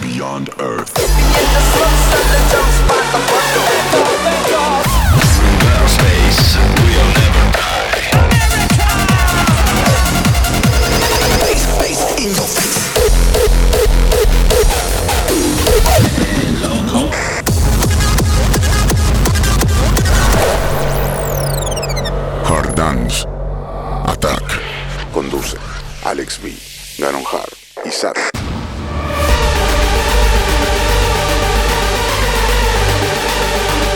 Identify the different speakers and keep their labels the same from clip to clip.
Speaker 1: beyond Earth.
Speaker 2: Through outer space, we'll never die.
Speaker 1: Hard Dance. Attack.
Speaker 3: Conduce Alex B, Ganon Hart y Sara.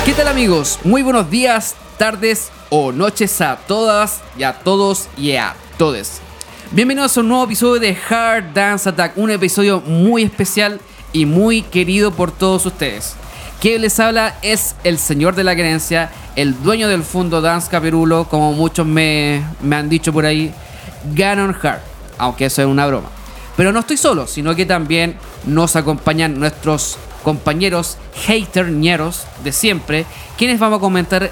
Speaker 4: ¿Qué tal amigos? Muy buenos días, tardes o noches a todas y a todos y a todes. Bienvenidos a un nuevo episodio de Hard Dance Attack, un episodio muy especial y muy querido por todos ustedes. Quien les habla es el señor de la creencia, el dueño del fondo Dance Capirulo, como muchos me, me han dicho por ahí, Ganon Hart, aunque eso es una broma. Pero no estoy solo, sino que también nos acompañan nuestros compañeros haterñeros de siempre, quienes vamos a comentar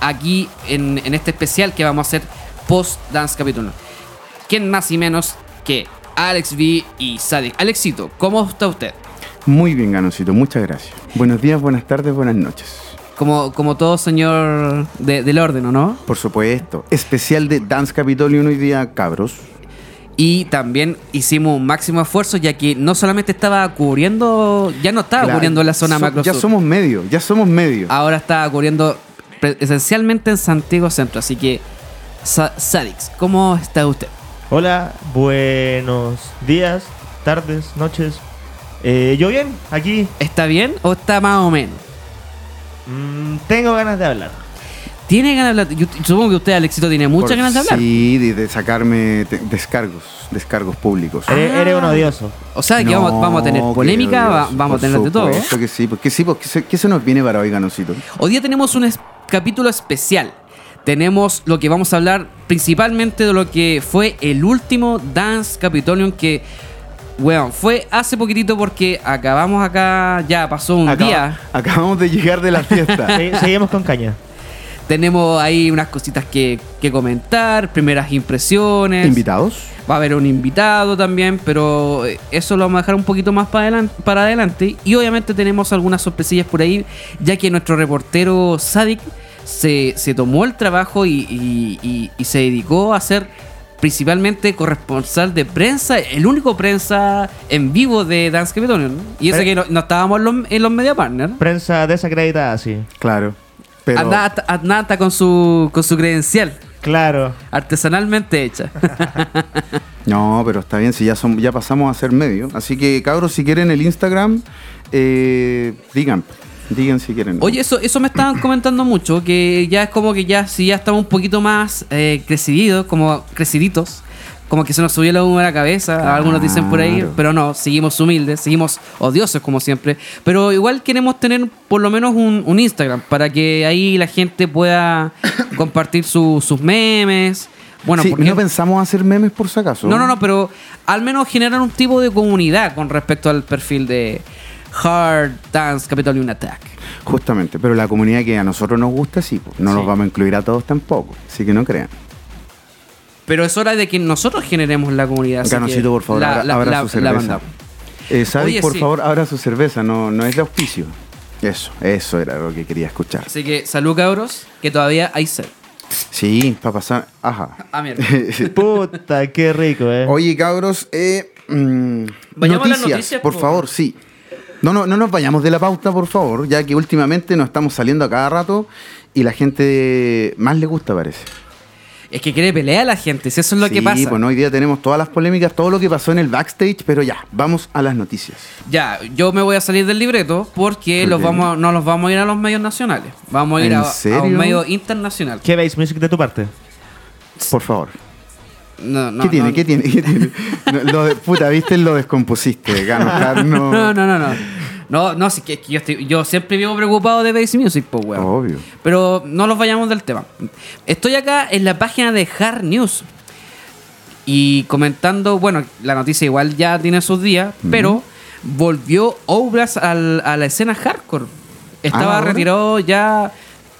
Speaker 4: aquí en, en este especial que vamos a hacer post Dance Capítulo. ¿Quién más y menos que Alex V y Sadik? Alexito, ¿cómo está usted?
Speaker 5: Muy bien, Ganoncito, muchas gracias. Buenos días, buenas tardes, buenas noches.
Speaker 4: Como, como todo señor de- del orden, ¿o no?
Speaker 5: Por supuesto, especial de Dance Capitolium hoy día, cabros.
Speaker 4: Y también hicimos un máximo esfuerzo, ya que no solamente estaba cubriendo, ya no estaba
Speaker 5: Claro,
Speaker 4: cubriendo la zona Ah,
Speaker 5: so-
Speaker 4: macro
Speaker 5: Ya
Speaker 4: sur.
Speaker 5: somos medio, ya somos medio.
Speaker 4: ahora está ocurriendo pre- esencialmente en Santiago Centro. Así que, Sa- Sadix, ¿cómo está usted?
Speaker 6: Hola, buenos días, tardes, noches. Eh, ¿Yo bien? Aquí
Speaker 4: ¿Está bien o está más o menos?
Speaker 6: mm, tengo ganas de hablar.
Speaker 4: ¿Tiene ganas de hablar? Yo t- supongo que usted, Alexito, tiene muchas
Speaker 5: Por-
Speaker 4: ganas de hablar.
Speaker 5: Sí, de, de sacarme te- descargos, descargos públicos.
Speaker 6: Eres, eres un odioso.
Speaker 4: O sea, Ah, que vamos,
Speaker 5: No,
Speaker 4: vamos a tener
Speaker 5: querido
Speaker 4: polémica,
Speaker 5: Dios,
Speaker 4: va- vamos a tener de todo.
Speaker 5: Por supuesto que sí, porque sí, porque se- ¿qué se nos viene para hoy, Ganoncito?
Speaker 4: Hoy día tenemos un es- capítulo especial. Tenemos lo que vamos a hablar principalmente de lo que fue el último Dance Capitolium que, weón, fue hace poquitito porque acabamos acá, ya pasó un
Speaker 5: Acaba-
Speaker 4: día.
Speaker 5: Acabamos de llegar de la fiesta.
Speaker 6: Se- seguimos con caña.
Speaker 4: Tenemos ahí unas cositas que, que comentar, primeras impresiones.
Speaker 5: ¿Invitados?
Speaker 4: Va a haber un invitado también, pero eh, eso lo vamos a dejar un poquito más para adelante. Para adelante. Y obviamente tenemos algunas sorpresillas por ahí, ya que nuestro reportero Sadik se, se tomó el trabajo y, y- y- y se dedicó a ser principalmente corresponsal de prensa, el único prensa en vivo de Dance Capitolium. ¿no? Y eso
Speaker 6: Pero-
Speaker 4: que no, no estábamos en los, en los media partners.
Speaker 6: Prensa desacreditada, sí.
Speaker 5: Claro. Pero
Speaker 4: Adnata, con su, con su credencial.
Speaker 6: Claro.
Speaker 4: artesanalmente hecha.
Speaker 5: No, pero está bien, si ya, son, ya pasamos a ser medio. Así que, cabros, si quieren el Instagram, eh, digan. Digan si quieren.
Speaker 4: Oye, eso, eso me estaban comentando mucho, que ya es como que ya, si ya estamos un poquito más eh, creciditos, como creciditos, como que se nos subió la humo a la cabeza, algunos dicen por ahí,
Speaker 5: Claro.
Speaker 4: pero no, seguimos humildes, seguimos odiosos como siempre, pero igual queremos tener por lo menos un, un Instagram para que ahí la gente pueda compartir su- sus memes. Bueno,
Speaker 5: Sí,
Speaker 4: porque-
Speaker 5: no pensamos hacer memes por si acaso.
Speaker 4: No, no, no, pero al menos generan un tipo de comunidad con respecto al perfil de Hard Dance Capitolium Attack.
Speaker 5: Justamente, pero la comunidad que a nosotros nos gusta, sí, pues, no
Speaker 4: Sí.
Speaker 5: nos vamos a incluir a todos tampoco. Así que no crean.
Speaker 4: Pero es hora de que nosotros generemos la comunidad. así que
Speaker 5: Ganocito, por favor,
Speaker 4: la-
Speaker 5: abra,
Speaker 4: la-
Speaker 5: abra
Speaker 4: la-
Speaker 5: su
Speaker 4: la
Speaker 5: cerveza.
Speaker 4: mandamos.
Speaker 5: Eh, Sadik,
Speaker 4: Oye,
Speaker 5: por
Speaker 4: sí.
Speaker 5: favor, abra su cerveza, no, no es de auspicio. Eso, eso era lo que quería escuchar.
Speaker 4: Así que salud, cabros, que todavía hay sed.
Speaker 5: Sí, para pasar. Ajá.
Speaker 4: Ah, mierda.
Speaker 6: Puta, qué rico, eh.
Speaker 5: Oye, cabros, eh, mm,
Speaker 4: Vayamos a las
Speaker 5: noticias,
Speaker 4: noticias,
Speaker 5: por
Speaker 4: po.
Speaker 5: favor, sí. No, no, no nos vayamos de la pauta, por favor, ya que últimamente nos estamos saliendo a cada rato y la gente más le gusta, parece.
Speaker 4: Es que quiere pelear a la gente, si eso es lo
Speaker 5: sí, pues
Speaker 4: que pasa.
Speaker 5: bueno, hoy día tenemos todas las polémicas, todo lo que pasó en el backstage, pero ya, vamos a las noticias.
Speaker 4: Ya, yo me voy a salir del libreto porque los
Speaker 5: Ok.
Speaker 4: vamos, no los vamos a ir a los medios nacionales. Vamos a ir
Speaker 5: ¿En
Speaker 4: a, a un
Speaker 5: serio?
Speaker 4: medio internacional.
Speaker 6: ¿Qué veis, music de tu parte?
Speaker 5: Por favor.
Speaker 4: No, no,
Speaker 5: ¿Qué, tiene,
Speaker 4: no.
Speaker 5: ¿Qué tiene? ¿Qué tiene? No, lo de- puta, viste, lo descompusiste, Gano, Car, no.
Speaker 4: No, no, no, no. No, no, sí, que, que yo, estoy- yo siempre vivo preocupado de Bass Music, pues, weón.
Speaker 5: Obvio.
Speaker 4: Pero no nos vayamos del tema. Estoy acá en la página de Hard News y comentando, bueno, la noticia igual ya tiene sus días, pero volvió Obras al- a la escena hardcore. Estaba
Speaker 5: Ah, ¿ahora?
Speaker 4: retirado ya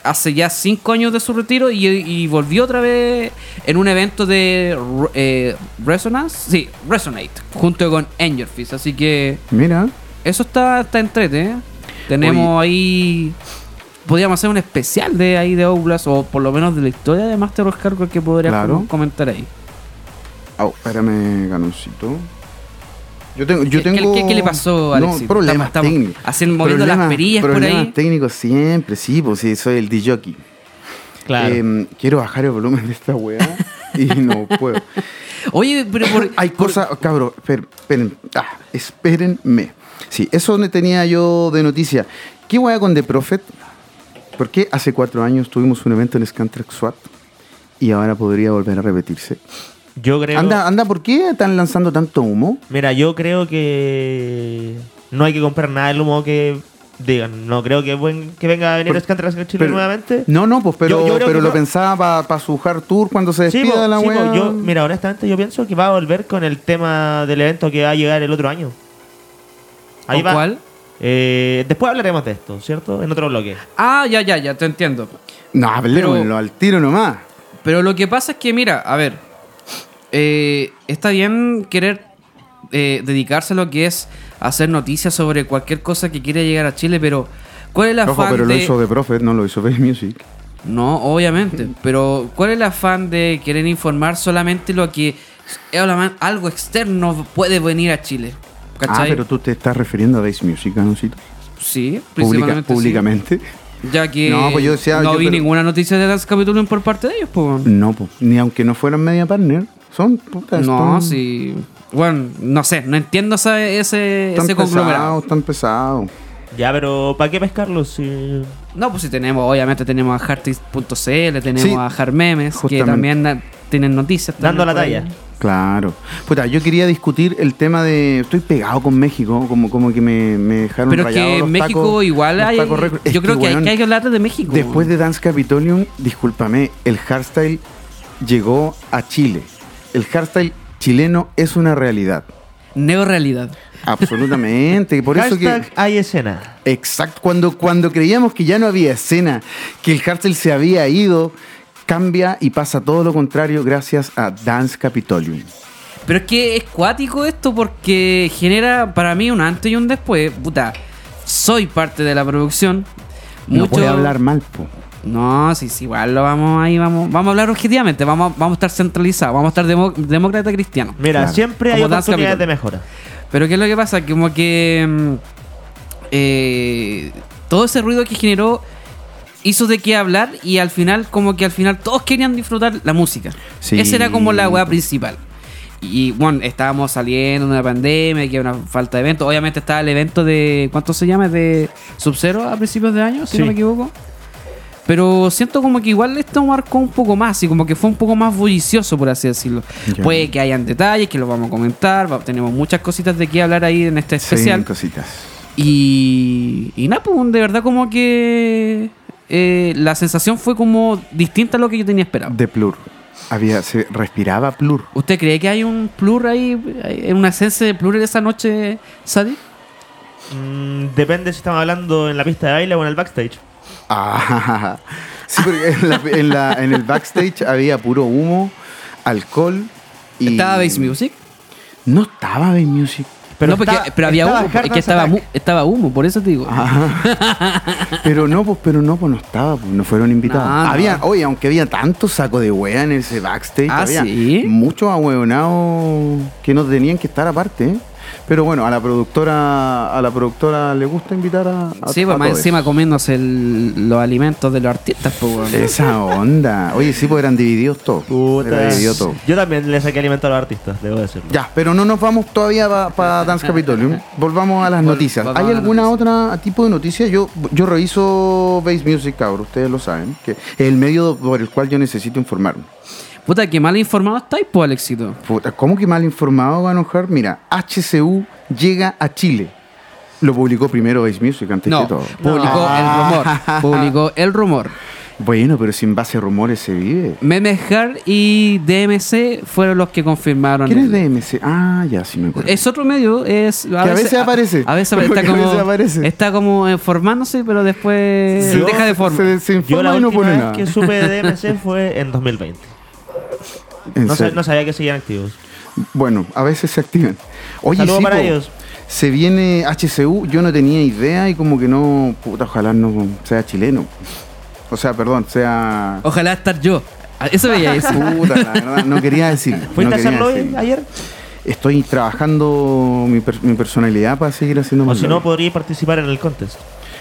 Speaker 4: hace ya cinco años de su retiro y, y volvió otra vez en un evento de eh, Resonance, sí, Resonate, junto con Angerfish. Así que
Speaker 5: Mira,
Speaker 4: Eso está, está entrete, ¿eh? Tenemos ahí. Podríamos hacer un especial de ahí de Oublast, o por lo menos de la historia de Master of Hardcore que podríamos
Speaker 5: Claro.
Speaker 4: comentar ahí.
Speaker 5: Au, Ah, espérame, Ganoncito. Yo tengo, yo
Speaker 4: ¿Qué- qué-
Speaker 5: tengo...
Speaker 4: qué- qué le pasó, Alexis?
Speaker 5: No, problemas
Speaker 4: Estamos- estamos
Speaker 5: técnicos.
Speaker 4: haciendo- moviendo las
Speaker 5: Problemas-
Speaker 4: perillas por
Speaker 5: problemas
Speaker 4: ahí.
Speaker 5: técnicos siempre, sí, pues sí, soy el DJ.
Speaker 6: Claro.
Speaker 4: Eh,
Speaker 5: Em, quiero bajar el volumen de esta weá y no puedo.
Speaker 4: Oye, pero por.
Speaker 5: Hay
Speaker 4: por-
Speaker 5: cosas, cabrón, esperen, esperen, ah, espérenme. Sí, eso le tenía yo de noticia. ¿Qué hueá con The Prophet? ¿Por qué hace cuatro años tuvimos un evento en Scantrack SWAT y ahora podría volver a repetirse?
Speaker 6: yo creo.
Speaker 5: Anda, anda, ¿por qué están lanzando tanto humo?
Speaker 6: Mira, yo creo que no hay que comprar nada del humo que digan. No creo que, buen- que venga a venir
Speaker 5: Por-
Speaker 6: Scantrax a Chile
Speaker 5: pero-
Speaker 6: nuevamente.
Speaker 5: No, no, pues pero,
Speaker 6: Yo- yo creo
Speaker 5: pero
Speaker 6: que
Speaker 5: lo
Speaker 6: no.
Speaker 5: pensaba para su hard tour cuando se
Speaker 6: Sí,
Speaker 5: despida
Speaker 6: po,
Speaker 5: la
Speaker 6: sí, po,
Speaker 5: hueá.
Speaker 6: yo, mira, honestamente yo pienso que va a volver con el tema del evento que va a llegar el otro año. Ahí
Speaker 4: ¿Con
Speaker 6: va.
Speaker 4: cuál?
Speaker 6: Eh, después hablaremos de esto, ¿cierto? En otro bloque.
Speaker 4: Ah, ya, ya, ya, te entiendo.
Speaker 5: No, hablémoslo al tiro nomás.
Speaker 4: Pero lo que pasa es que, mira, a ver, eh, está bien querer eh, dedicarse a lo que es hacer noticias sobre cualquier cosa que quiera llegar a Chile, pero ¿cuál es el
Speaker 5: Ojo,
Speaker 4: afán
Speaker 5: pero
Speaker 4: de...?
Speaker 5: lo hizo The Prophet, no lo hizo Face Music. Ah,
Speaker 4: No, obviamente, pero ¿cuál es el afán de querer informar solamente lo que habla- algo externo puede venir a Chile? ¿Cachai?
Speaker 5: Ah, pero tú te estás refiriendo a Face Music, Ganoncito.
Speaker 4: Sí,
Speaker 5: Pública,
Speaker 4: principalmente sí,
Speaker 5: públicamente.
Speaker 4: ya que no,
Speaker 5: No, pues yo decía, yo-
Speaker 4: vi
Speaker 5: pero-
Speaker 4: ninguna noticia de Dance Capitulum por parte de ellos, pues.
Speaker 5: No, po. ni aunque no fueran media partner, son putas.
Speaker 4: No,
Speaker 5: están-
Speaker 4: sí. Bueno, no sé, no entiendo esa- ese,
Speaker 5: Están
Speaker 4: ese conglomerado.
Speaker 5: pesados, están pesados.
Speaker 6: Ya, pero ¿para qué pescarlos? Si...
Speaker 4: No, pues sí tenemos, obviamente tenemos a Hartis.cl, tenemos
Speaker 5: Sí,
Speaker 4: a Harmemes, que
Speaker 5: justamente.
Speaker 4: también na- tienen noticias.
Speaker 6: Dando
Speaker 4: también
Speaker 6: la
Speaker 4: por ahí.
Speaker 6: talla.
Speaker 5: Claro. Puta, yo quería discutir el tema de. Estoy pegado con México, como, como que me, me dejaron
Speaker 4: Pero es
Speaker 5: rayado
Speaker 4: que
Speaker 5: los
Speaker 4: en México
Speaker 5: tacos-
Speaker 4: igual
Speaker 5: los
Speaker 4: hay...
Speaker 5: tacos récord. Es
Speaker 4: Yo creo que hay
Speaker 5: weón,
Speaker 4: que hay que hablar de México.
Speaker 5: Después
Speaker 4: weón.
Speaker 5: de Dance Capitolium, discúlpame, el hardstyle llegó a Chile. El hardstyle chileno es una realidad.
Speaker 4: Neorrealidad.
Speaker 5: Absolutamente. Por eso que.
Speaker 6: Hashtag hay escena.
Speaker 5: Exacto, cuando, cuando creíamos que ya no había escena, que el cárcel se había ido, cambia y pasa todo lo contrario gracias a Dance Capitolium.
Speaker 4: Pero es que es cuático esto porque genera para mí un antes y un después. Puta, soy parte de la producción.
Speaker 5: No puede hablar mal, po.
Speaker 4: No, sí, sí, igual lo vamos ahí, vamos, vamos a hablar objetivamente, vamos, vamos a estar centralizados, vamos a estar demo- demócrata cristiano.
Speaker 6: Mira,
Speaker 5: Claro.
Speaker 6: siempre hay
Speaker 4: Como Dance
Speaker 6: oportunidades de
Speaker 4: Capitol.
Speaker 6: mejora.
Speaker 4: Pero ¿qué es lo que pasa? Como que mm, eh, todo ese ruido que generó hizo de qué hablar y al final, como que al final todos querían disfrutar la música.
Speaker 5: Sí.
Speaker 4: Esa era como la weá principal. Y bueno, estábamos saliendo de una pandemia, que era una falta de eventos. Obviamente estaba el evento de, ¿cuánto se llama? De Sub-Zero a principios de año, si
Speaker 6: Sí.
Speaker 4: no me equivoco. Pero siento como que igual esto marcó un poco más y como que fue un poco más bullicioso, por así decirlo.
Speaker 5: Ya.
Speaker 4: Puede que hayan detalles, que los vamos a comentar, va- tenemos muchas cositas de qué hablar ahí en este
Speaker 5: Se vienen
Speaker 4: especial.
Speaker 5: cositas.
Speaker 4: y, y nada, pues de verdad como que eh, la sensación fue como distinta a lo que yo tenía esperado.
Speaker 5: De Plur. Había, se respiraba Plur.
Speaker 4: ¿Usted cree que hay un plur ahí, hay una esencia de plur en esa noche, Sadi?
Speaker 6: Mm, depende si estamos hablando en la pista de baile o en el backstage.
Speaker 5: Ah, sí, porque en, la- en la- en el backstage había puro humo, alcohol y...
Speaker 4: ¿Estaba Bass Music?
Speaker 5: No estaba Bass Music.
Speaker 6: Pero
Speaker 4: no, porque,
Speaker 6: está-
Speaker 4: pero había
Speaker 6: estaba
Speaker 4: humo,
Speaker 6: Hard
Speaker 4: es que
Speaker 6: Dance
Speaker 4: estaba,
Speaker 6: Attack.
Speaker 4: mu- estaba humo, por eso te digo.
Speaker 5: Pero no, pues, pero no, pues no estaba, pues no fueron invitados.
Speaker 4: No, no.
Speaker 5: había, oye, aunque había tanto saco de wea en ese backstage,
Speaker 4: Ah,
Speaker 5: había
Speaker 4: ¿sí?
Speaker 5: muchos ahueonados que no tenían que estar aparte, ¿eh? Pero bueno, a la productora, a la productora le gusta invitar a, a-
Speaker 4: Sí, pues
Speaker 5: a
Speaker 4: más
Speaker 5: todos.
Speaker 4: encima comiéndose el- los alimentos de los artistas, pues, weón.
Speaker 5: Esa onda. Oye, sí, pues eran divididos todos.
Speaker 6: Puta.
Speaker 5: Era dividido todo.
Speaker 6: Yo también le saqué alimento a los artistas, debo decirlo.
Speaker 5: Ya, pero no nos vamos todavía para Dance Capitolium. Volvamos a las
Speaker 4: Vol-
Speaker 5: noticias.
Speaker 4: volvamos
Speaker 5: ¿Hay
Speaker 4: a las
Speaker 5: alguna
Speaker 4: noticias.
Speaker 5: otra tipo de noticia? Yo, yo reviso Bass Music, cabrón, ustedes lo saben, que es el medio por el cual yo necesito informarme.
Speaker 4: Puta, que mal informado estáis, pues, Alexito.
Speaker 5: Puta, ¿Cómo que mal informado van a enojar? Mira, HCU llega a Chile. Lo publicó primero Bass Music antes
Speaker 4: No,
Speaker 5: que todo. Ah.
Speaker 4: publicó el rumor. Publicó el rumor.
Speaker 5: Bueno, pero sin base a rumores se vive.
Speaker 4: Memes Hard y DMC fueron los que confirmaron.
Speaker 5: ¿Quién es
Speaker 4: el-
Speaker 5: DMC? Ah, ya, sí me acuerdo.
Speaker 4: Es otro medio, es. A
Speaker 5: a veces aparece.
Speaker 4: A, veces
Speaker 5: Como
Speaker 4: está
Speaker 5: que a
Speaker 4: como.
Speaker 5: veces aparece.
Speaker 4: Está como eh, formándose, pero después
Speaker 6: Yo-
Speaker 4: deja de forma.
Speaker 5: Se, se
Speaker 6: Yo
Speaker 5: informa
Speaker 6: la
Speaker 5: y no
Speaker 6: última
Speaker 5: pone
Speaker 6: vez
Speaker 5: nada.
Speaker 6: que supe de DMC fue en 2020.
Speaker 5: En
Speaker 6: No, sa-
Speaker 5: serio.
Speaker 6: no sabía que seguían activos.
Speaker 5: Bueno, a veces se activan. Oye,
Speaker 6: Saludos
Speaker 5: sí,
Speaker 6: para
Speaker 5: po.
Speaker 6: ellos.
Speaker 5: Se viene HCU, yo no tenía idea y como que no, puta, ojalá no sea chileno. O sea, perdón, sea...
Speaker 4: Ojalá estar yo. Ah, Eso veía eso.
Speaker 5: Puta, la verdad, no quería decirlo.
Speaker 6: ¿Fuiste
Speaker 5: no
Speaker 6: a
Speaker 5: quería
Speaker 6: hacerlo
Speaker 5: decirlo.
Speaker 6: ayer?
Speaker 5: Estoy trabajando mi, per- mi personalidad para seguir haciendo
Speaker 6: O
Speaker 5: más
Speaker 6: si no,
Speaker 5: logros.
Speaker 6: podría participar en el contest.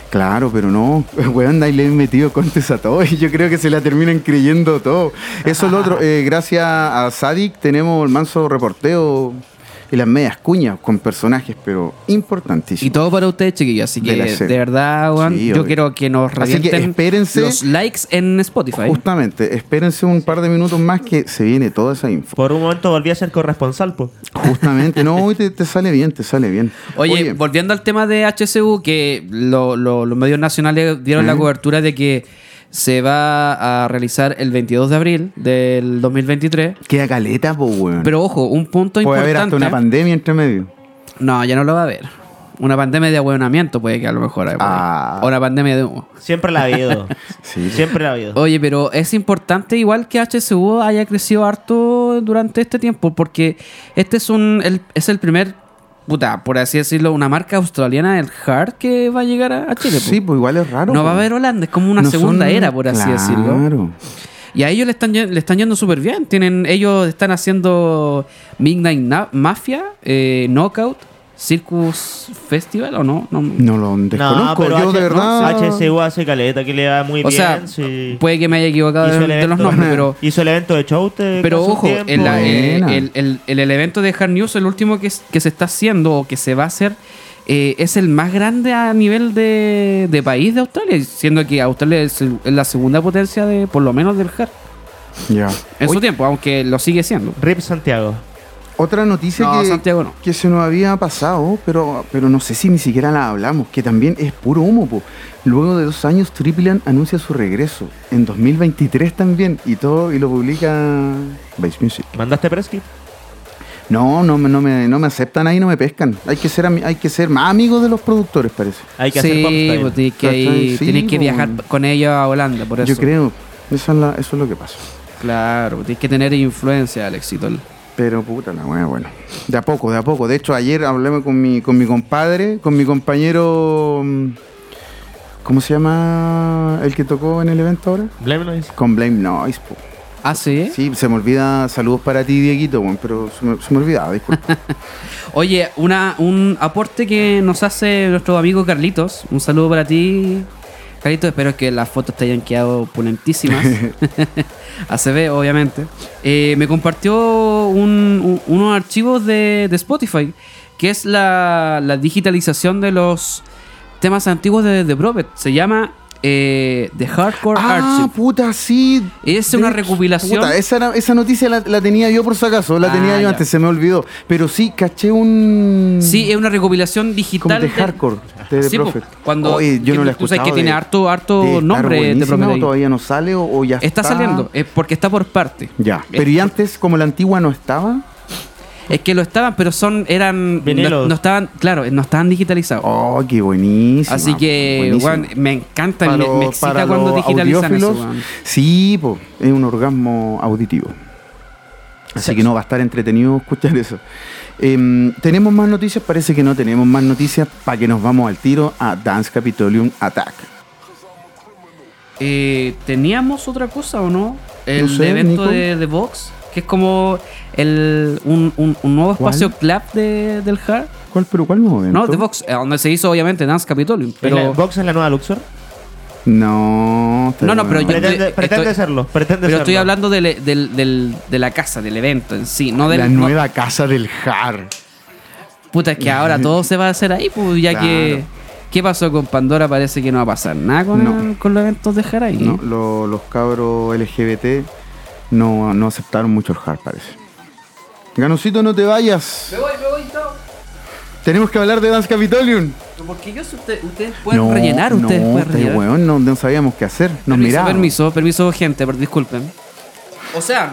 Speaker 5: Claro, pero no, weón, ahí le he metido contes a todo y yo creo que se la terminan creyendo todo. Eso es lo otro, eh, gracias a Sadik tenemos el manso reporteo y las medias cuñas con personajes, pero importantísimos.
Speaker 4: Y todo para ustedes, chiquillos. Así que,
Speaker 5: De la
Speaker 4: de,
Speaker 5: serie.
Speaker 4: verdad, weón,
Speaker 5: Sí,
Speaker 4: yo
Speaker 5: obvio.
Speaker 4: quiero que nos
Speaker 5: Así que
Speaker 4: revienten
Speaker 5: espérense.
Speaker 4: los likes en Spotify.
Speaker 5: Justamente, espérense un par de minutos más que se viene toda esa info.
Speaker 6: Por un momento volví a ser corresponsal, pues. po.
Speaker 5: Justamente, no, hoy te, te sale bien, te sale bien.
Speaker 4: Oye, volviendo al tema de HSU, que lo- lo- los medios nacionales dieron la cobertura de que se va a realizar el 22 de abril del 2023.
Speaker 5: queda caleta, po, weón.
Speaker 4: Pero ojo, un punto
Speaker 5: Puede haber hasta
Speaker 4: importante. ¿eh?
Speaker 5: una pandemia entre medio.
Speaker 4: no, ya no lo va a haber. Una pandemia de ahueonamiento puede que a lo mejor haya por ahí.
Speaker 5: Ah.
Speaker 4: O una pandemia de humo.
Speaker 6: Siempre la ha habido.
Speaker 5: Sí.
Speaker 6: Siempre la ha habido.
Speaker 4: Oye, pero es importante igual que HSU haya crecido harto durante este tiempo, porque este es un el- es el primer, puta, por así decirlo, una marca australiana del hard que va a llegar a, a Chile. po.
Speaker 5: Sí, pues igual es raro.
Speaker 4: no
Speaker 5: po.
Speaker 4: va a haber Holanda, es como una
Speaker 5: No son-
Speaker 4: segunda era, por así decirlo.
Speaker 5: Claro.
Speaker 4: Y a ellos le están, ye- le están yendo súper bien. Tienen, ellos están haciendo Midnight Na- Mafia, eh, Knockout, Circus Festival, ¿o no? No,
Speaker 5: No lo desconozco, yo de
Speaker 6: H-
Speaker 5: verdad.
Speaker 6: HSU hace caleta, que le va muy
Speaker 4: o
Speaker 6: bien.
Speaker 4: sea,
Speaker 6: sí.
Speaker 4: puede que me haya equivocado
Speaker 6: Hizo
Speaker 4: de,
Speaker 6: el
Speaker 4: de los
Speaker 6: evento-
Speaker 4: nombres, pero...
Speaker 6: Hizo el evento de Choute.
Speaker 4: Pero
Speaker 6: hace un
Speaker 4: ojo,
Speaker 6: tiempo.
Speaker 4: en la- eh,
Speaker 5: Buena.
Speaker 4: el, el- el- el evento de Hard News, el último que, s- que se está haciendo o que se va a hacer, eh, es el más grande a nivel de, de país de Australia, siendo que Australia es el- es la segunda potencia de, por lo menos, del Hard.
Speaker 5: Ya.
Speaker 4: En su
Speaker 5: Oye,
Speaker 4: tiempo, aunque lo sigue siendo.
Speaker 6: Rip Santiago.
Speaker 5: Otra noticia
Speaker 4: No,
Speaker 5: que,
Speaker 4: Santiago no.
Speaker 5: que se nos había pasado, pero, pero no sé si ni siquiera la hablamos, que también es puro humo. po. Luego de dos años, Triplan anuncia su regreso en 2023 también y todo y lo publica Vice Music.
Speaker 6: ¿Mandaste Presky?
Speaker 5: No, no, me- no, me, no me aceptan ahí, no me pescan. Hay que ser, ami- hay que ser más amigos de los productores, parece.
Speaker 6: Hay que hacer
Speaker 4: sí,
Speaker 6: popstyle.
Speaker 4: pues, tienes que,
Speaker 5: ¿Cachai? Sí,
Speaker 4: tienes que
Speaker 5: pues.
Speaker 4: viajar con ellos a Holanda, por eso.
Speaker 5: Yo creo, esa es la- eso es lo que pasa.
Speaker 4: Claro, tienes que tener influencia, Alexito.
Speaker 5: Pero puta la wea, bueno. De a poco, de a poco. De hecho, ayer hablé con mi, con mi compadre, con mi compañero. mm, ¿Cómo se llama el que tocó en el evento ahora?
Speaker 6: Blame Noise.
Speaker 5: Con Blame Noise, po.
Speaker 4: Ah, sí.
Speaker 5: Sí, se me olvida. Saludos para ti, Dieguito, weón, pero se me, se me olvidaba, disculpa.
Speaker 4: Oye, una, un aporte que nos hace nuestro amigo Carlitos. Un saludo para ti, Carlitos. Espero que las fotos te hayan quedado ponentísimas. ACB, obviamente. Eh, me compartió un- un- unos archivos de, de Spotify, que es la, la digitalización de los temas antiguos de The Prophet. Se llama eh, The Hardcore
Speaker 5: ah,
Speaker 4: Archive.
Speaker 5: puta, sí.
Speaker 4: Es
Speaker 5: De
Speaker 4: una
Speaker 5: hecho,
Speaker 4: recopilación.
Speaker 5: puta, esa, era- esa noticia la, la tenía yo por si acaso, la
Speaker 4: Ah,
Speaker 5: tenía yo
Speaker 4: ya.
Speaker 5: antes, se me olvidó. Pero sí, caché un.
Speaker 4: Sí, es una recopilación digital.
Speaker 5: pues. Como de
Speaker 4: del-
Speaker 5: hardcore, de The
Speaker 4: Sí,
Speaker 5: Prophet.
Speaker 4: po, cuando-
Speaker 5: Oye, yo
Speaker 4: que
Speaker 5: no la he
Speaker 4: tú sabes
Speaker 5: escuchado.
Speaker 4: que tiene harto- harto
Speaker 5: de estar
Speaker 4: nombre The
Speaker 5: buenísima,
Speaker 4: Prophet
Speaker 5: o
Speaker 4: ahí.
Speaker 5: todavía no sale o, o ya está.
Speaker 4: Está saliendo, eh, porque está por parte.
Speaker 5: Ya. Pero y antes, como la antigua no estaba.
Speaker 4: Es que lo estaban, pero son, eran, no,
Speaker 6: Vinilos.
Speaker 4: no estaban, claro, no estaban digitalizados.
Speaker 5: Oh, qué buenísimo.
Speaker 4: Así que, weón, me encanta,
Speaker 5: Para
Speaker 4: me, me
Speaker 5: los-
Speaker 4: excita
Speaker 5: para
Speaker 4: cuando
Speaker 5: los
Speaker 4: digitalizan eso,
Speaker 5: audiófilos,
Speaker 4: weón.
Speaker 5: Sí, po, es un orgasmo auditivo. Así que no, va a estar entretenido escuchar eso. Em, ¿Tenemos más noticias? Parece que no tenemos más noticias. Para que nos vamos al tiro a Dance Capitolium Attack.
Speaker 4: Eh, ¿Teníamos otra cosa o no? El
Speaker 5: sé,
Speaker 4: evento
Speaker 5: Nico.
Speaker 4: de, de Vox, que es como el, un, un- un nuevo
Speaker 5: ¿Cuál?
Speaker 4: espacio club de, del hard.
Speaker 5: ¿Cuál, pero cuál nuevo
Speaker 4: No,
Speaker 5: evento?
Speaker 4: de Vox, eh, donde se hizo obviamente Dance Capitolium.
Speaker 6: Pero...
Speaker 4: Pero,
Speaker 6: ¿Box es la nueva Luxor?
Speaker 5: No,
Speaker 4: No, no, pero yo-
Speaker 6: Pretende,
Speaker 4: estoy-
Speaker 6: pretende serlo. Pretende
Speaker 4: pero estoy
Speaker 6: serlo.
Speaker 4: hablando del- del- del- de la casa, del evento en sí, no del
Speaker 5: La
Speaker 4: no-
Speaker 5: nueva casa del Har.
Speaker 4: Puta, es que ahora todo se va a hacer ahí, pues ya
Speaker 5: Claro.
Speaker 4: que. ¿Qué pasó con Pandora? Parece que no va a pasar nada con,
Speaker 5: No.
Speaker 4: el- con los eventos de Jaray.
Speaker 5: No, lo- los cabros LGBT no, no aceptaron mucho el hard, parece. Ganosito, no te vayas.
Speaker 4: voy, me voy,
Speaker 5: Tenemos que hablar de Dance Capitolium.
Speaker 4: Porque yo ustedes pueden rellenar, ustedes
Speaker 5: no,
Speaker 4: pueden
Speaker 5: este
Speaker 4: rellenar.
Speaker 5: weón, no, no sabíamos qué hacer. Nos
Speaker 4: permiso,
Speaker 5: miraba.
Speaker 4: permiso, permiso, gente, pero disculpen. O sea,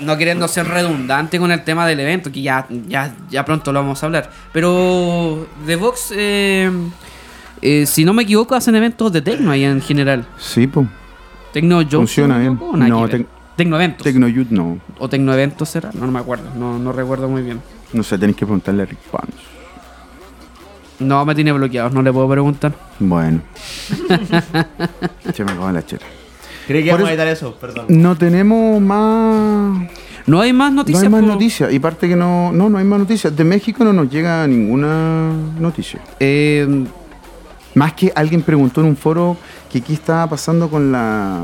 Speaker 4: no queriendo ser redundante con el tema del evento, que ya, ya, ya pronto lo vamos a hablar. Pero The Vox, eh, eh, si no me equivoco, hacen eventos de Tecno ahí en general.
Speaker 5: Sí, po.
Speaker 4: Tecno Joe.
Speaker 5: Funciona bien. No, tec-
Speaker 4: Tecno Eventos.
Speaker 5: Tecnoyut no.
Speaker 4: o Tecnoeventos será, no, no me acuerdo, no, no recuerdo muy bien.
Speaker 5: No sé, tenéis que preguntarle a Rick Pons.
Speaker 4: No, me tiene bloqueado, no le puedo preguntar.
Speaker 5: Bueno. Se me acabó la chela.
Speaker 6: Creí que
Speaker 5: Por
Speaker 6: íbamos a
Speaker 5: eso-
Speaker 6: editar eso, perdón.
Speaker 5: No tenemos más.
Speaker 4: No hay más
Speaker 5: No
Speaker 4: noticias.
Speaker 5: hay más
Speaker 4: po.
Speaker 5: noticias. Y parte que no. No, no hay más noticias. De México no nos llega ninguna noticia.
Speaker 4: Eh,
Speaker 5: Más que alguien preguntó en un foro que qué estaba pasando con la.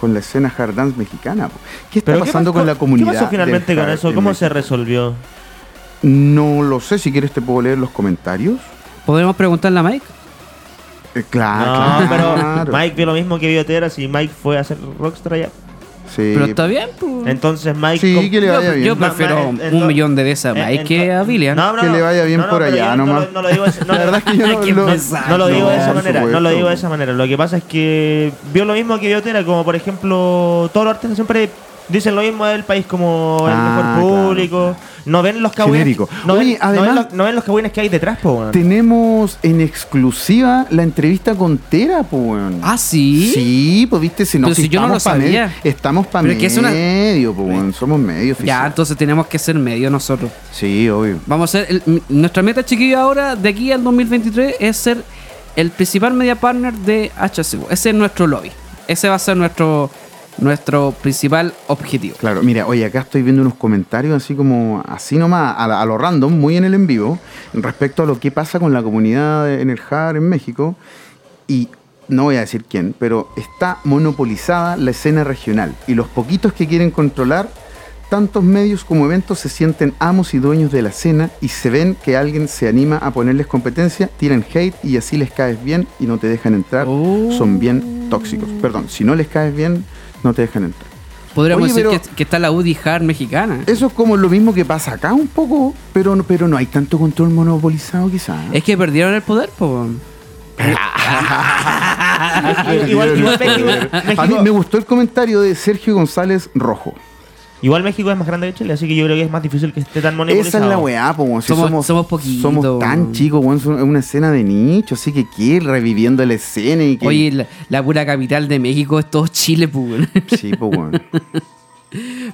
Speaker 5: Con la escena hard dance mexicana. po. ¿Qué está
Speaker 6: Pero ¿qué
Speaker 5: pasando
Speaker 6: pasó-
Speaker 5: con la comunidad?
Speaker 6: ¿Qué pasó finalmente
Speaker 5: del
Speaker 6: con
Speaker 5: hard
Speaker 6: eso?
Speaker 5: en
Speaker 6: ¿Cómo
Speaker 5: México?
Speaker 6: se resolvió?
Speaker 5: No lo sé. Si quieres, te puedo leer los comentarios.
Speaker 4: ¿Podemos preguntarle a Mike?
Speaker 5: Eh, claro,
Speaker 6: no,
Speaker 5: claro.
Speaker 6: pero Mike vio lo mismo que vio Teras y Mike fue a hacer Rockstar allá.
Speaker 5: Sí.
Speaker 4: Pero está bien, po.
Speaker 6: Entonces Mike...
Speaker 5: Sí,
Speaker 6: com-
Speaker 5: que le
Speaker 4: Yo-
Speaker 5: vaya bien.
Speaker 4: yo-
Speaker 6: Ma-
Speaker 4: prefiero
Speaker 6: ma-
Speaker 4: un
Speaker 6: ento-
Speaker 4: millón de veces a
Speaker 6: eh,
Speaker 4: Mike que
Speaker 6: ento-
Speaker 4: a Billian.
Speaker 5: Que le vaya bien por
Speaker 6: pero
Speaker 5: allá
Speaker 6: yo
Speaker 5: nomás.
Speaker 6: No, lo- no lo digo, de- no,
Speaker 5: La verdad es que yo no
Speaker 4: Qué
Speaker 5: lo,
Speaker 4: pesado.
Speaker 6: no lo digo de
Speaker 4: No,
Speaker 6: esa
Speaker 5: por
Speaker 6: manera, no lo
Speaker 5: supuesto.
Speaker 6: digo de esa manera. Lo que pasa es que vio lo mismo que vio Tera, como por ejemplo, todos los artistas siempre dicen lo mismo del país como el
Speaker 5: Ah,
Speaker 6: mejor
Speaker 5: claro.
Speaker 6: público. No ven los cagüines.
Speaker 5: Genérico.
Speaker 6: No, ven-
Speaker 5: Oye,
Speaker 6: no ven
Speaker 5: además-
Speaker 6: los, no ven los cagüines que hay detrás, po, weón.
Speaker 5: Tenemos en exclusiva la entrevista con Tera, pues. weón.
Speaker 4: Ah, sí.
Speaker 5: Sí, pues viste, si no,
Speaker 4: Pero si yo no lo
Speaker 5: estamos pa'
Speaker 4: sabía.
Speaker 5: medio- estamos para
Speaker 4: Pero es que es una-
Speaker 5: medio, pues, weón, somos medio
Speaker 4: Ya,
Speaker 5: oficial.
Speaker 4: entonces tenemos que ser medio nosotros.
Speaker 5: Sí, obvio.
Speaker 4: Vamos a ser. el- m- nuestra meta, chiquillo, ahora de aquí al 2023 es ser el principal media partner de HSU. Ese es nuestro lobby. Ese va a ser nuestro, nuestro principal objetivo.
Speaker 5: Claro, mira, oye, acá estoy viendo unos comentarios así como, así nomás, a, la- a lo random, muy en el en vivo, respecto a lo que pasa con la comunidad en el JAR en México. Y no voy a decir quién, pero está monopolizada la escena regional. Y los poquitos que quieren controlar, tantos medios como eventos se sienten amos y dueños de la escena y se ven que alguien se anima a ponerles competencia, tiran hate y así les caes bien y no te dejan entrar.
Speaker 4: Oh.
Speaker 5: Son bien tóxicos. Perdón, si no les caes bien, no te dejan entrar.
Speaker 4: Podríamos
Speaker 5: Oye,
Speaker 4: decir
Speaker 5: pero-
Speaker 4: que, que está la UDI Hard mexicana.
Speaker 5: Eso es como lo mismo que pasa acá un poco, pero no, pero no hay tanto control monopolizado quizás.
Speaker 4: Es que perdieron el poder, po.
Speaker 6: igual- igual México-
Speaker 5: A mí me gustó el comentario de Sergio González Rojo.
Speaker 6: Igual México es más grande que Chile, así que yo creo que es más difícil que esté tan
Speaker 5: Esa
Speaker 6: monopolizado.
Speaker 5: es la weá, po, weón. Si
Speaker 4: Somos-
Speaker 5: somos,
Speaker 4: somos poquito,
Speaker 5: somos
Speaker 4: weón.
Speaker 5: tan chicos, weón. Es una escena de nicho, así que ¿qué? Reviviendo la escena y que.
Speaker 4: Oye, la, la pura capital de México es todo Chile, po. weón.
Speaker 5: Sí, po, weón.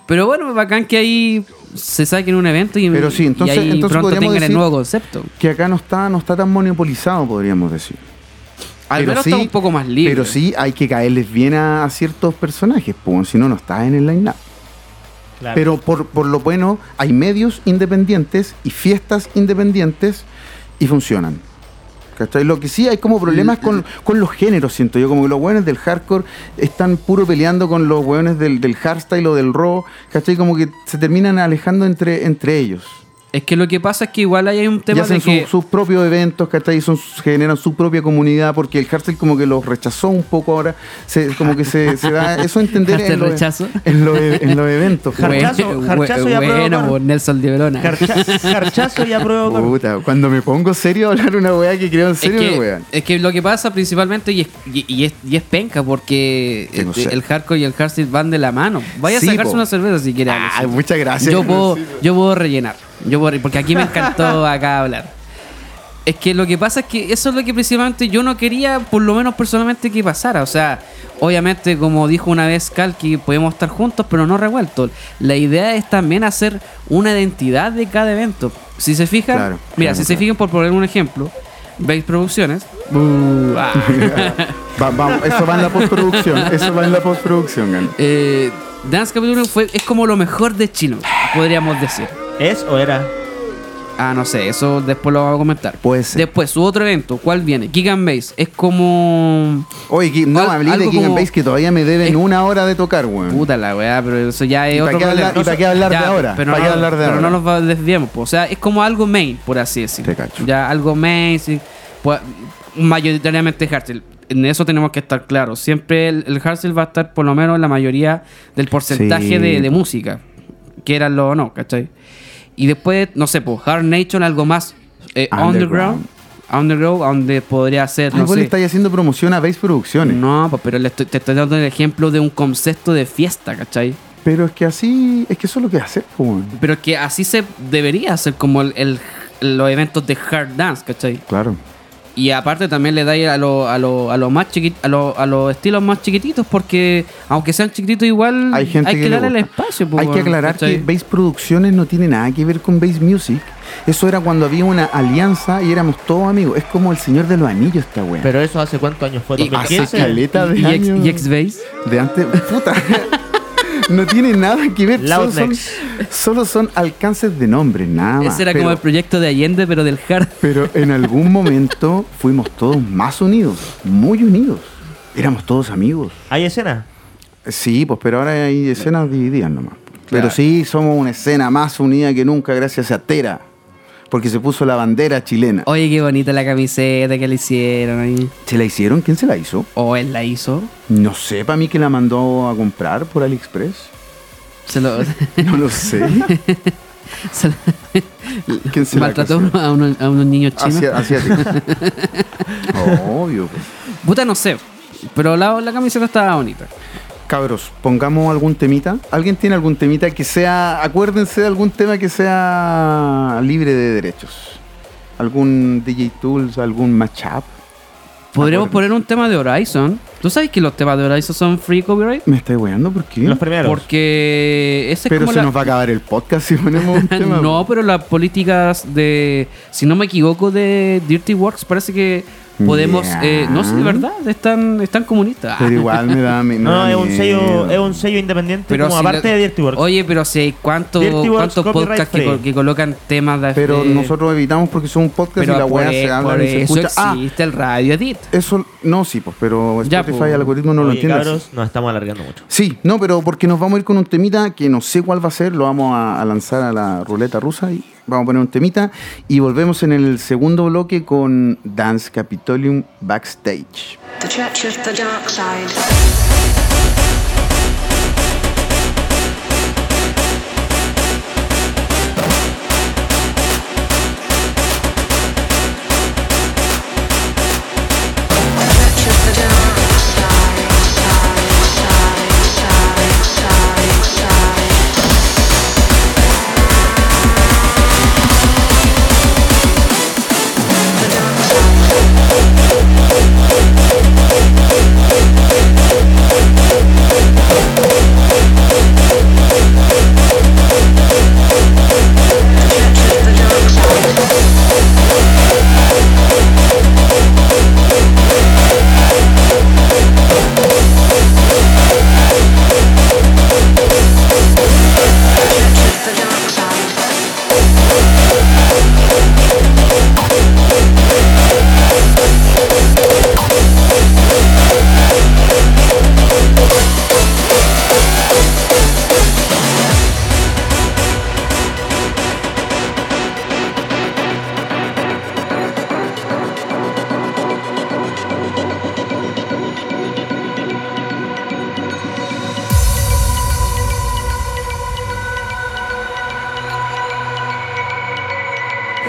Speaker 4: Pero bueno, bacán que ahí se saquen un evento y,
Speaker 5: Pero sí,
Speaker 4: y
Speaker 5: entonces-
Speaker 4: ahí
Speaker 5: entonces
Speaker 4: pronto
Speaker 5: podríamos
Speaker 4: tengan el
Speaker 5: decir-
Speaker 4: nuevo concepto.
Speaker 5: Que acá no está, no está tan monopolizado, podríamos decir.
Speaker 4: Al
Speaker 5: Pero
Speaker 4: menos
Speaker 5: sí-
Speaker 4: está un poco más libre.
Speaker 5: Pero sí hay que caerles bien a, a ciertos personajes, po, weón, si no, no está en el line-up.
Speaker 6: Claro.
Speaker 5: Pero por, por lo bueno, hay medios independientes y fiestas independientes y funcionan. ¿Cachai? Lo que sí hay como problemas con, con los géneros, siento yo, como que los hueones del hardcore están puro peleando con los hueones del, del hardstyle o del raw, ¿cachai? Como que se terminan alejando entre, entre ellos.
Speaker 4: Es que lo que pasa es que igual ahí hay un
Speaker 5: Y
Speaker 4: tema de
Speaker 5: hacen su-
Speaker 4: que.
Speaker 5: sus propios eventos, ¿cachai? Y son, generan su propia comunidad porque el hardstyle como que los rechazó un poco ahora, se, como que se, se da eso a entender en
Speaker 4: ¿Hardstyle
Speaker 5: los,
Speaker 4: rechazo?
Speaker 5: en los- en los eventos.
Speaker 6: Hard- Jarchazo,
Speaker 4: Bue-
Speaker 6: jarchazo
Speaker 4: bue-
Speaker 6: y apruebo,
Speaker 4: bueno,
Speaker 6: Cor.
Speaker 4: por Nelson de Verona.
Speaker 6: Carcha- Carchazo y apruebo con-
Speaker 5: Puta, cuando me pongo serio a hablar una weá que creo en
Speaker 4: Es
Speaker 5: serio, me
Speaker 4: que,
Speaker 5: wean.
Speaker 4: es que lo que pasa principalmente y es, y, y es, y es penca porque
Speaker 5: Tengo
Speaker 4: este,
Speaker 5: sed.
Speaker 4: el hardcore y el hardstyle van de la mano. Vaya
Speaker 5: Sí,
Speaker 4: a sacarse
Speaker 5: po.
Speaker 4: una cerveza si quiere.
Speaker 5: Ah,
Speaker 4: Alex.
Speaker 5: muchas gracias.
Speaker 4: Yo puedo, yo puedo rellenar. Yo puedo re- porque aquí me encantó acá hablar. Es que lo que pasa es que eso es lo que principalmente yo no quería, por lo menos personalmente, que pasara. O sea, obviamente, como dijo una vez Cal, que podemos estar juntos, pero no revueltos. La idea es también hacer una identidad de cada evento. Si se fijan,
Speaker 5: Claro,
Speaker 4: mira,
Speaker 5: claro,
Speaker 4: si se
Speaker 5: claro.
Speaker 4: fijan, por poner un ejemplo, Veis Producciones. Ah.
Speaker 5: Va- vamos, eso va en la postproducción. Eso va en la postproducción, gan.
Speaker 4: Eh, Dance Capital Union fue, es como lo mejor de Chile, podríamos decir.
Speaker 6: ¿Es o era?
Speaker 4: Ah, no sé, eso después lo vamos a comentar.
Speaker 5: Puede ser.
Speaker 4: Después, su otro evento, ¿cuál viene? Gigan Base. Es como.
Speaker 5: Oye, Ki- no,
Speaker 4: Al-
Speaker 5: hablé de
Speaker 4: algo
Speaker 5: King
Speaker 4: como-
Speaker 5: Base que todavía me deben
Speaker 4: Es-
Speaker 5: una hora de tocar, weón.
Speaker 4: Puta la weá, pero eso ya es
Speaker 5: ¿Y para
Speaker 4: otro
Speaker 5: qué hablar-
Speaker 4: problema.
Speaker 5: y para qué hablar de ahora?
Speaker 4: Pero,
Speaker 5: ¿Para
Speaker 4: no,
Speaker 5: qué hablar de
Speaker 4: pero
Speaker 5: ahora?
Speaker 4: no nos va- desviemos, po. o sea, es como algo main, por así decirlo.
Speaker 5: Te cacho.
Speaker 4: Ya algo main, sí. Pues, mayoritariamente hardstyle. En eso tenemos que estar claros. Siempre el, el hardstyle va a estar por lo menos en la mayoría del porcentaje
Speaker 5: Sí,
Speaker 4: de, de
Speaker 5: po.
Speaker 4: música, quieranlo o no, ¿cachai? Y después, no sé, pues Hard Nation, algo más eh, underground.
Speaker 5: Underground.
Speaker 4: Underground, donde podría ser,
Speaker 5: Ah,
Speaker 4: no
Speaker 5: vos
Speaker 4: sé.
Speaker 5: le estáis haciendo promoción a Base Producciones.
Speaker 4: No, pues, pero le estoy- te estoy dando el ejemplo de un concepto de fiesta, ¿cachai?
Speaker 5: Pero es que así, es que eso es lo que hace, weón.
Speaker 4: Pero que así se debería hacer como el, el- los eventos de hard dance, ¿cachai?
Speaker 5: Claro.
Speaker 4: Y aparte también le dais a los a lo, a lo más chiqui- a, lo- a los estilos más chiquititos, porque aunque sean chiquititos igual
Speaker 5: Hay gente
Speaker 4: Mm, que,
Speaker 5: que le
Speaker 4: darle el
Speaker 5: gusta.
Speaker 4: espacio. po,
Speaker 5: Hay que
Speaker 4: weón,
Speaker 5: aclarar que
Speaker 4: ¿cachai?
Speaker 5: Bass Producciones no tiene nada que ver con Bass Music. Eso era cuando había una alianza y éramos todos amigos. Es como el señor de los anillos esta wea.
Speaker 6: Pero eso hace cuántos años fue,
Speaker 4: Y-
Speaker 5: Hace
Speaker 6: 2015.
Speaker 5: caleta de
Speaker 4: y, ex,
Speaker 5: años.
Speaker 4: y ex-base.
Speaker 5: De antes, puta. no tiene nada que ver. Solo son,
Speaker 6: Loudnex.
Speaker 5: solo son alcances de nombre, nada más.
Speaker 4: Ese era como
Speaker 5: Ah, Pero-
Speaker 4: el proyecto de Allende, pero del hard.
Speaker 5: Pero en algún momento fuimos todos más unidos, muy unidos. Éramos todos amigos.
Speaker 6: ¿Hay escena?
Speaker 5: Sí, pues, pero ahora hay escenas divididas nomás. Pero sí, somos una escena más unida que nunca gracias a Tera, porque se puso la bandera chilena.
Speaker 4: Oye, qué bonita la camiseta que le hicieron ahí.
Speaker 5: ¿Se la hicieron? ¿Quién se la hizo?
Speaker 4: O él la hizo.
Speaker 5: No sé, para mí que la mandó a comprar por AliExpress.
Speaker 4: Se lo,
Speaker 5: No lo sé.
Speaker 4: se lo-
Speaker 5: ¿Quién se
Speaker 4: maltrató
Speaker 5: la
Speaker 4: a unos, a unos niños chinos.
Speaker 5: Hacia, hacia ti. Obvio. pues.
Speaker 4: Puta, no sé. Pero la, la camiseta estaba bonita.
Speaker 5: Cabros, pongamos algún temita. ¿Alguien tiene algún temita que sea, acuérdense de algún tema que sea libre de derechos? ¿Algún DJ Tools, algún matchup?
Speaker 4: Podríamos
Speaker 5: Acuerdo.
Speaker 4: poner un tema de Horizon. ¿Tú sabes que los temas de Horizon son free copyright?
Speaker 5: ¿Me estáis weando? ¿Mm? ¿Por qué?
Speaker 6: Los primeros.
Speaker 4: Porque ese es
Speaker 5: Pero
Speaker 4: como
Speaker 5: se
Speaker 4: la-
Speaker 5: nos va a acabar el podcast si ponemos un tema.
Speaker 4: no, pero las políticas de, si no me equivoco, de Dirty Works parece que podemos,
Speaker 5: Ya.
Speaker 4: eh, no sé, de verdad, están, están comunistas.
Speaker 5: Pero igual me da mi. me
Speaker 6: No,
Speaker 5: da
Speaker 6: es un sello,
Speaker 5: miedo.
Speaker 6: es un sello independiente,
Speaker 4: Pero
Speaker 6: como
Speaker 4: si
Speaker 6: aparte
Speaker 4: la-
Speaker 6: de Dirty Work.
Speaker 4: Oye, pero si hay cuánto-
Speaker 6: Dirty Works
Speaker 4: cuántos
Speaker 6: copyright
Speaker 4: podcasts que,
Speaker 6: free.
Speaker 4: co- que colocan temas de...
Speaker 5: Pero
Speaker 4: de-
Speaker 5: nosotros evitamos porque somos un podcast
Speaker 4: pero
Speaker 5: y la
Speaker 4: por,
Speaker 5: weá
Speaker 4: e-
Speaker 5: se habla
Speaker 4: por
Speaker 5: y se
Speaker 4: eso
Speaker 5: escucha. Ah,
Speaker 4: existe el radio edit.
Speaker 5: eso. No, sí, pues, pero
Speaker 4: Ya,
Speaker 5: Spotify
Speaker 4: pues.
Speaker 5: el algoritmo no lo
Speaker 6: Oye,
Speaker 5: entiende. así.
Speaker 6: cabros, nos estamos alargando mucho.
Speaker 5: Sí, no, pero porque nos vamos a ir con un temita que no sé cuál va a ser, lo vamos a, a lanzar a la ruleta rusa y vamos a poner un temita y volvemos en el segundo bloque con Dance Capitolium Backstage.
Speaker 7: The Church of the Dark Side. Church of the Dark Side, side, side, side, side, side. The dark side.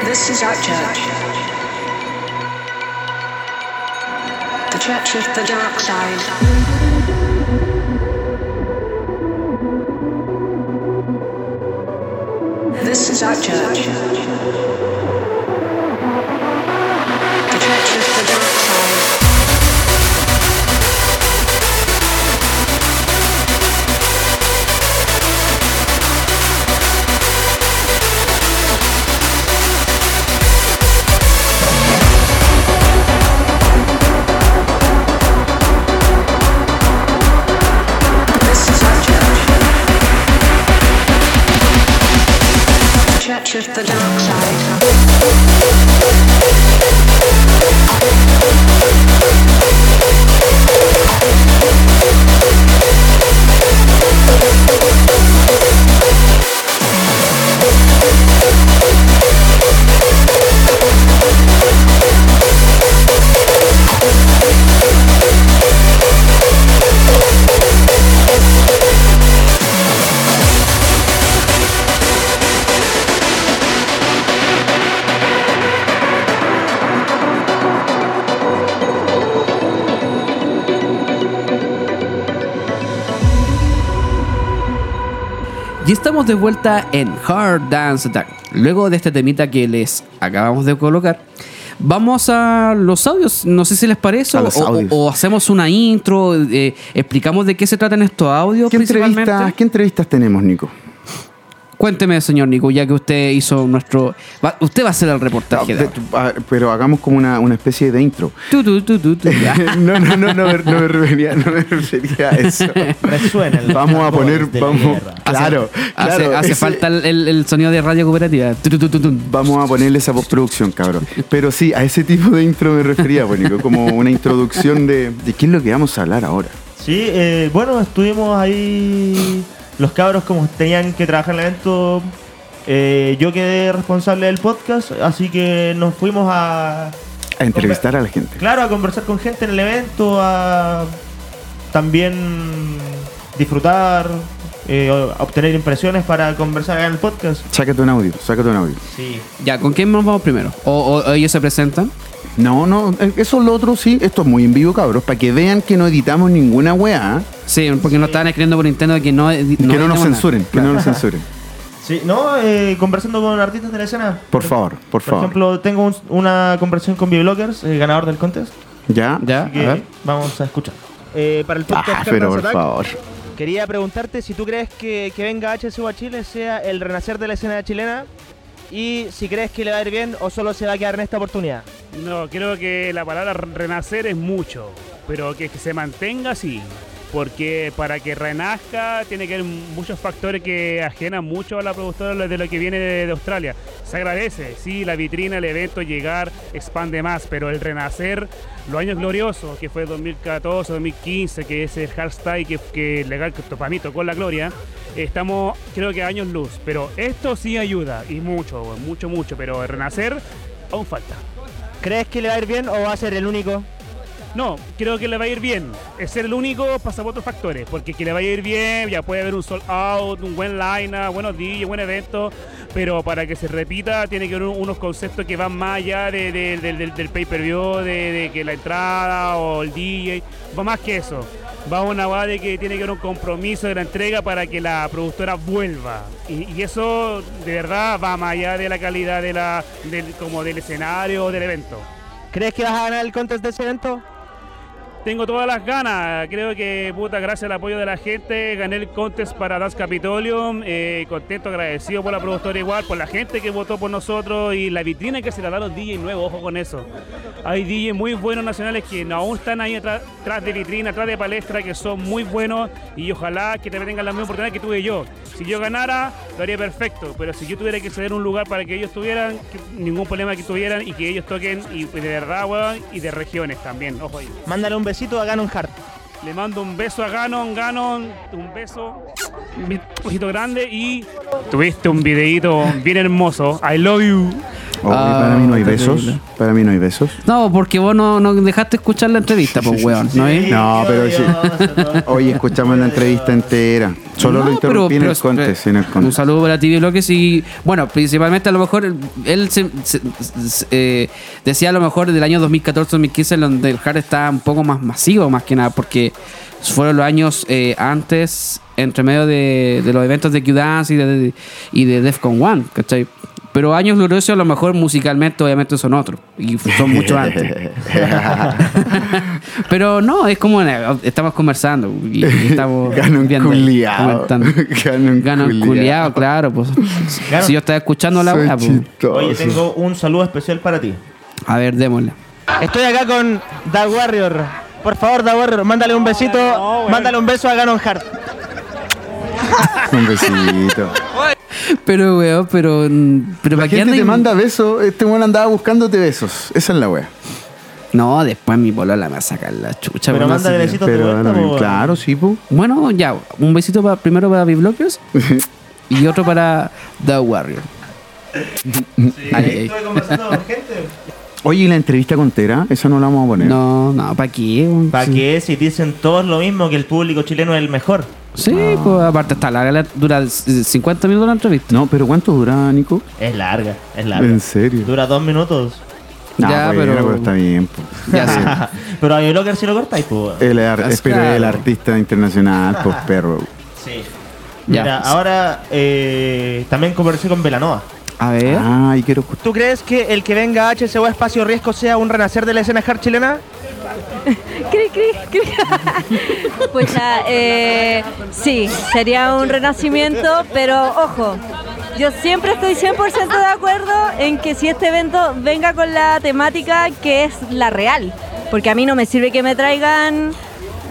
Speaker 7: This is our church. The church of the dark side. This is our church. The church of the dark side. This is our church. The church of the dark side.
Speaker 4: Y estamos de vuelta en Hard Dance Attack. Luego de este temita que les acabamos de colocar, Vamos a los audios, no sé si les parece,
Speaker 5: A
Speaker 4: o,
Speaker 5: los
Speaker 4: o-
Speaker 5: audios.
Speaker 4: o hacemos una intro, eh, explicamos de qué se tratan estos audios
Speaker 5: ¿Qué,
Speaker 4: principalmente.
Speaker 5: entrevistas, ¿Qué entrevistas tenemos, Nico?
Speaker 4: Cuénteme, señor Nico, ya que usted hizo nuestro... va- usted va a hacer el reportaje.
Speaker 5: No,
Speaker 4: de
Speaker 5: de- tu- ah, pero hagamos como una, una especie de intro.
Speaker 4: Tu, tu, tu, tu, tu, ya.
Speaker 5: no, no, no, no, me- no me refería, no me refería a eso.
Speaker 6: Resuenan los
Speaker 5: Vamos a
Speaker 6: tambores
Speaker 5: poner,
Speaker 6: de la
Speaker 5: vamos,
Speaker 6: guerra.
Speaker 5: claro,
Speaker 4: hace
Speaker 5: claro,
Speaker 4: hace
Speaker 5: ese-
Speaker 4: falta el, el- el sonido de radio cooperativa. Tu, tu, tu, tu, tu.
Speaker 5: Vamos a ponerle esa postproducción, cabrón. Pero sí, a ese tipo de intro me refería, pues, Nico, como una introducción de, de qué es lo que vamos a hablar ahora.
Speaker 6: Sí, eh, bueno, estuvimos ahí. Los cabros, como tenían que trabajar en el evento, eh, yo quedé responsable del podcast, así que nos fuimos a.
Speaker 5: A entrevistar a la gente.
Speaker 6: Claro, a conversar con gente en el evento, a también disfrutar, eh, a obtener impresiones para conversar en el podcast.
Speaker 5: Sácate un audio, sácate un audio.
Speaker 6: Sí.
Speaker 4: Ya, ¿con quién nos vamos primero? ¿O, o- o ellos se presentan?
Speaker 5: No, no, eh, eso es lo otro, sí. Esto es muy en vivo, cabros, para que vean que no editamos ninguna weá. ¿eh?
Speaker 4: Sí, porque nos estaban escribiendo por Nintendo que no...
Speaker 5: que no nos censuren, que no nos censuren.
Speaker 6: Sí, no, eh, conversando con artistas de la escena.
Speaker 5: Por favor, por
Speaker 6: Por
Speaker 5: favor.
Speaker 6: ejemplo, tengo un- una conversación con Biblockers, el ganador del contest.
Speaker 5: ¿Ya?
Speaker 4: Ya,
Speaker 6: Así que
Speaker 4: a ver.
Speaker 6: vamos a escuchar.
Speaker 8: Eh, para el podcast
Speaker 5: Ah,
Speaker 8: Cartas
Speaker 5: pero por
Speaker 8: Attack,
Speaker 5: favor.
Speaker 8: quería preguntarte si tú crees que, que venga HSU a Chile sea el renacer de la escena chilena y si crees que le va a ir bien o solo se va a quedar en esta oportunidad.
Speaker 9: No, creo que la palabra renacer es mucho, pero que, que se mantenga así, porque para que renazca tiene que haber muchos factores que ajenan mucho a la productora de lo que viene de, de Australia. Se agradece, sí, la vitrina, el evento, llegar, expande más, pero el renacer, los años gloriosos, que fue 2014, 2015, que es el hashtag que, que legal que to- para mí tocó la gloria, estamos creo que a años luz, pero esto sí ayuda, y mucho, mucho, mucho, pero el renacer aún falta.
Speaker 8: ¿Crees que le va a ir bien o va a ser el único?
Speaker 9: No, creo que le va a ir bien. Es ser el único pasa por otros factores. Porque que le vaya a ir bien, ya puede haber un sold out, un buen line buenos días, buen evento. Pero para que se repita, tiene que haber un- unos conceptos que van más allá de- de- del- del, del pay-per-view, de, de que la entrada o el DJ. Va más que eso. Va una va de que tiene que haber un compromiso de la entrega para que la productora vuelva. Y, y eso, de verdad, va más allá de la calidad de la, del, como del escenario o del evento.
Speaker 8: ¿Crees que vas a ganar el contest de ese evento?
Speaker 9: Tengo todas las ganas, creo que puta, gracias al apoyo de la gente, gané el contest para Dance Capitolium, eh, contento, agradecido por la productora igual, por la gente que votó por nosotros y la vitrina que se la dan los DJ nuevos, ojo con eso. Hay DJ muy buenos nacionales que no- aún están ahí atrás, atrás de vitrina, atrás de palestra, que son muy buenos y ojalá que también tengan la misma oportunidad que tuve yo. Si yo ganara, lo haría perfecto, pero si yo tuviera que ceder un lugar para que ellos tuvieran, que- ningún problema que tuvieran y que ellos toquen y pues, de verdad, weón, y de regiones también, ojo ahí.
Speaker 8: Mándale un besito a Ganon Hart.
Speaker 9: Le mando un beso a Ganon, Ganon, un beso, un besito grande y tuviste un videíto bien hermoso. I love you.
Speaker 5: Oh, y
Speaker 4: Ah,
Speaker 5: para mí no hay besos.
Speaker 4: terrible.
Speaker 5: Para mí no hay besos.
Speaker 4: No, porque vos no, no dejaste escuchar la entrevista, pues, weón. ¿no es?
Speaker 5: No, pero sí.
Speaker 6: sí.
Speaker 5: Hoy escuchamos la entrevista entera. Solo lo
Speaker 4: No,
Speaker 5: interrumpí
Speaker 4: pero-
Speaker 5: en,
Speaker 4: pero-
Speaker 5: el contest, en el
Speaker 4: Un
Speaker 5: contest.
Speaker 4: saludo para TV Bloques y bueno, principalmente a lo mejor él- él se- se- se- eh, decía a lo mejor del año 2014-2015 donde el hard estaba un poco más masivo más que nada porque fueron los años eh, antes entre medio de, de los eventos de Q-Dance y de, y de Defcon One, ¿cachai? Pero años gloriosos a lo mejor musicalmente obviamente son otros y son mucho antes. Pero no, es como una- estamos conversando y, y estamos
Speaker 5: Ganon
Speaker 4: viendo ahí,
Speaker 5: culiao.
Speaker 4: comentando.
Speaker 5: Ganon
Speaker 4: Ganon
Speaker 5: culiao.
Speaker 4: culiao, claro, pues. Si yo estaba escuchando la
Speaker 5: Soy
Speaker 4: weá, pues.
Speaker 5: chistoso.
Speaker 6: Oye, tengo un saludo especial para ti.
Speaker 4: A ver, démosle.
Speaker 8: Estoy acá con Da Warrior. Por favor, Da Warrior, mándale un besito, mándale un beso a Ganon Hart.
Speaker 5: Un besito.
Speaker 4: Pero, weón, pero. mm, pero
Speaker 5: La
Speaker 4: ¿para qué
Speaker 5: gente
Speaker 4: andan-
Speaker 5: te manda besos. Este weón andaba buscándote besos. Esa es la wea.
Speaker 4: No, después mi polola me va a sacar la chucha,
Speaker 6: Pero
Speaker 4: weón,
Speaker 6: manda
Speaker 4: así que-
Speaker 6: besitos de
Speaker 5: Pero
Speaker 6: vuelta.
Speaker 5: ahora bien,
Speaker 6: po.
Speaker 5: claro, sí, po.
Speaker 4: Bueno, ya, un besito para, primero para Bibloquios y otro para The Warrior. Ay, ay.
Speaker 6: Estuve conversando con gente.
Speaker 5: Oye, ¿y la entrevista con Tera? Esa no la vamos a poner.
Speaker 4: No, no, ¿para qué? weón?
Speaker 6: ¿Para
Speaker 4: Sí.
Speaker 6: qué? Si dicen todos lo mismo, que el público chileno es el mejor.
Speaker 4: Sí, pues aparte está larga, la- dura eh, 50 minutos la entrevista.
Speaker 5: No, pero ¿cuánto duraba, Nico?
Speaker 6: Es larga, es larga.
Speaker 5: ¿En serio?
Speaker 6: Dura dos minutos. Ah,
Speaker 5: No,
Speaker 4: Ya,
Speaker 5: Ah, bueno,
Speaker 4: pero-
Speaker 5: pero... está bien. po.
Speaker 4: Ya sé.
Speaker 6: Pero a Biblockers sí lo cortáis, pues.
Speaker 10: Eh,
Speaker 5: El ar-
Speaker 4: Pues,
Speaker 5: pero el
Speaker 4: claro.
Speaker 5: artista internacional, pues perro.
Speaker 6: Sí.
Speaker 4: Ya.
Speaker 6: Mira, ahora eh, también conversé con Velanoa.
Speaker 4: A ver.
Speaker 5: Ah, y quiero escuchar.
Speaker 10: ¿Tú crees que el que venga a HCO Espacio Riesgo sea un renacer de la escena hard chilena?
Speaker 11: Cri, cri, cri. Pucha, eh, sí, sería un renacimiento, pero ojo, yo siempre estoy 100% de acuerdo en que si este evento venga con la temática que es la real, porque a mí no me sirve que me traigan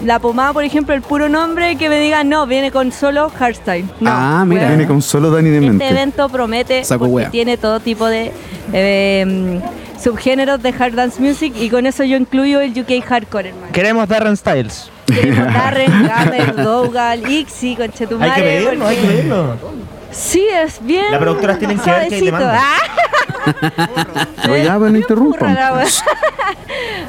Speaker 11: la pomada, por ejemplo, el puro nombre, que me digan, no, viene con solo hardstyle. No,
Speaker 4: Ah, mira.
Speaker 11: weón.
Speaker 5: Viene con solo Dani de
Speaker 11: Este
Speaker 5: mente.
Speaker 11: evento promete
Speaker 4: Saco
Speaker 11: porque
Speaker 4: wea.
Speaker 11: tiene todo tipo de eh, subgéneros de hard dance music y con eso yo incluyo el UK hardcore, hermano.
Speaker 10: Queremos Darren Styles.
Speaker 11: Tenemos Darren, Gamer, Dougal, Ixi, Conchetumare.
Speaker 6: Hay que medirlo, hay que
Speaker 11: porque-
Speaker 6: medirlo.
Speaker 11: Sí, es bien.
Speaker 6: Las productoras tienen que ver que hay
Speaker 11: suavecito.
Speaker 6: demanda.
Speaker 11: ¡Ah!
Speaker 5: Oye, ya, pero no interrumpan. pues.
Speaker 11: Burra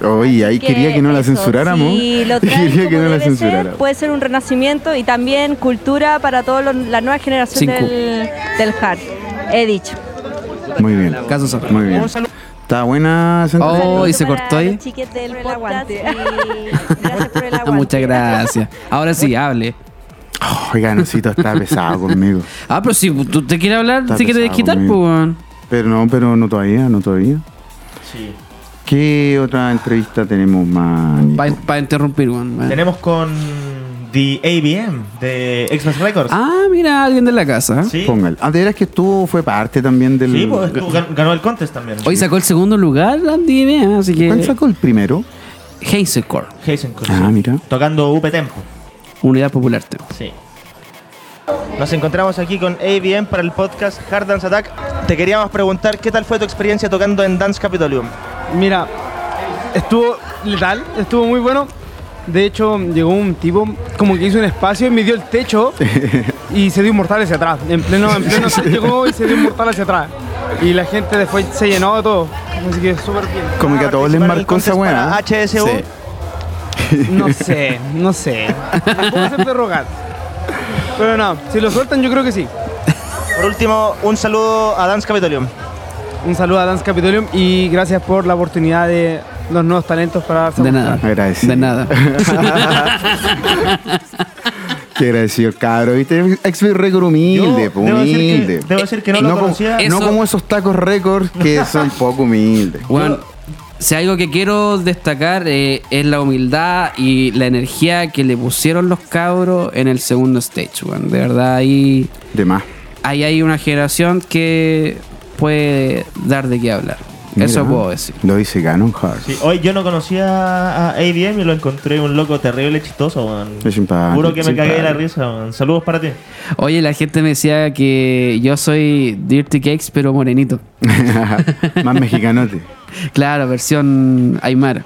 Speaker 11: la wea.
Speaker 5: Oye, ahí quería que no la
Speaker 11: eso,
Speaker 5: censuráramos.
Speaker 11: Si lo traen
Speaker 5: quería que no la
Speaker 11: como debe ser, pues.
Speaker 5: censuráramos.
Speaker 11: puede ser un renacimiento y también cultura para toda la nueva generación
Speaker 5: Cinco.
Speaker 11: del, del hard. He dicho.
Speaker 5: Muy bien.
Speaker 4: Caso cerrado.
Speaker 5: Muy bien.
Speaker 10: Un saludo.
Speaker 5: Está buena. Sandra?
Speaker 4: Oh,
Speaker 11: Saludo
Speaker 4: y se
Speaker 11: para
Speaker 4: cortó ahí.
Speaker 11: los chiques del podcast y Gracias por el aguante.
Speaker 4: Muchas gracias. Ahora sí, hable.
Speaker 5: Oiga, Nocito está pesado conmigo.
Speaker 4: Ah, pero si tú te quieres hablar,
Speaker 5: Está
Speaker 4: te quieres
Speaker 5: pesado,
Speaker 4: quitar, pues.
Speaker 5: amigo.
Speaker 4: weón.
Speaker 5: Pero no, pero no todavía, no todavía.
Speaker 6: Sí.
Speaker 5: ¿Qué otra entrevista tenemos más? Nico?
Speaker 4: Para interrumpir, weón. weón.
Speaker 6: Tenemos con The ABM de Xmas Records.
Speaker 4: Ah, mira, alguien de la casa.
Speaker 6: sí.
Speaker 5: Póngalo. Ah, de veras que estuvo, fue parte también del.
Speaker 6: Sí, pues estuvo- gan- ganó el contest también.
Speaker 4: Hoy sacó el segundo lugar, Andy, eh, así que.
Speaker 5: ¿Cuál sacó el primero?
Speaker 4: Hazelcore,
Speaker 6: Hazencourt,
Speaker 5: Ah,
Speaker 6: sí.
Speaker 5: mira.
Speaker 6: Tocando UP Tempo.
Speaker 4: Unidad Popular Teo.
Speaker 6: Sí.
Speaker 10: Nos encontramos aquí con ABM para el podcast Hard Dance Attack. Te queríamos preguntar qué tal fue tu experiencia tocando en Dance Capitolium.
Speaker 12: Mira, estuvo letal, estuvo muy bueno. De hecho, llegó un tipo como que hizo un espacio y me dio el techo y se dio un mortal hacia atrás. En pleno, en pleno set llegó y se dio un mortal hacia atrás. Y la gente después se llenó de todo. Así que súper bien.
Speaker 5: Como que a todos
Speaker 10: Participar
Speaker 5: les
Speaker 10: en el
Speaker 5: marcó esa
Speaker 10: contest para
Speaker 5: weá.
Speaker 10: HSU.
Speaker 5: Sí.
Speaker 12: No sé, no sé. No puedo hacer de rogar. Pero no, si lo sueltan yo creo que sí.
Speaker 10: Por último, un saludo a Dance Capitolium.
Speaker 12: Un saludo a Dance Capitolium y gracias por la oportunidad de los nuevos talentos para darse a
Speaker 4: De
Speaker 12: mostrar.
Speaker 4: nada.
Speaker 5: Agradecido.
Speaker 4: De nada.
Speaker 5: Qué agradecido, cabro. ¿Viste? Ex récord humilde,
Speaker 6: Yo
Speaker 5: po,
Speaker 6: debo decir
Speaker 5: humilde.
Speaker 6: que- debo decir que no lo
Speaker 5: como-
Speaker 6: conocía.
Speaker 5: no
Speaker 4: Eso-
Speaker 5: como esos tacos récords que son poco humildes.
Speaker 4: Bueno, si hay algo que quiero destacar eh, es la humildad y la energía que le pusieron los cabros en el segundo stage, weón. De verdad, ahí,
Speaker 5: De más.
Speaker 4: ahí hay una generación que puede dar de qué hablar. Eso
Speaker 5: Mira,
Speaker 4: puedo decir.
Speaker 5: Lo dice Ganon Hart.
Speaker 6: Sí, hoy yo no conocía a ABM y lo encontré un loco terrible chistoso, weón.
Speaker 5: Es simpático,
Speaker 6: Juro que me
Speaker 5: simpático.
Speaker 6: cagué de la risa, weón. Saludos para ti.
Speaker 4: Oye, la gente me decía que yo soy Dirty Cakes, pero morenito.
Speaker 5: más mexicanote.
Speaker 4: Claro, versión Aymara.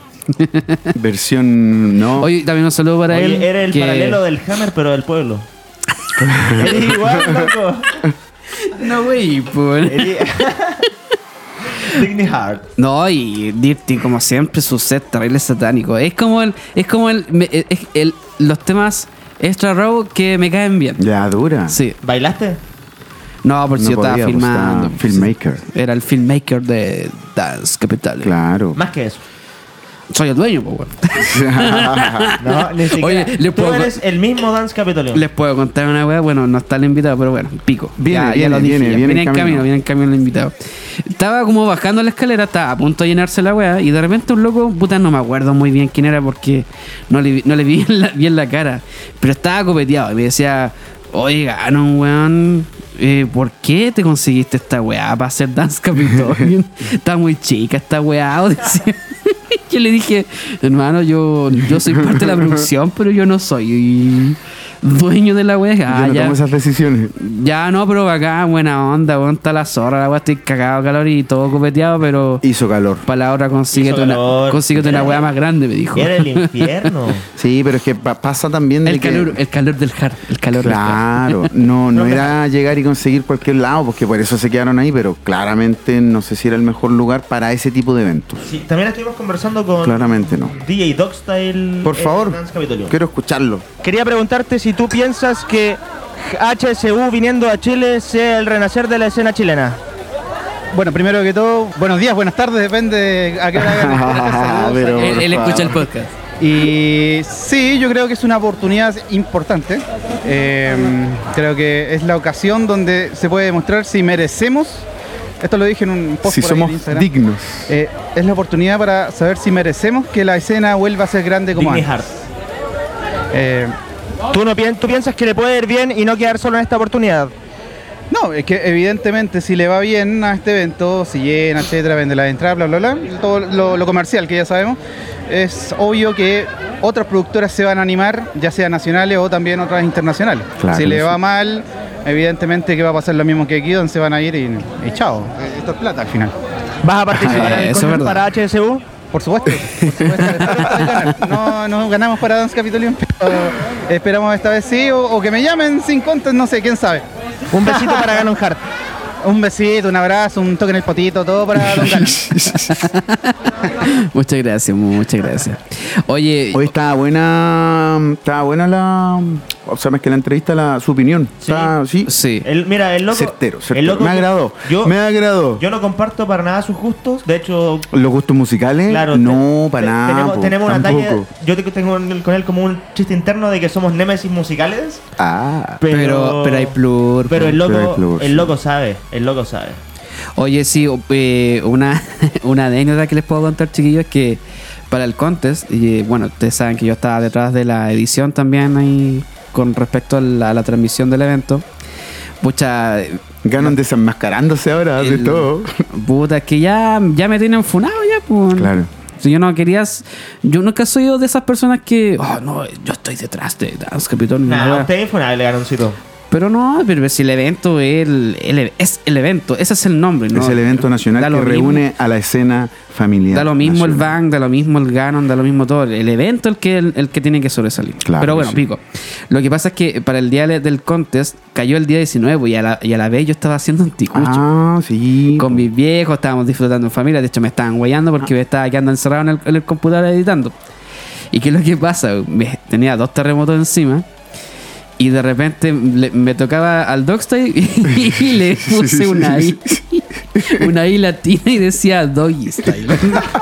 Speaker 5: Versión. No.
Speaker 4: Oye, también un saludo para él.
Speaker 6: Oye, era el
Speaker 4: que-
Speaker 6: paralelo del Hammer, pero del pueblo. Eres igual, loco.
Speaker 4: No, güey, pues.
Speaker 5: Eh.
Speaker 6: Eres- Digny Hart.
Speaker 4: No, y Dirty, como siempre, su set terrible satánico. Es como el. Es como el. me- eh, es el- los temas extra raw que me caen bien.
Speaker 5: Ya dura.
Speaker 4: Sí.
Speaker 6: ¿Bailaste?
Speaker 4: No, por si
Speaker 5: No
Speaker 4: yo
Speaker 5: podía,
Speaker 4: estaba
Speaker 5: pues,
Speaker 4: filmando.
Speaker 5: estaba filmmaker.
Speaker 4: Era el filmmaker de Dance Capital.
Speaker 5: Claro.
Speaker 6: Más que eso.
Speaker 4: Soy el dueño, pues, bueno.
Speaker 6: No, ni siquiera.
Speaker 4: Oye, le
Speaker 6: Tú
Speaker 4: puedo-
Speaker 6: eres el mismo Dance Capitolio.
Speaker 4: Les puedo contar una weá, bueno, no está el invitado, pero bueno, pico.
Speaker 5: Viene,
Speaker 4: ya, ya
Speaker 5: viene,
Speaker 4: lo dije,
Speaker 5: viene,
Speaker 4: ya.
Speaker 5: viene en
Speaker 4: en camino,
Speaker 5: camino.
Speaker 4: viene en camino el invitado. Estaba como bajando la escalera, estaba a punto de llenarse la weá, y de repente un loco, puta, no me acuerdo muy bien quién era porque no le, vi- no le vi bien la, bien la cara, pero estaba copeteado y me decía, oiga, no, weón. eh, ¿Por qué te conseguiste esta weá para hacer Dance Capitol? Está muy chica esta weá. decía. Yo le dije, hermano, yo, yo soy parte de la producción, pero yo no soy dueño de la weá. Ah,
Speaker 5: Yo no
Speaker 4: ya,
Speaker 5: tomo esas decisiones.
Speaker 4: ya no, pero acá, buena onda, weón, está la zorra, la weá, estoy cagado de calor y todo copeteado, pero
Speaker 5: Hizo calor.
Speaker 4: para la hora consíguete
Speaker 6: Hizo
Speaker 4: una,
Speaker 6: calor.
Speaker 4: consíguete una weá más grande, me dijo.
Speaker 6: Era el infierno.
Speaker 5: Sí, pero es que pa- pasa también de
Speaker 4: El
Speaker 5: que-
Speaker 4: calor, el calor del hard, el calor del hard.
Speaker 5: Claro, no, no era llegar y conseguir cualquier lado, porque por eso se quedaron ahí, pero claramente no sé si era el mejor lugar para ese tipo de eventos.
Speaker 6: Sí, también estuvimos conversando con
Speaker 5: Claramente no.
Speaker 6: DJ Dogstyle.
Speaker 5: Por
Speaker 6: en
Speaker 5: favor,
Speaker 6: Dance Capitolio.
Speaker 5: quiero escucharlo.
Speaker 10: Quería preguntarte si tú piensas que HSU viniendo a Chile sea el renacer de la escena chilena.
Speaker 12: Bueno, primero que todo, buenos días, buenas tardes, depende de a qué hora hagan este saludo.
Speaker 5: Pero,
Speaker 4: Él,
Speaker 5: por
Speaker 4: él escucha el
Speaker 5: favor.
Speaker 4: podcast.
Speaker 12: Y sí, yo creo que es una oportunidad importante. Em, Eh, creo que es la ocasión donde se puede demostrar si merecemos Esto lo dije en un post
Speaker 5: Si
Speaker 12: por ahí
Speaker 5: somos
Speaker 12: en Instagram.
Speaker 5: dignos.
Speaker 12: Eh, es la oportunidad para saber si merecemos que la escena vuelva a ser grande como
Speaker 6: Digny
Speaker 12: antes. Em,
Speaker 13: ¿Tú, no pien- tú piensas que le puede ir bien y no quedar solo en esta oportunidad.
Speaker 12: No, es que evidentemente si le va bien a este evento, si llena, etcétera, vende las entradas, bla, bla, bla, todo lo, lo comercial que ya sabemos, es obvio que otras productoras se van a animar, ya sea nacionales o también otras internacionales.
Speaker 5: Claro,
Speaker 12: si le
Speaker 5: sí.
Speaker 12: va mal, evidentemente que va a pasar lo mismo que aquí, donde se van a ir y, y chao. Eh, Esto es plata al final.
Speaker 13: ¿Vas a participar
Speaker 12: Ah,
Speaker 13: en el
Speaker 12: eso es
Speaker 13: concurso para
Speaker 12: verdad.
Speaker 13: HSU?
Speaker 12: Por supuesto. No, no ganamos para Dance Capitolium, pero esperamos esta vez sí, o, o que me llamen sin contas, no sé, quién sabe.
Speaker 13: Un besito para Ganon Hart.
Speaker 12: Un besito, un abrazo, un toque en el potito, todo para Don Ganon.
Speaker 4: Muchas gracias, mu- muchas gracias. Oye,
Speaker 5: Hoy estaba buena, estaba buena la, o sea, más que la entrevista, la, su opinión. Estaba- Sí.
Speaker 4: sí.
Speaker 6: El, mira, el loco.
Speaker 5: Certero, certero.
Speaker 6: el loco-
Speaker 5: me agradó.
Speaker 6: Yo,
Speaker 5: me agradó.
Speaker 6: yo no comparto para nada sus gustos. De hecho,
Speaker 5: Los gustos musicales,
Speaker 6: Claro,
Speaker 5: no, para
Speaker 6: te-
Speaker 5: nada.
Speaker 6: tenemos,
Speaker 5: po,
Speaker 6: tenemos una
Speaker 5: tampoco.
Speaker 6: talla. Yo te- tengo un- con él como un chiste interno de que somos némesis musicales.
Speaker 5: Ah,
Speaker 6: Pero-
Speaker 4: pero, pero hay plur.
Speaker 6: Pero el
Speaker 4: pero hay
Speaker 6: loco,
Speaker 4: plur.
Speaker 6: el loco sabe. El loco sabe.
Speaker 4: Oye, sí, o- eh, una, una anécdota que les puedo contar, chiquillos, es que para el contest, y, eh, bueno, ustedes saben que yo estaba detrás de la edición también ahí con respecto a la, a la transmisión del evento. Pucha.
Speaker 5: Ganan desenmascarándose ahora de todo.
Speaker 4: Puta, es que ya, ya me tienen funado ya, pues.
Speaker 5: Claro.
Speaker 4: Si yo no quería. Yo nunca soy de esas personas que. Oh, no, yo estoy detrás de Dance Capitol.
Speaker 6: Nah,
Speaker 4: Nada.
Speaker 6: usted fue una Ganoncito.
Speaker 4: Pero no, pero si el evento es el, el- es el evento, ese es el nombre, ¿no?
Speaker 5: es el evento nacional
Speaker 4: Da
Speaker 5: que
Speaker 4: lo mismo.
Speaker 5: reúne a la escena familiar.
Speaker 4: Da lo mismo el Bang, da lo mismo el Ganon, da lo mismo todo. El evento el que el, el que tiene que sobresalir.
Speaker 5: Claro
Speaker 4: Pero
Speaker 5: que
Speaker 4: bueno,
Speaker 5: sí.
Speaker 4: pico. Lo que pasa es que para el día le- del contest cayó el día 19 y a la, y a la vez yo estaba haciendo un ticucho.
Speaker 5: Ah, sí. Ah.
Speaker 4: Con mis viejos, estábamos disfrutando en familia. De hecho, me estaban guayando porque me estaba quedando encerrado en el, en el computador editando. ¿Y qué es lo que pasa? Me- tenía dos terremotos encima. Y de repente le- me tocaba al Dogstay y, y le puse una I. Una I latina y decía Doggy Style.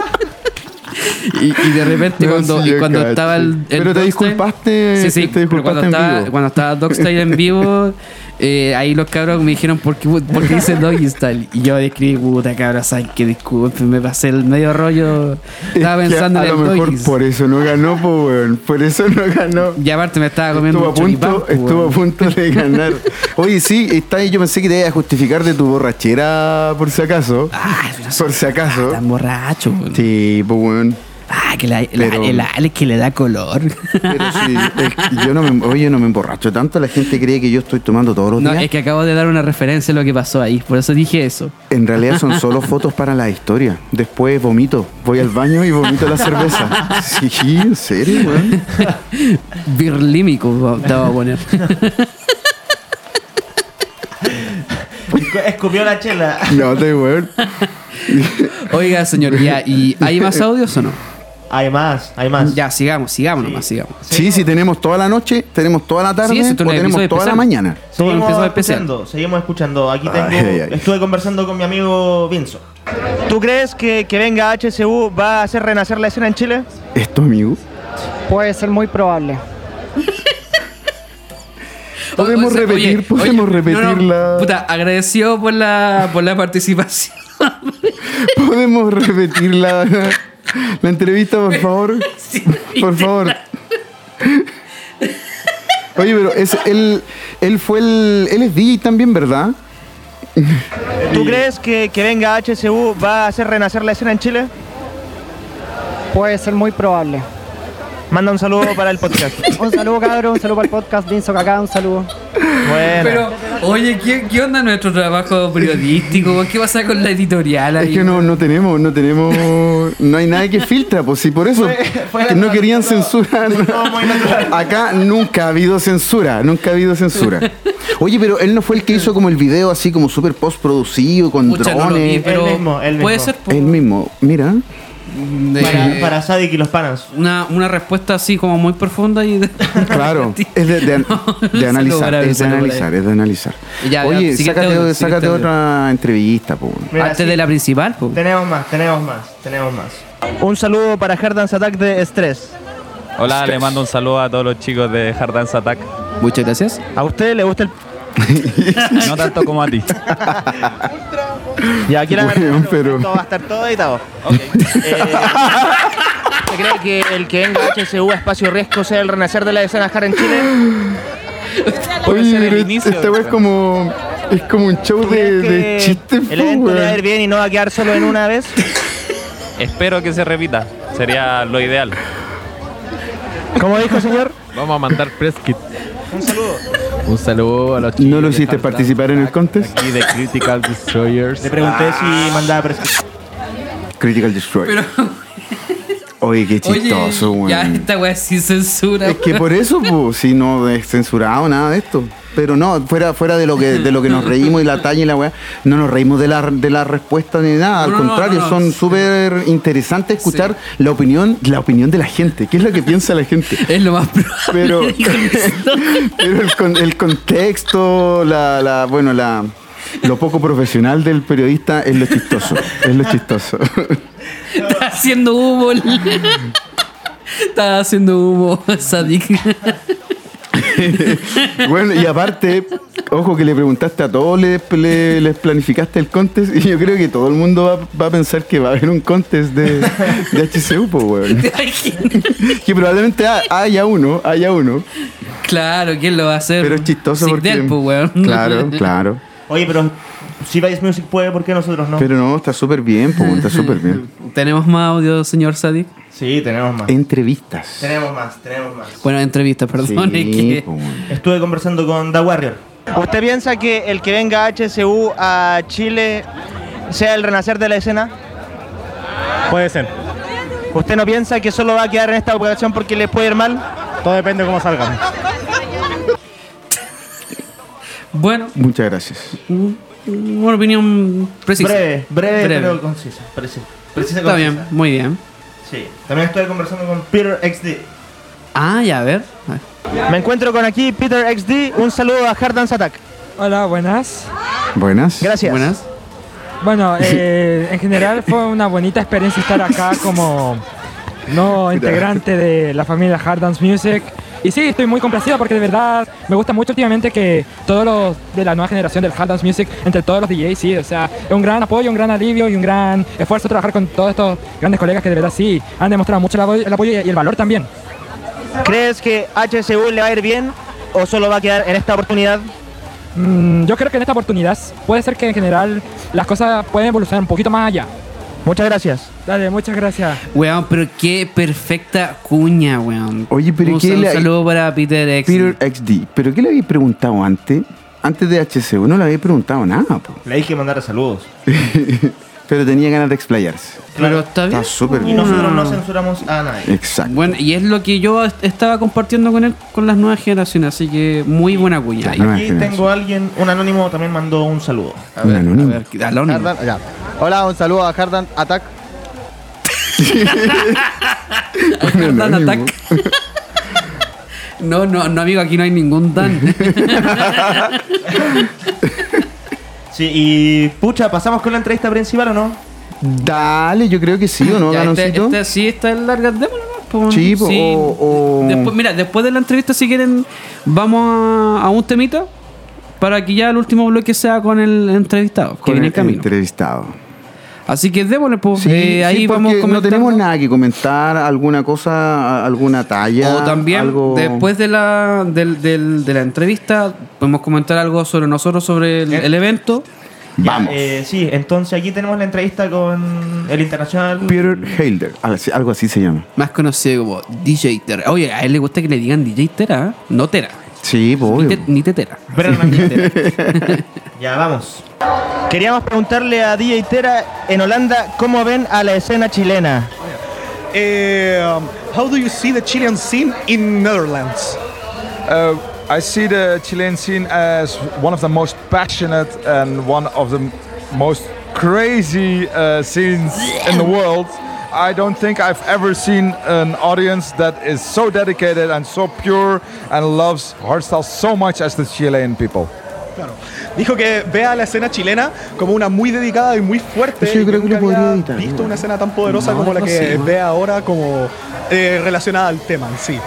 Speaker 4: Y, y de repente
Speaker 5: No,
Speaker 4: cuando,
Speaker 5: sí,
Speaker 4: y
Speaker 5: yo
Speaker 4: cuando
Speaker 5: cacho.
Speaker 4: estaba el, el
Speaker 5: Pero te
Speaker 4: Dogstyle-
Speaker 5: disculpaste,
Speaker 4: Sí, sí,
Speaker 5: te
Speaker 4: pero
Speaker 5: disculpaste
Speaker 4: cuando,
Speaker 5: en
Speaker 4: estaba,
Speaker 5: vivo.
Speaker 4: cuando estaba Dogstyle en vivo, eh, ahí los cabros me dijeron ¿por qué, por qué dice Doggy Style? Y yo describí, puta cabros, saben que disculpen, me pasé el medio rollo. Estaba
Speaker 5: Es que
Speaker 4: pensando
Speaker 5: a
Speaker 4: en
Speaker 5: lo
Speaker 4: el
Speaker 5: mejor
Speaker 4: Doggy
Speaker 5: por eso no ganó, po, weón. Por eso no ganó.
Speaker 4: Y aparte me estaba comiendo
Speaker 5: Estuvo a
Speaker 4: un choripán,
Speaker 5: punto,
Speaker 4: po,
Speaker 5: estuvo
Speaker 4: weón.
Speaker 5: a punto de ganar. Oye, sí, está ahí. Yo pensé que te ibas a justificar de tu borrachera, por si acaso. por si
Speaker 4: Ah,
Speaker 5: acaso. Tan
Speaker 4: borracho,
Speaker 5: Sí, pues, weón.
Speaker 4: Ah, que la, la-
Speaker 5: Pero-
Speaker 4: el Alex que le da color.
Speaker 5: Pero sí, es- yo no me, oye, yo no me emborracho tanto. La gente cree que yo estoy tomando todos los
Speaker 4: No,
Speaker 5: días.
Speaker 4: es que acabo de dar una referencia a lo que pasó ahí, por eso dije eso.
Speaker 5: En realidad son solo fotos para la historia. Después vomito. Voy al baño y vomito la cerveza. Sí, en serio, weón.
Speaker 4: Birlímico, te voy a poner.
Speaker 6: Escupió la chela.
Speaker 5: No, te weón.
Speaker 4: Oiga, señor, ya, ¿y hay más audios o no?
Speaker 6: Hay más, hay más.
Speaker 4: Ya, sigamos, sigamos nomás, sigamos.
Speaker 5: Sí, sí, tenemos toda la noche, tenemos toda la tarde
Speaker 4: Sí, sí,
Speaker 5: o
Speaker 4: tú no
Speaker 5: tenemos toda
Speaker 4: episodio
Speaker 5: la
Speaker 4: especial.
Speaker 5: mañana.
Speaker 6: Seguimos escuchando, seguimos escuchando. Aquí tengo,
Speaker 5: ay, ay.
Speaker 6: estuve conversando con mi amigo Vinzo.
Speaker 13: ¿Tú crees que, que venga HSU va a hacer renacer la escena en Chile?
Speaker 5: ¿Esto, amigo?
Speaker 14: Puede ser muy probable.
Speaker 5: Podemos
Speaker 4: Oye,
Speaker 5: repetir,
Speaker 4: oye,
Speaker 5: podemos
Speaker 4: oye, no, no,
Speaker 5: repetirla.
Speaker 4: Puta, agradecido por la, por la participación.
Speaker 5: Podemos repetir la, la entrevista, por favor. Por favor. Oye, pero es, él, él fue el. Él es DJ también, ¿verdad?
Speaker 13: ¿Tú crees que, que venga HSU va a hacer renacer la escena en Chile?
Speaker 14: Puede ser muy probable.
Speaker 13: Manda un saludo para el podcast.
Speaker 14: Un saludo, cabrón. Un saludo para el podcast. Vinzo Cacá, un saludo.
Speaker 4: Pero, oye, ¿qué, qué onda nuestro trabajo periodístico? weón? ¿Qué pasa con la editorial ahí?
Speaker 5: Es que no, no tenemos, no tenemos, no hay nada que filtra, pues si por eso que no querían censura. Acá nunca ha habido censura, nunca ha habido censura. Oye, pero él no fue el que hizo como el video así como super post producido con
Speaker 4: Pucha, no lo
Speaker 5: drones.
Speaker 4: vi, pero Él mismo, él puede mismo. ser, pues, po.
Speaker 5: Él mismo, mira.
Speaker 4: De-
Speaker 6: Para, para Sadik y los panas.
Speaker 4: Una, una respuesta así como muy profunda y...
Speaker 5: Claro, es de, de- de analizar,
Speaker 4: lograron,
Speaker 5: es de
Speaker 4: se lograron.
Speaker 5: analizar, es de analizar.
Speaker 4: Ya, ya,
Speaker 5: Oye,
Speaker 4: siguiente
Speaker 5: sácate,
Speaker 4: audio,
Speaker 5: sácate
Speaker 4: siguiente audio.
Speaker 5: otra entrevista, pues. po.
Speaker 4: Antes de la principal, pues. po.
Speaker 6: Tenemos más, tenemos más, tenemos más.
Speaker 13: Un saludo para Hard Dance Attack de Stress.
Speaker 15: Hola, le mando un saludo a todos los chicos de Hard Dance Attack.
Speaker 4: Muchas gracias.
Speaker 13: ¿A usted le gusta el
Speaker 15: No tanto como a ti.
Speaker 8: Y aquí la
Speaker 5: Weón, pero-
Speaker 8: va a estar todo editado. Eh, ¿Se cree que el que venga a HSU a Espacio Riesgo sea el renacer de la escena hard en Chile?
Speaker 5: Oye, pero esta weá es como. Es como un show de, de
Speaker 8: que
Speaker 5: chistes,
Speaker 8: El
Speaker 5: po,
Speaker 8: evento le va a
Speaker 5: weón.
Speaker 8: ir bien y no va a quedar solo en una vez.
Speaker 16: Espero que se repita. Sería lo ideal.
Speaker 8: Como dijo señor?
Speaker 17: Vamos a mandar press kit.
Speaker 8: Un saludo.
Speaker 17: Un saludo a los chicos.
Speaker 5: ¿No lo hiciste participar en el contest?
Speaker 17: Aquí de Critical Destroyers.
Speaker 6: Le pregunté
Speaker 8: Ah.
Speaker 6: si mandaba press
Speaker 5: Critical Destroy. Oye, qué chistoso, weón.
Speaker 4: Ya, esta weá es sin censura.
Speaker 5: Es que por eso, pues, si no es censurado nada de esto. Pero no, fuera, fuera de lo que de lo que nos reímos y la talla y la weá, no nos reímos de la, de la respuesta ni nada. Al
Speaker 4: No, no,
Speaker 5: contrario,
Speaker 4: no, no,
Speaker 5: son
Speaker 4: sí.
Speaker 5: súper interesantes escuchar la opinión, la opinión de la gente. ¿Qué es lo que piensa la gente?
Speaker 4: Es lo más
Speaker 5: Pero, pero el, con- el contexto, la, la- bueno, la lo poco profesional del periodista es lo chistoso. Es lo chistoso.
Speaker 4: Está haciendo humo. el- Está haciendo humo, Sadik.
Speaker 5: bueno, y aparte, ojo que le preguntaste a todos, le- le- les planificaste el contest y yo creo que todo el mundo va, va a pensar que va a haber un contest de, de HCU, pues, weón. que probablemente ha- haya uno, haya uno.
Speaker 4: Claro, ¿quién lo va a hacer?
Speaker 5: Pero es chistoso
Speaker 4: Sig
Speaker 5: porque...
Speaker 4: Del, pues, weón.
Speaker 5: Claro, claro.
Speaker 6: Oye, pero si Vice Music puede, ¿por qué nosotros no?
Speaker 5: Pero no, está súper bien, pues, está súper bien.
Speaker 4: ¿Tenemos más audio, señor Sadik?
Speaker 6: Sí, tenemos más.
Speaker 5: Entrevistas.
Speaker 6: Tenemos más, tenemos más.
Speaker 4: Bueno, entrevista, perdón.
Speaker 5: Sí,
Speaker 4: es que-
Speaker 6: Estuve conversando con The Warrior.
Speaker 8: ¿Usted piensa que el que venga a HSU a Chile sea el renacer de la escena?
Speaker 18: Puede ser.
Speaker 8: ¿Usted no piensa que solo va a quedar en esta operación porque le puede ir mal?
Speaker 18: Todo depende de cómo salga.
Speaker 4: Bueno. mm,
Speaker 5: Muchas gracias.
Speaker 4: Una opinión precisa.
Speaker 6: Breve, breve, pero concisa. Precisa, precisa,
Speaker 4: Está
Speaker 6: concisa.
Speaker 4: bien, muy bien.
Speaker 6: Sí. También estuve conversando con Peter XD.
Speaker 4: Ah, ya, a ver. A ver.
Speaker 8: Me encuentro con aquí Peter XD. Un saludo a Hard Dance Attack.
Speaker 14: Hola, buenas.
Speaker 5: Buenas.
Speaker 8: Gracias. Buenas.
Speaker 14: Bueno, eh, en general fue una bonita experiencia estar acá como no integrante de la familia Hard Dance Music. Y sí, estoy muy complacido porque de verdad me gusta mucho últimamente que todos los de la nueva generación del Hard Dance Music, entre todos los DJs, sí, o sea, es un gran apoyo, un gran alivio y un gran esfuerzo trabajar con todos estos grandes colegas que de verdad sí han demostrado mucho el apoyo- el apoyo y el valor también.
Speaker 8: ¿Crees que HSU le va a ir bien o solo va a quedar en esta oportunidad?
Speaker 14: Mm, yo creo que en esta oportunidad puede ser que en general las cosas pueden evolucionar un poquito más allá.
Speaker 8: Muchas gracias.
Speaker 14: Dale, muchas gracias.
Speaker 4: Weón, pero qué perfecta cuña, weón.
Speaker 5: Oye, pero
Speaker 4: un,
Speaker 5: ¿qué
Speaker 4: un
Speaker 5: le-
Speaker 4: saludo para Peter X.
Speaker 5: Peter XD, ¿pero qué le habéis preguntado antes? Antes de HCU no le habéis preguntado nada, po.
Speaker 6: Le dije que mandar saludos.
Speaker 5: Pero tenía ganas de explayarse.
Speaker 4: Pero está bien.
Speaker 5: Está súper
Speaker 6: Y
Speaker 5: bien.
Speaker 6: nosotros no censuramos a nadie.
Speaker 5: Exacto.
Speaker 4: Bueno, y es lo que yo est- estaba compartiendo con él, con las nuevas generaciones, así que muy buena cuña.
Speaker 6: Aquí tengo a alguien, un anónimo también mandó un saludo.
Speaker 4: A ver, anónimo. a ver, anónimo.
Speaker 19: Hardan- ya. Hola, un saludo a Hardan Attack.
Speaker 4: Dan Attack. No, no, no, amigo, aquí no hay ningún Dan.
Speaker 6: Sí, y pucha, ¿pasamos con la entrevista principal o no?
Speaker 5: Dale, yo creo que sí, ¿o no,
Speaker 4: Ya, este,
Speaker 5: Ganoncito?
Speaker 4: este sí está en larga démosle nomás, po.
Speaker 5: Sí, po, o- o-
Speaker 4: Después, mira, después de la entrevista, si quieren, vamos a, a un temita para que ya el último bloque sea con el entrevistado, que
Speaker 5: Con
Speaker 4: viene
Speaker 5: el
Speaker 4: en camino.
Speaker 5: entrevistado.
Speaker 4: Así que démosle, pues,
Speaker 5: Sí,
Speaker 4: eh,
Speaker 5: sí,
Speaker 4: ahí
Speaker 5: porque
Speaker 4: vamos
Speaker 5: No
Speaker 4: comentando.
Speaker 5: tenemos nada que comentar, alguna cosa, a- alguna talla.
Speaker 4: O también,
Speaker 5: algo...
Speaker 4: después de la, del- del- de la entrevista, podemos comentar algo sobre nosotros, sobre
Speaker 5: Eh,
Speaker 4: el, el evento.
Speaker 5: Vamos.
Speaker 6: Eh, sí, entonces aquí tenemos la entrevista con el internacional.
Speaker 5: Peter Halder, algo así- algo así se llama.
Speaker 4: Más conocido como DJ Tera. Oye, a él le gusta que le digan DJ Tera, ¿eh? no Tera.
Speaker 5: Sí,
Speaker 4: ni, te- ni Tetera. Este-
Speaker 6: ya, vamos.
Speaker 8: Queríamos preguntarle a DJ Tera en Holanda cómo ven a la escena chilena.
Speaker 15: Um, how do you see the Chilean scene in Netherlands?
Speaker 18: Uh, I see the Chilean scene as one of the most passionate and one of the m- most crazy uh, scenes in the world. I don't think I've ever seen an audience that is so dedicated and so pure and loves hardstyle so much as the Chilean people.
Speaker 15: Claro. Dijo que ve a la escena chilena como una muy dedicada y muy fuerte.
Speaker 5: Eso yo
Speaker 15: y
Speaker 5: creo que lo
Speaker 15: nunca
Speaker 5: podría
Speaker 15: había
Speaker 5: editar,
Speaker 15: visto
Speaker 5: ¿no?
Speaker 15: una escena tan poderosa
Speaker 5: No,
Speaker 15: como la
Speaker 5: algo
Speaker 15: que
Speaker 5: así, ¿no?
Speaker 15: ve ahora como eh, relacionada al tema en sí.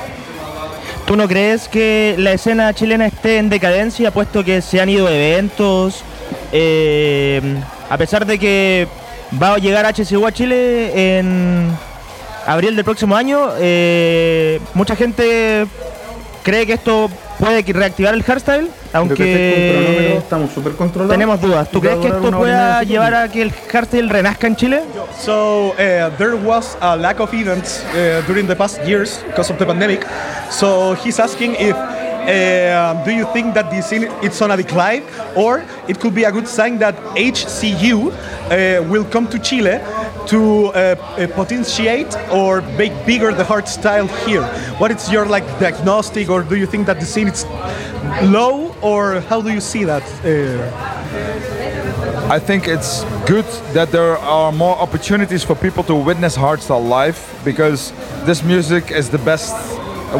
Speaker 8: ¿Tú no crees que la escena chilena esté en decadencia, puesto que se han ido eventos, eh, A pesar de que va a llegar HCU a Chile en abril del próximo año, eh, mucha gente cree que esto puede que reactivar el hardstyle, aunque
Speaker 5: estamos súper controlados.
Speaker 8: tenemos dudas. ¿Tú crees que esto pueda llevar a que el hardstyle renazca en Chile?
Speaker 15: So uh, there was a lack of events uh, during the past years because of the pandemic. So he's asking if uh, do you think that the scene it's on a decline, or it could be a good sign that HCU uh, will come to Chile to uh, uh, potentiate or make bigger the hard style here. What is your like diagnostic, or do you think that the scene is low, or how do you see that? Uh,
Speaker 18: I think it's good that there are more opportunities for people to witness hardstyle live because this music is the best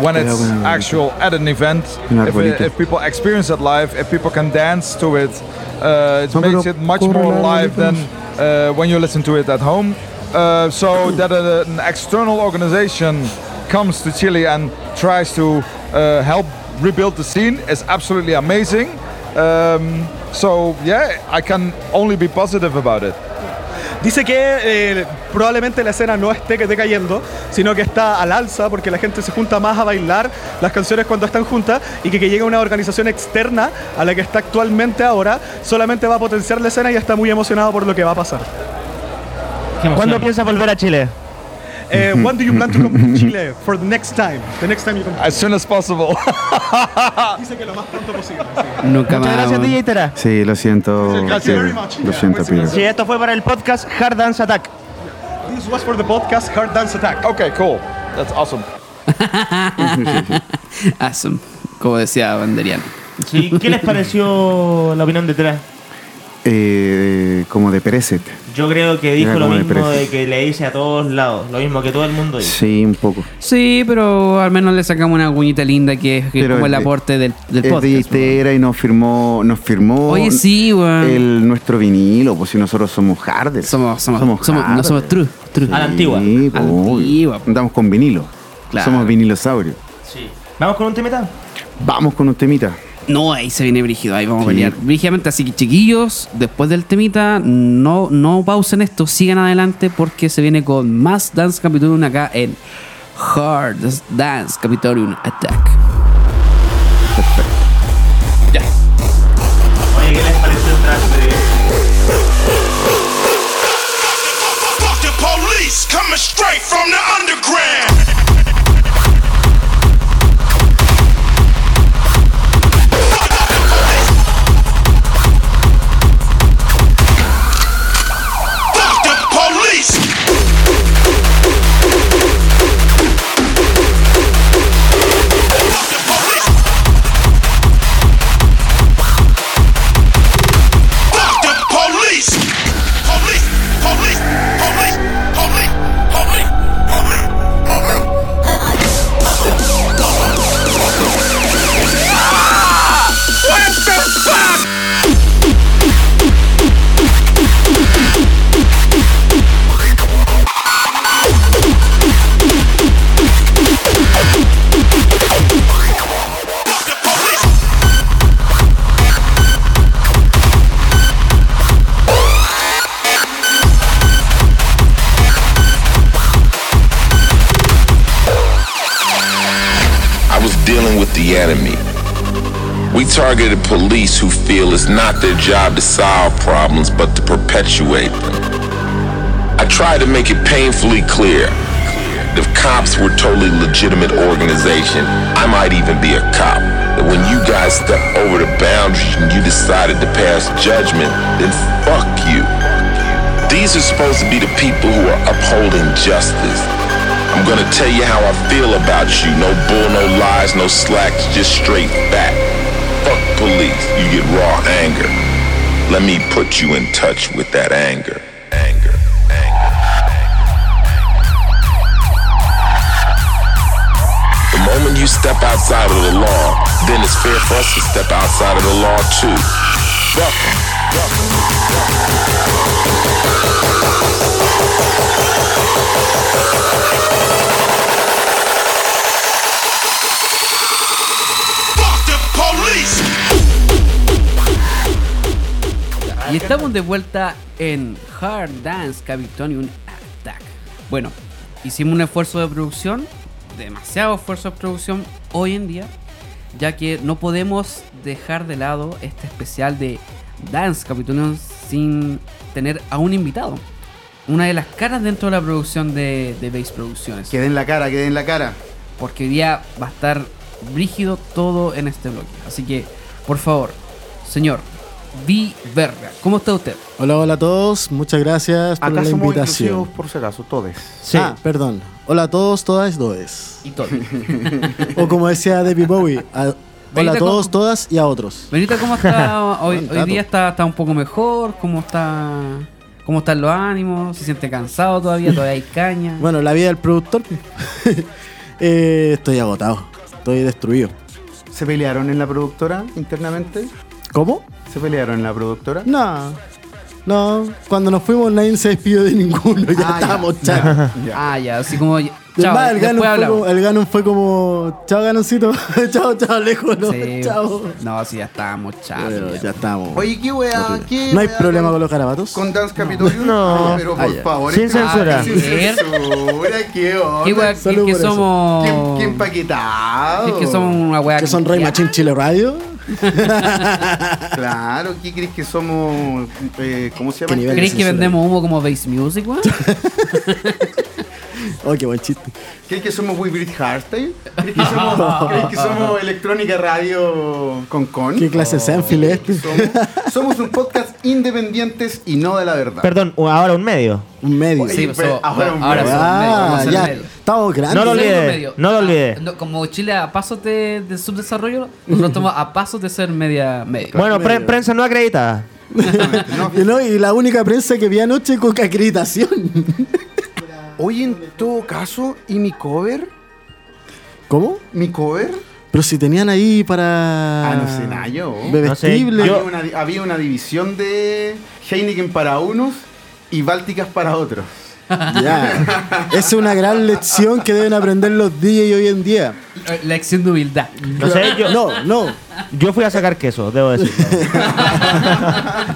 Speaker 18: when
Speaker 5: Yeah,
Speaker 18: it's
Speaker 5: when I'm-
Speaker 18: actual at an event.
Speaker 5: Un
Speaker 18: If,
Speaker 5: arbolito.
Speaker 18: if people experience it live, if people can dance to it, uh, it
Speaker 5: No,
Speaker 18: makes
Speaker 5: pero
Speaker 18: it much
Speaker 5: corre
Speaker 18: more
Speaker 5: el
Speaker 18: live than
Speaker 5: arbolito.
Speaker 18: uh, when you listen to it at home. Uh, so that uh, an external organization comes to Chile and tries to uh, help rebuild the scene is absolutely amazing. Um, so yeah, I can only be positive about it.
Speaker 15: Dice que eh, probablemente la escena no esté que esté cayendo, sino que está al alza porque la gente se junta más a bailar las canciones cuando están juntas y que que llegue una organización externa a la que está actualmente ahora solamente va a potenciar la escena y está muy emocionado por lo que va a pasar.
Speaker 8: ¿Cuándo piensas volver a Chile?
Speaker 15: Eh, when do you plan to come to Chile for the next time? The next time you come.
Speaker 18: As soon as possible.
Speaker 15: Dice que lo más pronto posible.
Speaker 8: Muchas
Speaker 5: Nunca más.
Speaker 8: gracias,
Speaker 5: weón.
Speaker 8: DJ Tera.
Speaker 5: Sí, lo siento.
Speaker 15: Gracias.
Speaker 5: Pedro. Lo siento, Pedro.
Speaker 8: Sí, esto fue para el podcast Hard Dance Attack.
Speaker 15: This was for the podcast Hard Dance Attack.
Speaker 18: Okay, cool. That's awesome.
Speaker 4: Awesome, como decía Banderian.
Speaker 6: Sí, ¿Qué les pareció la opinión de Tera?
Speaker 5: Eh, como de Pereset.
Speaker 6: Yo creo que
Speaker 5: Era
Speaker 6: dijo lo
Speaker 5: como de
Speaker 6: mismo
Speaker 5: precio.
Speaker 6: de que le hice a todos lados, lo mismo que todo el mundo dice.
Speaker 5: Sí, un poco.
Speaker 4: Sí, pero al menos le sacamos una cuñita linda que es que
Speaker 5: Pero
Speaker 4: como el
Speaker 5: de-
Speaker 4: aporte del, del
Speaker 5: es de
Speaker 4: podcast.
Speaker 5: Itera y nos firmó, nos firmó
Speaker 4: Oye, sí, weón.
Speaker 5: el nuestro vinilo, pues si nosotros somos harders. Somos, somos,
Speaker 4: somos- no somos true, true. A la antigua.
Speaker 5: Sí, pues, obvio. Andamos con vinilo.
Speaker 4: Claro.
Speaker 5: Somos vinilosaurios.
Speaker 6: Vamos con un temita.
Speaker 5: Vamos con un temita.
Speaker 4: No, ahí se viene brígido, ahí vamos
Speaker 5: Sí.
Speaker 4: a pelear. Brígidamente, así que chiquillos, después del temita, no, no pausen esto, sigan adelante porque se viene con más Dance Capitolium acá en Hard Dance Capitolium Attack. Ya.
Speaker 6: Oye, ¿qué les pareció el track de-
Speaker 2: Fuck the police coming straight from the underground. Fuck the police. Fuck the police. Police, police, police, police, police. What the fuck?
Speaker 20: I was dealing with the enemy. We targeted police who feel it's not their job to solve problems but to perpetuate them. I tried to make it painfully clear that if cops were totally legitimate organization, I might even be a cop. That when you guys stepped over the boundaries and you decided to pass judgment, then fuck you. These are supposed to be the people who are upholding justice. I'm gonna tell you how I feel about you. No bull, no lies, no slacks, just straight back. Fuck police. You get raw anger. Let me put you in touch with that anger. Anger. The moment you step outside of the law, then it's fair for us to step outside of the law too. Fuck 'em.
Speaker 4: Y estamos de vuelta en Hard Dance Capitonium Attack. Bueno, hicimos un esfuerzo de producción, demasiado esfuerzo de producción hoy en día, ya que no podemos dejar de lado este especial de Dance Capitonium sin tener a un invitado. Una de las caras dentro de la producción de, de Base Producciones.
Speaker 5: Que den la cara, que den la cara.
Speaker 4: Porque hoy día va a estar brígido todo en este bloque. Así que, por favor, señor, Di Verga, ¿cómo está usted?
Speaker 1: Hola, hola a todos, muchas gracias por
Speaker 5: Acá
Speaker 1: la
Speaker 5: somos
Speaker 1: invitación.
Speaker 5: inclusivos, por si acaso, todes.
Speaker 1: Ah, perdón. Hola a todos, todas, todes.
Speaker 4: Y todo.
Speaker 1: o como decía David Bowie, a- hola
Speaker 4: Benita,
Speaker 1: a todos, todas y a otros.
Speaker 4: Benita, ¿cómo está hoy,
Speaker 1: Buen
Speaker 4: hoy día?
Speaker 1: dato.
Speaker 4: Está, está un poco mejor, ¿cómo está? ¿Cómo están los ánimos? ¿Se siente cansado todavía? ¿Todavía hay caña?
Speaker 1: Bueno, la vida del productor. Eh, estoy agotado, estoy destruido.
Speaker 5: ¿Se pelearon en la productora internamente?
Speaker 1: ¿Cómo?
Speaker 5: ¿Se pelearon en la productora?
Speaker 1: No. No, cuando nos fuimos nadie se despidió de ninguno, ya estábamos chao.
Speaker 4: Ah, ya, así como. Ah, Chao,
Speaker 1: Además, el
Speaker 4: después
Speaker 1: Ganon, fue
Speaker 4: hablamos.
Speaker 1: como, el Ganon fue como, chao Ganoncito, chao, chao Alejo, no,
Speaker 4: Sí. Ah,
Speaker 1: chao.
Speaker 4: No, sí, ya estábamos, chao.
Speaker 1: ya estábamos.
Speaker 5: Oye, ¿qué wea? ¿Qué
Speaker 1: No hay
Speaker 5: wea
Speaker 1: problema con los carabatos.
Speaker 5: Con Dance Capitolio,
Speaker 1: No.
Speaker 5: pero
Speaker 1: Ah,
Speaker 5: por
Speaker 1: ya.
Speaker 5: favor,
Speaker 1: Sin
Speaker 5: este-
Speaker 1: censura.
Speaker 5: Ah, sin censura, qué onda.
Speaker 1: Qué wea, Salud que- que por eso. somos-
Speaker 5: ¿Quién, quién paquetado?
Speaker 1: Es que somos
Speaker 4: una weá.
Speaker 1: Que son Rey Machín Chile Radio.
Speaker 5: Claro, ¿qué crees que somos? eh, ¿Cómo se
Speaker 1: ¿Qué
Speaker 5: llama?
Speaker 1: nivel
Speaker 4: ¿Crees que vendemos humo como Bass Music, weón?
Speaker 1: Oh, qué buen chiste.
Speaker 5: ¿Crees que somos We Breathe Hardstyle? ¿Crees que somos, ¿crees que somos Electrónica Radio con con?
Speaker 1: ¿Qué clase de Sanfield es este?
Speaker 5: Somos, somos un podcast independientes y no de la verdad.
Speaker 6: Perdón, u- ahora un medio.
Speaker 1: Un medio.
Speaker 5: Sí,
Speaker 4: pues,
Speaker 5: pero ahora un
Speaker 1: ahora
Speaker 5: medio.
Speaker 1: somos medio, Ah, vamos a ser ya. medio. Estamos grandes.
Speaker 6: No lo olvides,
Speaker 4: Medio. Ah,
Speaker 6: no lo olvides.
Speaker 4: No, como Chile a pasos de, de subdesarrollo, nosotros estamos a pasos de ser media media.
Speaker 6: Bueno, pre- prensa no acreditada.
Speaker 1: Y, no, y la única prensa que vi anoche con acreditación.
Speaker 5: Oye, en todo caso, ¿y mi cover?
Speaker 1: ¿Cómo?
Speaker 5: ¿Mi cover?
Speaker 1: Pero si tenían ahí para.
Speaker 5: Ah, no sé, nada, yo.
Speaker 1: Bebestible.
Speaker 5: Había, una, di- había una división de Heineken para unos y Bálticas para otros.
Speaker 1: Ya. Es una gran lección que deben aprender los DJs hoy en día.
Speaker 4: Eh, La acción de humildad.
Speaker 6: No sé, yo-
Speaker 1: No, no.
Speaker 6: Yo fui a sacar queso, debo decirlo.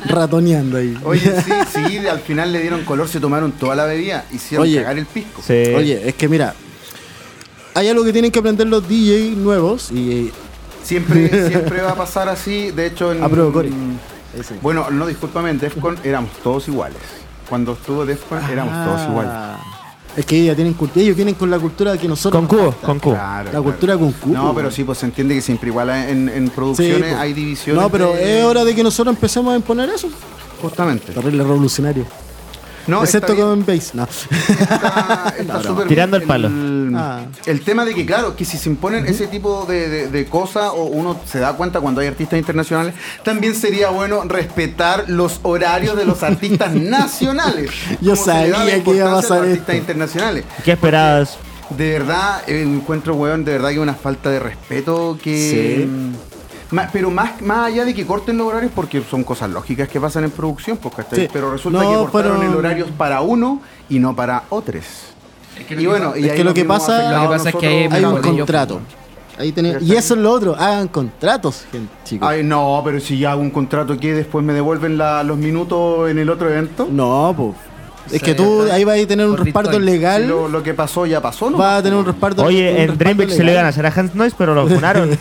Speaker 1: Ratoneando ahí.
Speaker 5: Oye, sí, sí, al final le dieron color, se tomaron toda la bebida, hicieron
Speaker 1: Oye.
Speaker 5: cagar el pisco.
Speaker 1: Oye, es que mira. Hay algo que tienen que aprender los DJs nuevos y.
Speaker 5: Siempre, siempre va a pasar así. De hecho, en. Mm,
Speaker 1: A prueba, Cori.
Speaker 5: Bueno, no, discúlpame, en Defcon éramos todos iguales. Cuando estuvo Defcon éramos
Speaker 1: Ah.
Speaker 5: todos iguales.
Speaker 1: Es que ellos tienen, cult- ellos vienen con la cultura que nosotros. Con cubo, con cubo.
Speaker 5: Claro,
Speaker 1: la
Speaker 5: claro.
Speaker 1: cultura con cubo.
Speaker 5: No, pero sí, pues se entiende que siempre igual en, en producciones
Speaker 1: pues.
Speaker 5: hay divisiones.
Speaker 1: No, pero
Speaker 5: de-
Speaker 1: es hora de que nosotros empecemos a imponer eso.
Speaker 5: Justamente.
Speaker 1: Terrible revolucionario.
Speaker 5: No,
Speaker 1: Excepto
Speaker 5: está bien.
Speaker 1: con Base. No.
Speaker 5: Está súper
Speaker 6: Tirando el
Speaker 5: bien
Speaker 6: palo.
Speaker 5: El,
Speaker 1: Ah.
Speaker 5: el tema de que, claro, que si se imponen ese tipo de, de- de cosas o uno se da cuenta cuando hay artistas internacionales, también sería bueno respetar los horarios de los artistas nacionales.
Speaker 1: Yo
Speaker 5: como se le da la
Speaker 1: sabía que iba a
Speaker 5: importancia
Speaker 1: pasar
Speaker 5: los
Speaker 1: esto.
Speaker 5: artistas internacionales.
Speaker 6: ¿Qué esperabas?
Speaker 5: De verdad, eh, encuentro, weón, de verdad que una falta de respeto que...
Speaker 1: Sí.
Speaker 5: Ma- pero más, más allá de que corten los horarios, porque son cosas lógicas que pasan en producción, pues, ¿cachai?
Speaker 1: Sí.
Speaker 5: Pero resulta
Speaker 1: No,
Speaker 5: que cortaron
Speaker 1: pero-
Speaker 5: el horario para uno y no para otros.
Speaker 1: que lo
Speaker 5: y
Speaker 1: que
Speaker 5: bueno,
Speaker 1: pasa-
Speaker 5: y
Speaker 1: es
Speaker 5: ahí
Speaker 1: que lo
Speaker 5: nos
Speaker 1: que
Speaker 5: vimos
Speaker 1: pasa-
Speaker 5: afectados
Speaker 1: lo que pasa es que
Speaker 5: nosotros
Speaker 1: hay un
Speaker 5: por ello,
Speaker 1: contrato.
Speaker 5: pues.
Speaker 1: Ahí tenés- y eso es lo otro. Hagan contratos, gente, chicos.
Speaker 5: Ay, no, pero si ya hago un contrato que después me devuelven la- los minutos en el otro evento.
Speaker 1: No, pues. Es que tú ahí vas a tener un respaldo legal.
Speaker 5: Lo, lo que pasó ya pasó, ¿no?
Speaker 1: Vas a tener un respaldo un
Speaker 6: Oye, en
Speaker 1: respaldo
Speaker 6: Dreamvik se le iban
Speaker 1: legal.
Speaker 6: a hacer a Hans Noise, pero lo funaron.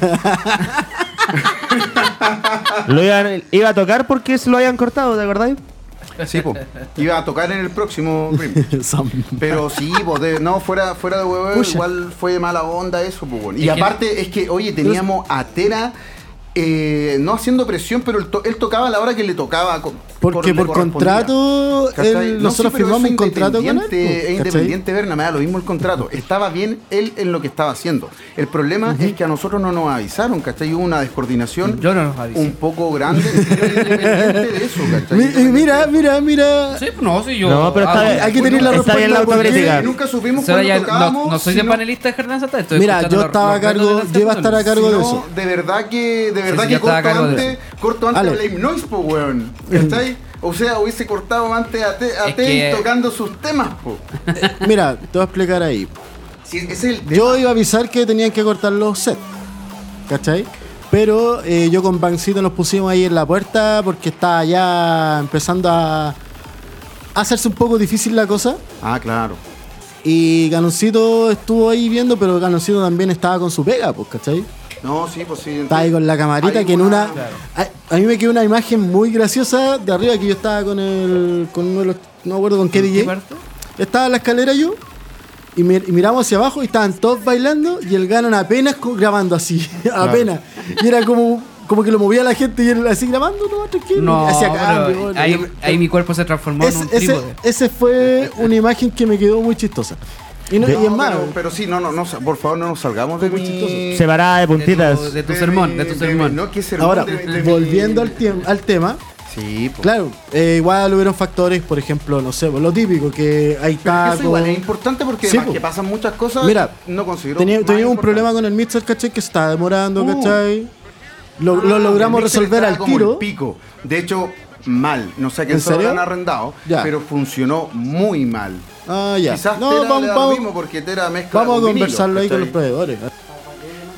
Speaker 6: lo iban- iba a tocar porque se lo habían cortado, ¿te acordáis?
Speaker 5: Sí, po. Iba a tocar en el próximo rim. Pero sí, po, de- no, fuera, fuera de huevo,
Speaker 1: Pucha.
Speaker 5: igual fue de mala onda eso, po, weón.
Speaker 1: Es
Speaker 5: Y
Speaker 1: que-
Speaker 5: aparte es que, oye, teníamos a Tera, eh, no haciendo presión, pero él, to- él tocaba a la hora que le tocaba. co-
Speaker 1: Porque
Speaker 5: le
Speaker 1: por
Speaker 5: correspondía.
Speaker 1: contrato,
Speaker 5: ¿Cachai?
Speaker 1: él-
Speaker 5: No,
Speaker 1: nosotros
Speaker 5: sí, pero
Speaker 1: firmamos
Speaker 5: eso
Speaker 1: un contrato con él.
Speaker 5: independiente-
Speaker 1: pues,
Speaker 5: Es
Speaker 1: ¿cachai?
Speaker 5: independiente, Berna, me da lo mismo el contrato. Estaba bien él en lo que estaba haciendo. El problema es que a nosotros no nos avisaron, ¿cachai? Hubo una descoordinación un poco grande. independiente de eso, ¿cachai?
Speaker 1: Mi- y mira, mira, mira.
Speaker 4: Sí, pues no, sí, yo.
Speaker 1: No, pero está bien. Hay que tener la Está bien la
Speaker 4: pues,
Speaker 1: respuesta, porque autocrítica.
Speaker 5: Nunca supimos
Speaker 4: Se vaya-
Speaker 5: cuándo tocábamos,
Speaker 4: no, no soy de
Speaker 5: sino-
Speaker 4: panelista de Jardín Santa. estoy
Speaker 1: Mira,
Speaker 4: escuchando
Speaker 1: yo
Speaker 4: los-
Speaker 1: estaba
Speaker 4: los
Speaker 1: a cargo-
Speaker 4: retos de las
Speaker 1: yo iba a estar a cargo
Speaker 4: capitones.
Speaker 1: de
Speaker 5: No,
Speaker 1: eso.
Speaker 5: de verdad que, de
Speaker 4: Sí,
Speaker 5: verdad
Speaker 4: sí, yo
Speaker 5: que corto
Speaker 4: estaba a cargo de
Speaker 5: antes,
Speaker 4: eso.
Speaker 5: corto antes
Speaker 4: Ale.
Speaker 5: a Blame Noise, po, weón. ¿Cachai? O sea, hubiese cortado antes a, Te- a
Speaker 1: Es
Speaker 5: Teis
Speaker 1: que-
Speaker 5: tocando sus temas, po.
Speaker 1: Mira, te voy a explicar ahí.
Speaker 5: Sí, ese es el
Speaker 1: Yo iba a avisar que tenían que cortar los sets. ¿Cachai? Pero eh, yo con Bancito nos pusimos ahí en la puerta porque estaba ya empezando a hacerse un poco difícil la cosa.
Speaker 5: Ah, claro.
Speaker 1: Y Canoncito estuvo ahí viendo, pero Canoncito también estaba con su pega, pues, ¿cachai?
Speaker 5: No, sí, pues sí.
Speaker 1: Estaba ahí con la camarita
Speaker 5: Hay
Speaker 1: que en
Speaker 5: una-
Speaker 4: ah,
Speaker 1: una. A, a mí me quedó una imagen muy graciosa de arriba que yo estaba con el. con uno de los- No me acuerdo con qué
Speaker 5: ¿En qué
Speaker 1: DJ.
Speaker 5: parte?
Speaker 1: Estaba en la escalera yo. Y, mi- y miramos hacia abajo y estaban todos bailando y el Ganon apenas co- grabando así. apenas. Y era como. Como que lo movía la gente y él así grabando, no, tranquilo.
Speaker 4: No,
Speaker 1: y hacía
Speaker 4: pero
Speaker 1: cambio, bueno.
Speaker 4: ahí, ahí mi cuerpo se transformó en
Speaker 1: Ese,
Speaker 4: un
Speaker 1: ese,
Speaker 4: trípode.
Speaker 1: ese fue una imagen que me quedó muy chistosa. Y, no,
Speaker 5: De-
Speaker 1: y es más,
Speaker 5: pero, pero sí, no, no, no, por favor, no nos salgamos de mi...
Speaker 6: Separada de puntitas.
Speaker 4: De tu sermón, de tu sermón.
Speaker 5: No, que sermón
Speaker 1: Ahora,
Speaker 5: de- de-
Speaker 1: volviendo al, tiemp- al tema.
Speaker 5: Sí, po.
Speaker 1: Claro, eh, igual hubieron factores, por ejemplo, no sé, lo típico, que hay
Speaker 5: Pero
Speaker 1: tacos.
Speaker 5: eso igual es importante porque
Speaker 1: Sí,
Speaker 5: además
Speaker 1: po.
Speaker 5: que pasan muchas cosas.
Speaker 1: Mira,
Speaker 5: no considero.
Speaker 1: tenía,
Speaker 5: más
Speaker 1: tenía un
Speaker 5: importante.
Speaker 1: problema con el mixer, ¿cachai? Que se estaba demorando,
Speaker 5: Uh.
Speaker 1: ¿cachai? Lo, lo
Speaker 5: Ah,
Speaker 1: logramos
Speaker 5: el mixer
Speaker 1: resolver
Speaker 5: estaba
Speaker 1: al
Speaker 5: como el
Speaker 1: tiro.
Speaker 5: pico. De hecho, mal. No sé a quién
Speaker 1: ¿En
Speaker 5: se lo
Speaker 1: serio?
Speaker 5: han arrendado,
Speaker 1: Ya.
Speaker 5: pero funcionó muy mal.
Speaker 1: Ah, ya.
Speaker 5: Quizás
Speaker 1: No,
Speaker 5: Tera le
Speaker 1: vamos-
Speaker 5: da lo
Speaker 1: vamos-
Speaker 5: mismo porque Tera mezcla
Speaker 1: Vamos a
Speaker 5: con vinilo,
Speaker 1: conversarlo ahí con los
Speaker 5: ¿cachai?
Speaker 1: proveedores.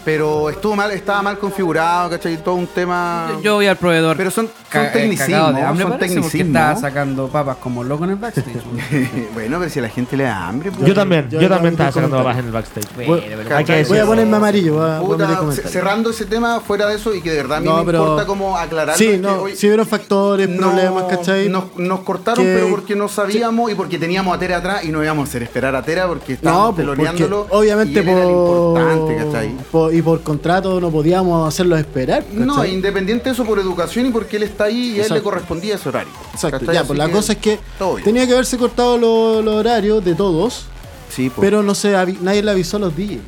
Speaker 5: Pero estuvo mal, estaba mal configurado, ¿cachai? Todo un tema.
Speaker 4: Yo voy al proveedor.
Speaker 5: Pero son,
Speaker 4: ca-
Speaker 5: son
Speaker 4: eh, cagado de
Speaker 5: tecnicismos.
Speaker 4: hambre,
Speaker 5: Son
Speaker 4: parece, porque
Speaker 5: tecnicismos.
Speaker 4: estaba sacando papas como loco en el backstage.
Speaker 5: bueno, pero si a la gente le da hambre.
Speaker 6: Yo también, yo, también estaba sacando babas en el backstage.
Speaker 5: Bueno,
Speaker 6: Hay que
Speaker 5: ¿cachai?
Speaker 6: decir.
Speaker 1: Voy a ponerme amarillo. voy a- voy a
Speaker 5: Puta,
Speaker 1: meter
Speaker 5: ce-
Speaker 1: comentarios.
Speaker 5: cerrando ese tema fuera de eso y que de verdad a mí
Speaker 1: No,
Speaker 5: me
Speaker 1: pero-
Speaker 5: importa como aclararlo.
Speaker 1: Sí,
Speaker 5: es que
Speaker 1: no,
Speaker 5: hoy
Speaker 1: sí hubieron factores, problemas, ¿cachai?
Speaker 5: Nos, nos cortaron,
Speaker 1: Que-
Speaker 5: pero porque no sabíamos y porque teníamos a Tera atrás y no íbamos a hacer esperar a Tera porque estábamos
Speaker 1: No, pues, porque
Speaker 5: teloneándolo.
Speaker 1: obviamente
Speaker 5: y él era el importante,
Speaker 1: por,
Speaker 5: ¿cachai?
Speaker 1: por- y por contrato no podíamos hacerlos esperar.
Speaker 5: No,
Speaker 1: ¿cachai?
Speaker 5: independiente de eso por educación y porque él está ahí y a él le
Speaker 1: Exacto.
Speaker 5: correspondía ese horario.
Speaker 1: Exacto,
Speaker 5: ¿cachai?
Speaker 1: ya,
Speaker 5: Así
Speaker 1: pues la
Speaker 5: que
Speaker 1: cosa es que
Speaker 5: todo bien.
Speaker 1: tenía que haberse cortado lo- los horarios de todos,
Speaker 5: Sí, pues.
Speaker 1: pero no se avi- nadie le avisó a los DJs.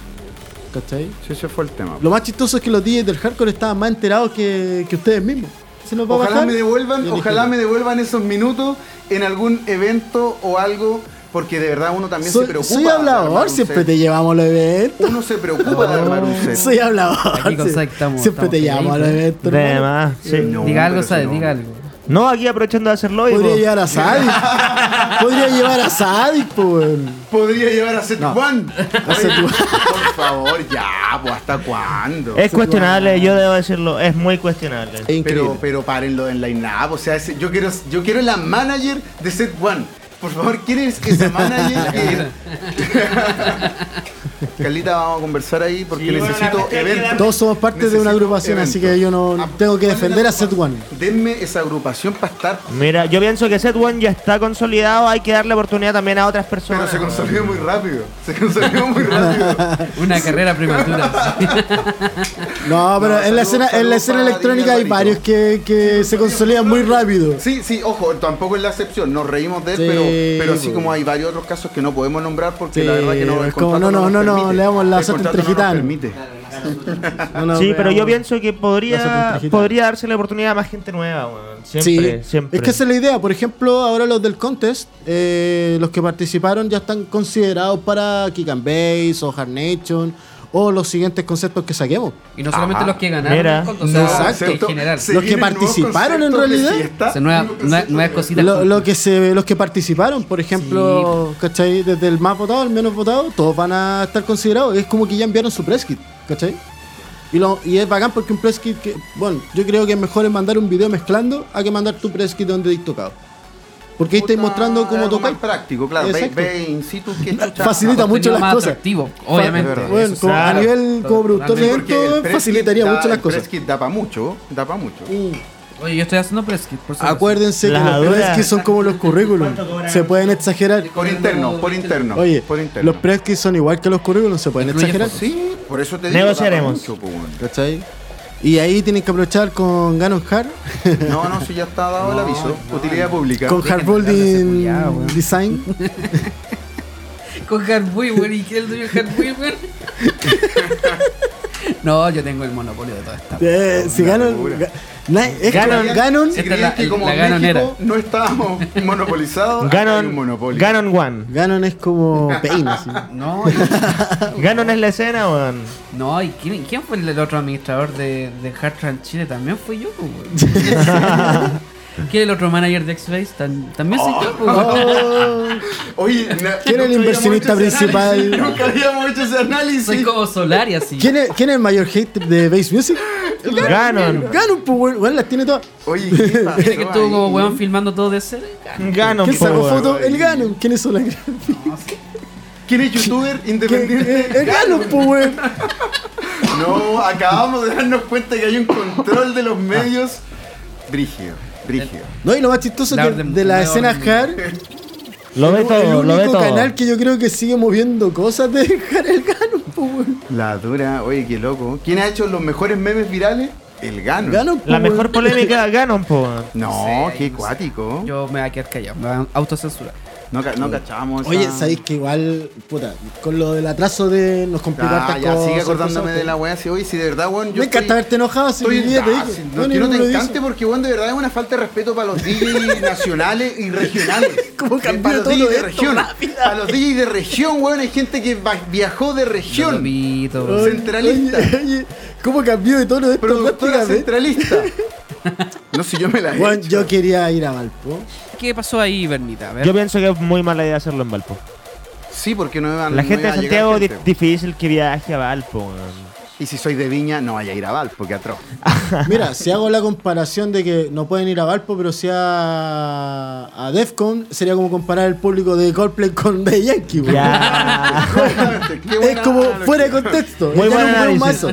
Speaker 1: ¿Cachai?
Speaker 5: Sí, ese fue el tema.
Speaker 1: Lo más chistoso es que los DJs del hardcore estaban más enterados que, que ustedes mismos. Se nos va a
Speaker 5: Ojalá
Speaker 1: bajar.
Speaker 5: me devuelvan,
Speaker 1: Yo dije,
Speaker 5: ojalá me devuelvan esos minutos en algún evento o algo, porque de verdad uno también
Speaker 1: soy,
Speaker 5: se preocupa.
Speaker 1: soy
Speaker 5: de armar
Speaker 1: hablador,
Speaker 5: un
Speaker 1: siempre
Speaker 5: set.
Speaker 1: te llevamos los eventos.
Speaker 5: Uno se preocupa de armar un set.
Speaker 1: Soy hablador.
Speaker 4: Aquí con
Speaker 1: sí.
Speaker 4: Zack estamos-
Speaker 1: siempre
Speaker 4: estamos
Speaker 1: te llevamos a los
Speaker 4: felices.
Speaker 1: eventos.
Speaker 6: De
Speaker 1: hermano.
Speaker 6: más, sí.
Speaker 4: diga algo, ¿sabes? Diga algo.
Speaker 6: No, aquí aprovechando de hacerlo. y
Speaker 1: Podría
Speaker 6: pues,
Speaker 1: llevar a Sadik. Podría llevar a Sadik, pues.
Speaker 5: Podría llevar a Set
Speaker 1: No.
Speaker 5: One.
Speaker 1: A Set One.
Speaker 5: Por favor, ya, pues hasta cuándo.
Speaker 6: Es cuestionable, yo debo decirlo, es muy cuestionable.
Speaker 5: Pero, pero párenlo en line up, o sea, ese- yo quiero, yo quiero la manager de Set One. Por favor, ¿quién es esa manager? que- Carlita, vamos a conversar ahí porque
Speaker 1: Sí, bueno,
Speaker 5: necesito
Speaker 1: la cuestión es que
Speaker 5: eventos.
Speaker 1: Todos somos parte de una
Speaker 5: Necesito
Speaker 1: agrupación, así
Speaker 5: eventos. Ah,
Speaker 1: que yo no tengo que defender a Set One.
Speaker 5: Denme esa agrupación para estar.
Speaker 6: Mira, yo pienso que Set One ya está consolidado, hay que darle oportunidad también a otras personas.
Speaker 5: Pero se consolidó muy rápido. Se consolidó muy rápido.
Speaker 4: Una carrera prematura.
Speaker 1: No, pero en la escena, en la escena electrónica hay varios que, que se consolidan muy rápido.
Speaker 5: Sí, sí, ojo, tampoco es la excepción. Nos reímos de él,
Speaker 1: Sí,
Speaker 5: pero, pero así
Speaker 1: pues.
Speaker 5: como hay varios otros casos que no podemos nombrar porque
Speaker 1: Sí,
Speaker 5: la verdad que no. el
Speaker 1: es como,
Speaker 5: contrato
Speaker 1: no, no,
Speaker 5: nos
Speaker 1: no, no,
Speaker 5: permite.
Speaker 1: le damos la
Speaker 5: El
Speaker 1: sota
Speaker 5: contrato
Speaker 1: entre
Speaker 5: no nos
Speaker 1: gitanos.
Speaker 5: permite.
Speaker 1: No, no,
Speaker 6: sí, pero yo
Speaker 1: veamos.
Speaker 6: pienso que podría,
Speaker 1: Gracias, Puntita.
Speaker 6: podría darse la oportunidad a más gente nueva, weón. Siempre,
Speaker 1: Sí.
Speaker 6: siempre.
Speaker 1: Es que esa es la idea. Por ejemplo, ahora los del contest, eh, los que participaron ya están considerados para Kick and Base o Hard Nation o los siguientes conceptos que saquemos.
Speaker 4: Y no solamente los que ganaron,
Speaker 6: Mira.
Speaker 4: el conteo,
Speaker 1: No,
Speaker 4: sino
Speaker 1: exacto.
Speaker 4: en general.
Speaker 1: Los que participaron en realidad.
Speaker 4: O sea, nueva- nueva- nuevas cositas.
Speaker 1: Lo, lo que se, los que participaron, por ejemplo, ¿cachai? Desde el más votado al menos votado, todos van a estar considerados. Es como que ya enviaron su press kit, ¿cachai? Y, lo, y es bacán porque un press kit que, bueno, yo creo que mejor es mandar un video mezclando a que mandar tu press kit donde has tocado. Porque ahí estáis mostrando cómo
Speaker 5: Algo más
Speaker 1: tocáis.
Speaker 5: práctico, claro. Ve,
Speaker 1: Exacto.
Speaker 5: ve in situ que chucha-
Speaker 1: Facilita mucho las
Speaker 4: más
Speaker 1: cosas.
Speaker 4: atractivo,
Speaker 1: Fa-
Speaker 4: obviamente.
Speaker 1: Bueno,
Speaker 4: Eso
Speaker 1: como a
Speaker 4: claro.
Speaker 1: nivel como productor de
Speaker 5: Sí, porque el
Speaker 1: eventos,
Speaker 5: press kit
Speaker 1: facilitaría
Speaker 5: da-
Speaker 1: mucho las
Speaker 5: el
Speaker 1: cosas.
Speaker 5: Press kit da para mucho, da para mucho.
Speaker 4: Uh, Oye, yo estoy haciendo press kit, por si acaso.
Speaker 1: Acuérdense
Speaker 4: La
Speaker 1: que los
Speaker 4: dura.
Speaker 1: press kits son como los currículums. Se pueden exagerar.
Speaker 5: Por interno, por interno.
Speaker 1: Oye,
Speaker 5: por interno.
Speaker 1: los press kits son igual que los currículums, se pueden exagerar.
Speaker 5: Sí, por eso te digo.
Speaker 6: Negociaremos.
Speaker 5: da pa' mucho, po,
Speaker 1: ¿Cachai? Y ahí tienen que aprovechar con Ganon Hard,
Speaker 5: weón. No, no, si ya está dado el aviso. Utilidad pública.
Speaker 1: con Hard Building Design. Eh,
Speaker 4: Con Hardware, weón. ¿Y qué es el dueño de Hardware, weón? No, yo tengo el monopolio de toda esta.
Speaker 1: Eh, si Ganon. Ga- na- es que
Speaker 4: Ganon-
Speaker 1: Ganon.
Speaker 4: Esta es
Speaker 5: Creían
Speaker 4: la-
Speaker 5: que como
Speaker 4: la
Speaker 5: en
Speaker 4: ganonera.
Speaker 5: México no estábamos monopolizados. acá
Speaker 1: Ah,
Speaker 5: hay un monopolio.
Speaker 6: Ganon One.
Speaker 1: Ganon es como Pain, así.
Speaker 4: No,
Speaker 6: Ganon es la escena, weón.
Speaker 4: no, ¿y quién, quién fue el otro administrador de, de Hard Trans Chile? También fui yo, pues, weón. ¿Quién el otro manager de X-Face? Tan- También soy yo, pues, weón.
Speaker 1: Oh,
Speaker 5: Oye, na-
Speaker 1: ¿Quién es el
Speaker 5: nunca
Speaker 1: inversionista
Speaker 5: habíamos hecho ese
Speaker 1: principal?
Speaker 5: análisis, Nunca habíamos hecho ese análisis.
Speaker 4: Soy como Solari, así.
Speaker 1: ¿Quién es, ¿Quién es el mayor hate de Bass Music? Ganon. Ganon, pues, weón. Weón, las tiene todas.
Speaker 5: Oye,
Speaker 4: Mira que estuvo como weón filmando todo de ser.
Speaker 1: Ganon, ¿Quién sacó foto? El Ganon. ¿Quién es la
Speaker 5: ¿Quién es youtuber
Speaker 1: independiente? El Ganon, pues, weón.
Speaker 5: No, acabamos de darnos cuenta que hay un control de
Speaker 1: Ah.
Speaker 5: los medios. Brígido, brígido.
Speaker 1: No, y lo más chistoso
Speaker 5: La
Speaker 1: que
Speaker 5: orden-
Speaker 1: de
Speaker 5: la
Speaker 1: las escenas
Speaker 5: orden-
Speaker 1: hard.
Speaker 5: Lo ve
Speaker 1: el-
Speaker 5: todo,
Speaker 1: el
Speaker 5: lo ve
Speaker 1: único
Speaker 5: todo.
Speaker 1: canal que yo creo que sigue moviendo cosas de dejar el Ganon, pues, weón.
Speaker 5: La dura, oye, qué loco. ¿Quién ha hecho los mejores memes virales? El Ganon.
Speaker 1: Ganon, pues,
Speaker 6: La mejor polémica Ganon, po.
Speaker 5: No, qué cuático.
Speaker 4: Yo me voy a quedar callado, me voy a autocensurar.
Speaker 5: No, ca- no cachamos. esa-
Speaker 1: Oye, sabéis que igual, puta, con lo del atraso de nos complicó
Speaker 5: Ah,
Speaker 1: hartas
Speaker 5: ya
Speaker 1: cosas,
Speaker 5: sigue acordándome
Speaker 1: cosas,
Speaker 5: de la weá. Si, oye, si de verdad, weón. Yo
Speaker 1: Me encanta haberte enojado, si
Speaker 5: estoy
Speaker 1: mi vida te
Speaker 5: ah,
Speaker 1: dije.
Speaker 5: si- no,
Speaker 1: No,
Speaker 5: que no te
Speaker 1: ninguno dice.
Speaker 5: encante porque, weón, de verdad es una falta de respeto para los DJs nacionales y regionales. Eh,
Speaker 1: Como cambió
Speaker 5: para los
Speaker 1: todo
Speaker 5: DJs de
Speaker 1: esto
Speaker 5: región. Para los DJs de región, weón, hay gente que va- viajó de región.
Speaker 1: Oye,
Speaker 5: centralista.
Speaker 1: oye, oye, ¿Cómo cambió de tono esto
Speaker 5: Productora
Speaker 1: prácticamente?
Speaker 5: centralista. No sé, yo me la he
Speaker 1: Bueno, yo quería ir a Valpo.
Speaker 4: ¿Qué pasó ahí, Bernita? A ver.
Speaker 6: Yo pienso que es muy mala idea hacerlo en Valpo.
Speaker 5: Sí, porque no
Speaker 1: Ah,
Speaker 5: iban
Speaker 6: La
Speaker 5: no
Speaker 6: gente
Speaker 5: iba
Speaker 6: de
Speaker 5: a llegar
Speaker 6: Santiago es
Speaker 5: gente.
Speaker 6: difícil que viaje a Valpo. weón.
Speaker 5: Y si soy de Viña, no vaya a ir a Val, porque atroz.
Speaker 1: Mira, si hago la comparación de que no pueden ir a Valpo, pero si a, a Defcon, sería como comparar el público de Coldplay con de Yankee. weón. es como fuera de contexto.
Speaker 5: Muy
Speaker 1: Ya
Speaker 5: buen
Speaker 1: no un
Speaker 5: análisis.
Speaker 1: mazo.